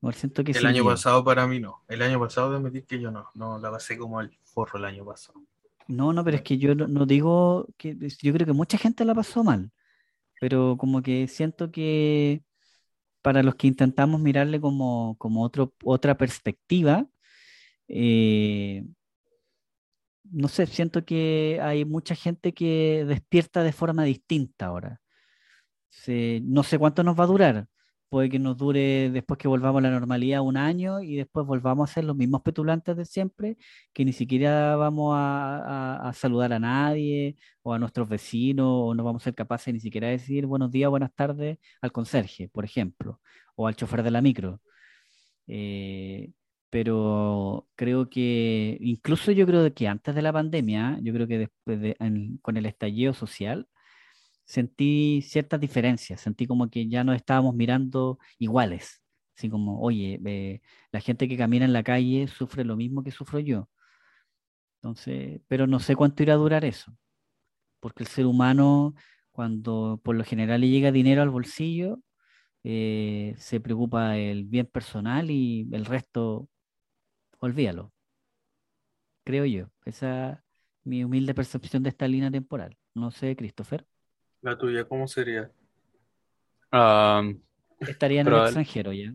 Speaker 3: Igual siento que
Speaker 1: el año
Speaker 3: sirvió.
Speaker 1: pasado para mí no. El año pasado de admitir que yo no, no la pasé como el forro el año pasado.
Speaker 3: No, no, pero es que yo no, no digo que es- yo creo que mucha gente la pasó mal, pero como que siento que para los que intentamos mirarle como, como otro, otra perspectiva, eh, no sé, siento que hay mucha gente que despierta de forma distinta ahora. Se- no sé cuánto nos va a durar. Puede que nos dure después que volvamos a la normalidad un año y después volvamos a ser los mismos petulantes de siempre que ni siquiera vamos a, a- a saludar a nadie o a nuestros vecinos o no vamos a ser capaces ni siquiera de decir buenos días, buenas tardes al conserje, por ejemplo, o al chofer de la micro. Eh, pero creo que, incluso yo creo que antes de la pandemia, yo creo que después de, en- con el estallido social, sentí ciertas diferencias, sentí como que ya nos estábamos mirando iguales, así como, oye, eh, la gente que camina en la calle sufre lo mismo que sufro yo. Entonces, pero no sé cuánto irá a durar eso, porque el ser humano, cuando por lo general le llega dinero al bolsillo, eh, se preocupa el bien personal y el resto, olvídalo. Creo yo. Esa es mi humilde percepción de esta línea temporal. No sé, Christopher.
Speaker 1: ¿La tuya cómo sería?
Speaker 2: Ah,
Speaker 3: Estaría en el
Speaker 2: Probable.
Speaker 3: extranjero ya.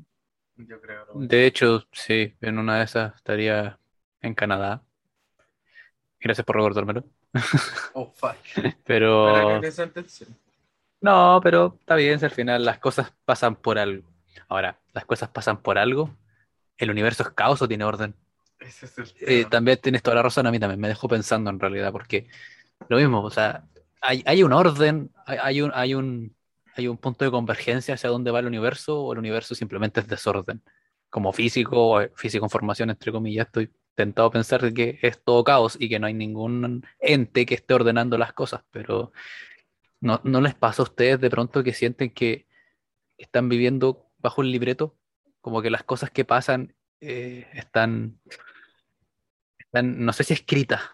Speaker 1: Yo creo. ¿no?
Speaker 2: de hecho, sí, en una de esas estaría en Canadá. Gracias por recordármelo.
Speaker 1: Oh, fuck. Para que
Speaker 2: Pero
Speaker 1: te sentencien.
Speaker 2: no, pero está bien si al final las cosas pasan por algo. Ahora, las cosas pasan por algo. El universo es caos o tiene orden.
Speaker 1: Ese es el
Speaker 2: Eh,
Speaker 1: tema.
Speaker 2: también tienes toda la razón, a mí también me dejó pensando en realidad, porque lo mismo, o sea, hay, hay un orden, hay, hay un, hay, un, hay un punto de convergencia hacia dónde va el universo, o el universo simplemente es desorden. Como físico, o eh, físico en formación, entre comillas, estoy tentado a pensar de que es todo caos y que no hay ningún ente que esté ordenando las cosas, pero ¿no, no les pasa a ustedes de pronto que sienten que están viviendo bajo un libreto? Como que las cosas que pasan eh, están están, no sé si escrita,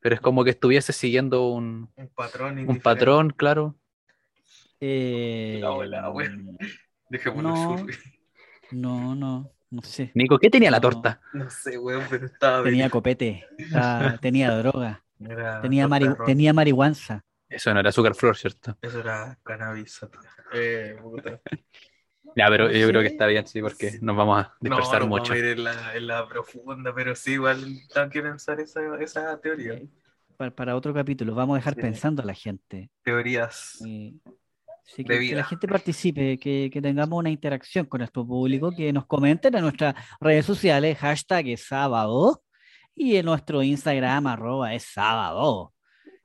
Speaker 2: pero es como que estuviese siguiendo un,
Speaker 1: Un patrón
Speaker 2: un
Speaker 1: indiferente.
Speaker 2: patrón, claro.
Speaker 3: Eh,
Speaker 1: La bola, wea. Dejémoslo
Speaker 3: No.
Speaker 1: surrir.
Speaker 3: no, no, no sé.
Speaker 2: Nico, ¿qué tenía la
Speaker 3: No.
Speaker 2: torta?
Speaker 1: No sé, weón, pero estaba
Speaker 3: Tenía copete, estaba- tenía droga,
Speaker 1: Era
Speaker 3: tenía,
Speaker 1: torta de
Speaker 3: mari-
Speaker 1: ron.
Speaker 3: tenía marihuanza.
Speaker 2: Eso no era azúcar flor, ¿cierto?
Speaker 1: Eso era cannabis. sativa. Eh, puta.
Speaker 2: Ya, pero
Speaker 3: No
Speaker 2: yo creo que
Speaker 3: sé.
Speaker 2: está bien, sí, porque nos vamos a
Speaker 1: No,
Speaker 2: dispersar
Speaker 1: no vamos
Speaker 2: mucho.
Speaker 1: a ir en la, en la profunda, pero sí, igual tengo que pensar esa, esa teoría.
Speaker 3: Eh, Para, para otro capítulo, vamos a dejar
Speaker 1: Sí.
Speaker 3: pensando a la gente.
Speaker 1: Teorías.
Speaker 3: Eh,
Speaker 1: De
Speaker 3: sí, que, que la
Speaker 1: vida.
Speaker 3: gente participe, que, que tengamos una interacción con nuestro público, que nos comenten en nuestras redes sociales, hashtag es sábado, y en nuestro Instagram, arroba es sábado.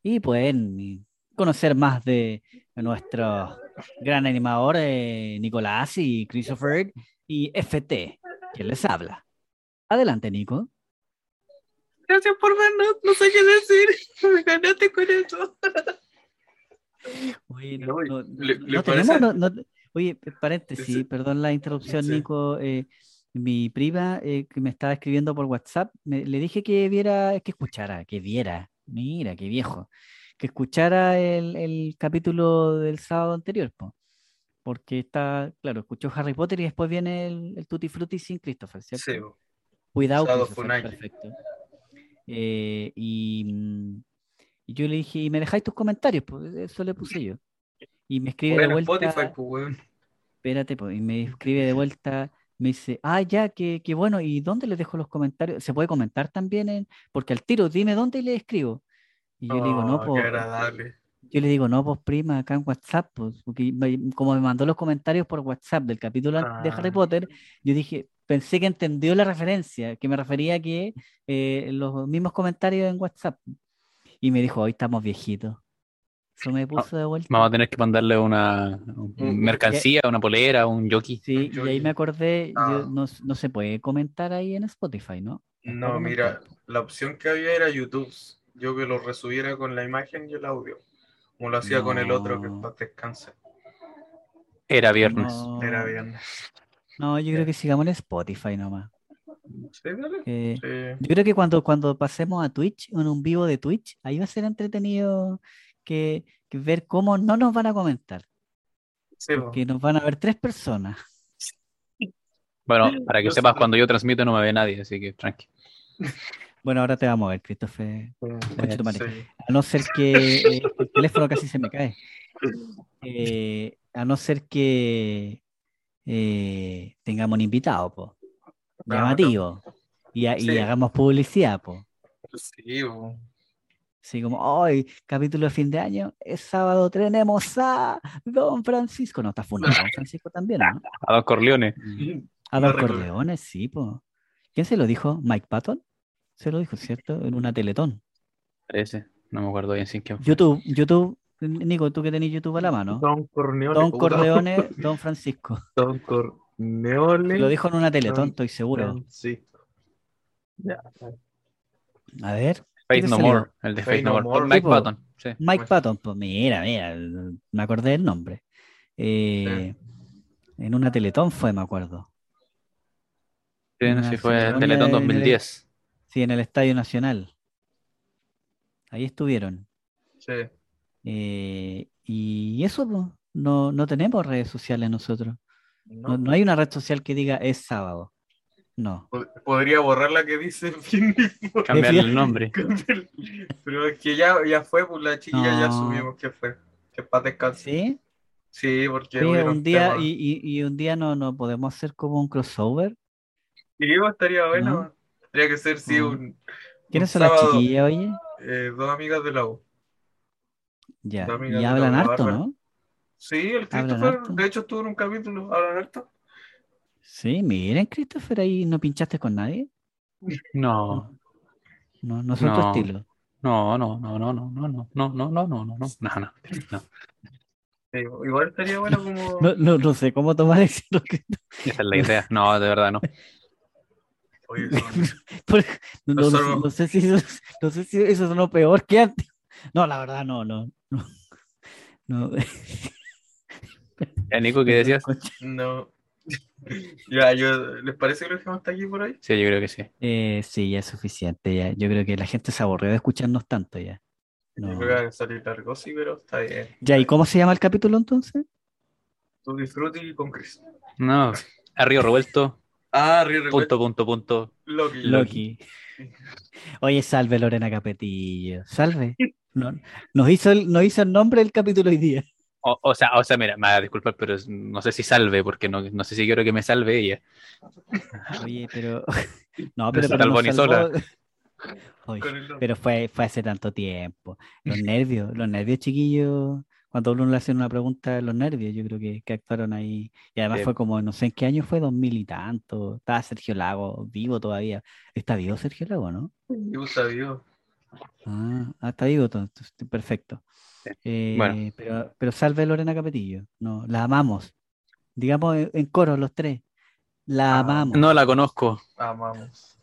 Speaker 3: Y pueden conocer más de nuestro gran animador, eh, Nicolás y Christopher y FT, quien les habla. Adelante, Nico.
Speaker 1: Gracias por vernos, no sé qué decir. Me ganaste con eso.
Speaker 3: Oye,
Speaker 1: Ya
Speaker 3: no,
Speaker 1: voy.
Speaker 3: no-
Speaker 1: ¿Le-
Speaker 3: no
Speaker 1: le
Speaker 3: tenemos,
Speaker 1: parece?
Speaker 3: no- no- oye, eh, paréntesis,
Speaker 1: Sí.
Speaker 3: perdón la interrupción,
Speaker 1: Sí.
Speaker 3: Nico. eh, mi prima eh, que me estaba escribiendo por WhatsApp, me- le dije que viera, que escuchara, que viera, mira, qué viejo, que escuchara el, el capítulo del sábado anterior, po. porque está, claro, escuchó Harry Potter y después viene el, el Tutti Frutti sin Christopher, ¿cierto?
Speaker 1: Sí, bo.
Speaker 3: Cuidado,
Speaker 1: Shadow
Speaker 3: Christopher,
Speaker 1: Funaki.
Speaker 3: perfecto. Eh, y, mm, y yo le dije, y me dejáis tus comentarios, pues eso le puse yo. Y me escribe de
Speaker 1: Bueno,
Speaker 3: vuelta,
Speaker 1: Spotify, pues, weón.
Speaker 3: espérate, pues, y me escribe de vuelta, me dice, ah, ya, qué, qué bueno, ¿y dónde les dejo los comentarios? ¿Se puede comentar también? en- Porque al tiro, dime dónde y le escribo. Y yo le digo, no,
Speaker 1: Oh,
Speaker 3: pues,
Speaker 1: Qué agradable.
Speaker 3: yo le digo, no, pues prima, acá en WhatsApp, pues, porque me- como me mandó los comentarios por WhatsApp del capítulo an- de Harry
Speaker 1: Ah.
Speaker 3: Potter, yo dije, pensé que entendió la referencia, que me refería a que eh, los mismos comentarios en WhatsApp. Y me dijo, hoy estamos viejitos. Eso
Speaker 1: Ah.
Speaker 3: me puso de vuelta.
Speaker 2: Vamos a tener que mandarle una un-
Speaker 1: Un-
Speaker 2: mercancía, una polera, un jockey.
Speaker 3: Sí, y
Speaker 1: Yo-
Speaker 3: ahí me acordé, yo-
Speaker 1: Ah.
Speaker 3: no, no se puede comentar ahí en Spotify, ¿no? Es para
Speaker 1: No, mira,
Speaker 3: comentar.
Speaker 1: la opción que había era YouTube. Yo que lo resubiera con la imagen y el audio. Como lo hacía con el otro que
Speaker 3: No.
Speaker 1: para descanse.
Speaker 2: Era viernes.
Speaker 3: No,
Speaker 1: Era bien.
Speaker 3: no, yo creo que sigamos en Spotify nomás.
Speaker 1: Sí, dale.
Speaker 3: Eh,
Speaker 1: Sí.
Speaker 3: Yo creo que cuando, cuando pasemos a Twitch, en un vivo de Twitch, ahí va a ser entretenido que, que ver cómo no nos van a comentar,
Speaker 1: Sí, bo.
Speaker 3: que nos van a ver tres personas.
Speaker 2: Bueno, para que
Speaker 1: Yo
Speaker 2: sepas,
Speaker 1: sí.
Speaker 2: cuando yo transmito no me ve nadie, así que tranqui.
Speaker 3: Bueno, ahora te vamos a ver, Christopher. Conche tu madre.
Speaker 1: Sí.
Speaker 3: A no ser que eh, el teléfono casi se me cae. Eh, a no ser que eh, tengamos un invitado, po.
Speaker 1: Claro.
Speaker 3: Llamativo. Y, ha- y
Speaker 1: Sí.
Speaker 3: hagamos publicidad, po.
Speaker 1: pues Sí, bo.
Speaker 3: Así como, hoy, capítulo de fin de año, es sábado, tenemos a Don Francisco. No, está fundado Don Francisco también, ¿no?
Speaker 2: A dos Corleones.
Speaker 3: A
Speaker 1: No
Speaker 3: Don
Speaker 1: recuerdo.
Speaker 3: Corleones, sí, po. ¿Quién se lo dijo? ¿Mike Patton? Se lo dijo, ¿cierto? En una teletón.
Speaker 2: Parece. No me acuerdo bien sin quién fue.
Speaker 3: YouTube, YouTube, Nico, tú que tenés YouTube a la mano.
Speaker 1: Don Corneole.
Speaker 3: Don
Speaker 1: puta.
Speaker 3: Corleones, Don Francisco.
Speaker 1: Don Corneole.
Speaker 3: Se lo dijo en una teletón,
Speaker 1: Don-
Speaker 3: estoy seguro.
Speaker 1: Francisco. Ya.
Speaker 3: A ver,
Speaker 2: Faith
Speaker 3: te
Speaker 2: No
Speaker 3: salió?
Speaker 2: More. El de Faith No More. Con
Speaker 1: Sí,
Speaker 2: Mike
Speaker 3: po.
Speaker 2: Patton. Sí.
Speaker 3: Mike
Speaker 1: Pues-
Speaker 3: Patton, pues mira, mira, me acordé del nombre. Eh, En una teletón fue, me acuerdo.
Speaker 2: Sí, no sé
Speaker 3: Una
Speaker 2: si fue
Speaker 3: ceremonia
Speaker 2: Teletón
Speaker 3: en el-
Speaker 2: 2010.
Speaker 3: Sí, en el Estadio Nacional. Ahí estuvieron.
Speaker 1: Sí.
Speaker 3: Eh, y eso, po, no, no tenemos redes sociales nosotros. No,
Speaker 1: No.
Speaker 3: no hay una red social que diga es sábado. No.
Speaker 1: Pod- Podría borrar la que dice fin
Speaker 2: Cambiarle el nombre.
Speaker 1: Pero es que ya, ya fue, pues la chiquilla ya
Speaker 3: No.
Speaker 1: asumimos que fue. Que para descansar.
Speaker 3: ¿Sí?
Speaker 1: Ah, Sí, porque
Speaker 3: Oye,
Speaker 1: hubieron
Speaker 3: un día,
Speaker 1: temas.
Speaker 3: y, y- y un día no, no podemos hacer como un crossover.
Speaker 1: Sí, pues, estaría bueno.
Speaker 3: No.
Speaker 1: Tendría que ser, sí,
Speaker 3: No.
Speaker 1: un,
Speaker 3: ¿Quiénes
Speaker 1: Un
Speaker 3: son las
Speaker 1: sábado.
Speaker 3: chiquillas, oye?
Speaker 1: eh, dos amigas de la U.
Speaker 3: Ya.
Speaker 1: Dos amigas
Speaker 3: Y
Speaker 1: de la
Speaker 3: hablan
Speaker 1: Bárbara.
Speaker 3: harto, ¿no?
Speaker 1: Sí, el
Speaker 3: Hablan
Speaker 1: Christopher,
Speaker 3: harto.
Speaker 1: de hecho, estuvo en un capítulo. ¿Hablan harto?
Speaker 3: Sí, miren, Christopher, ahí no pinchaste con nadie.
Speaker 2: No,
Speaker 3: No, no son tu
Speaker 2: No.
Speaker 3: estilo.
Speaker 2: no, no, no, no, no, no, no, no, no, no, no, no, no, no, no, no.
Speaker 1: Sí, pues, igual estaría bueno como.
Speaker 3: No, no, no sé cómo tomar eso. lo que-
Speaker 2: Esa es la idea. No, de verdad no.
Speaker 1: Oye, son-
Speaker 3: Por- no, no, no sé-
Speaker 1: Nosotros-
Speaker 3: no sé si eso, no sé si eso sonó peor que antes. No, la verdad, no, no. No, no,
Speaker 2: Ya, Eh, Nico, ¿qué decías?
Speaker 1: No. ya, yo, ¿les parece que lo dejamos hasta aquí por hoy?
Speaker 2: Sí, yo creo que sí.
Speaker 3: Eh, sí, ya es suficiente. Ya. Yo creo que la gente se aburrió de escucharnos tanto ya.
Speaker 1: Yo
Speaker 3: No.
Speaker 1: creo que va a salir largo, sí, pero está bien.
Speaker 3: Ya, ¿y cómo se llama el capítulo entonces?
Speaker 1: Tú disfrutes y con Chris.
Speaker 2: No, a río revuelto,
Speaker 1: Ah, Río
Speaker 2: punto, punto, punto.
Speaker 1: Loki.
Speaker 3: Loki. Oye, salve Lorena Capetillo. Salve. No- nos, hizo el, nos hizo el nombre del capítulo hoy día.
Speaker 2: O, o sea, o sea, mira, me va a disculpar, pero es- no sé si salve, porque no, no sé si quiero que me salve ella.
Speaker 3: Oye, pero. No,
Speaker 2: Nos
Speaker 3: pero. pero nos
Speaker 2: salvó ni sola.
Speaker 3: salvó. Oye,
Speaker 1: Con el Loki.
Speaker 3: Pero fue, fue hace tanto tiempo. Los nervios, los nervios, chiquillos. Cuando a uno le hacen una pregunta, los nervios, yo creo que, que actuaron ahí. Y además
Speaker 2: Sí.
Speaker 3: fue como, no sé en qué año fue, dos mil y tanto. Estaba Sergio Lago vivo todavía. Está vivo Sergio Lago, ¿no?
Speaker 1: Y usa vivo.
Speaker 3: Ah, ah, está vivo, to- to- to- perfecto. Eh,
Speaker 2: Bueno.
Speaker 3: pero, pero salve Lorena Capetillo. No, la amamos. Digamos eh, en, en coro los tres. La
Speaker 1: Ah,
Speaker 3: amamos.
Speaker 2: No la conozco.
Speaker 1: Amamos.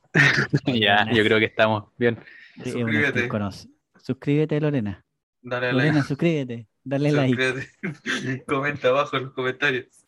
Speaker 2: Ya, yo creo que estamos bien.
Speaker 3: Sí, es una
Speaker 1: suscríbete.
Speaker 3: iconos. Suscríbete, Lorena.
Speaker 1: Dale
Speaker 3: Lorena,
Speaker 1: like.
Speaker 3: suscríbete. Dale like.
Speaker 1: Suscríbete. Comenta abajo en los comentarios.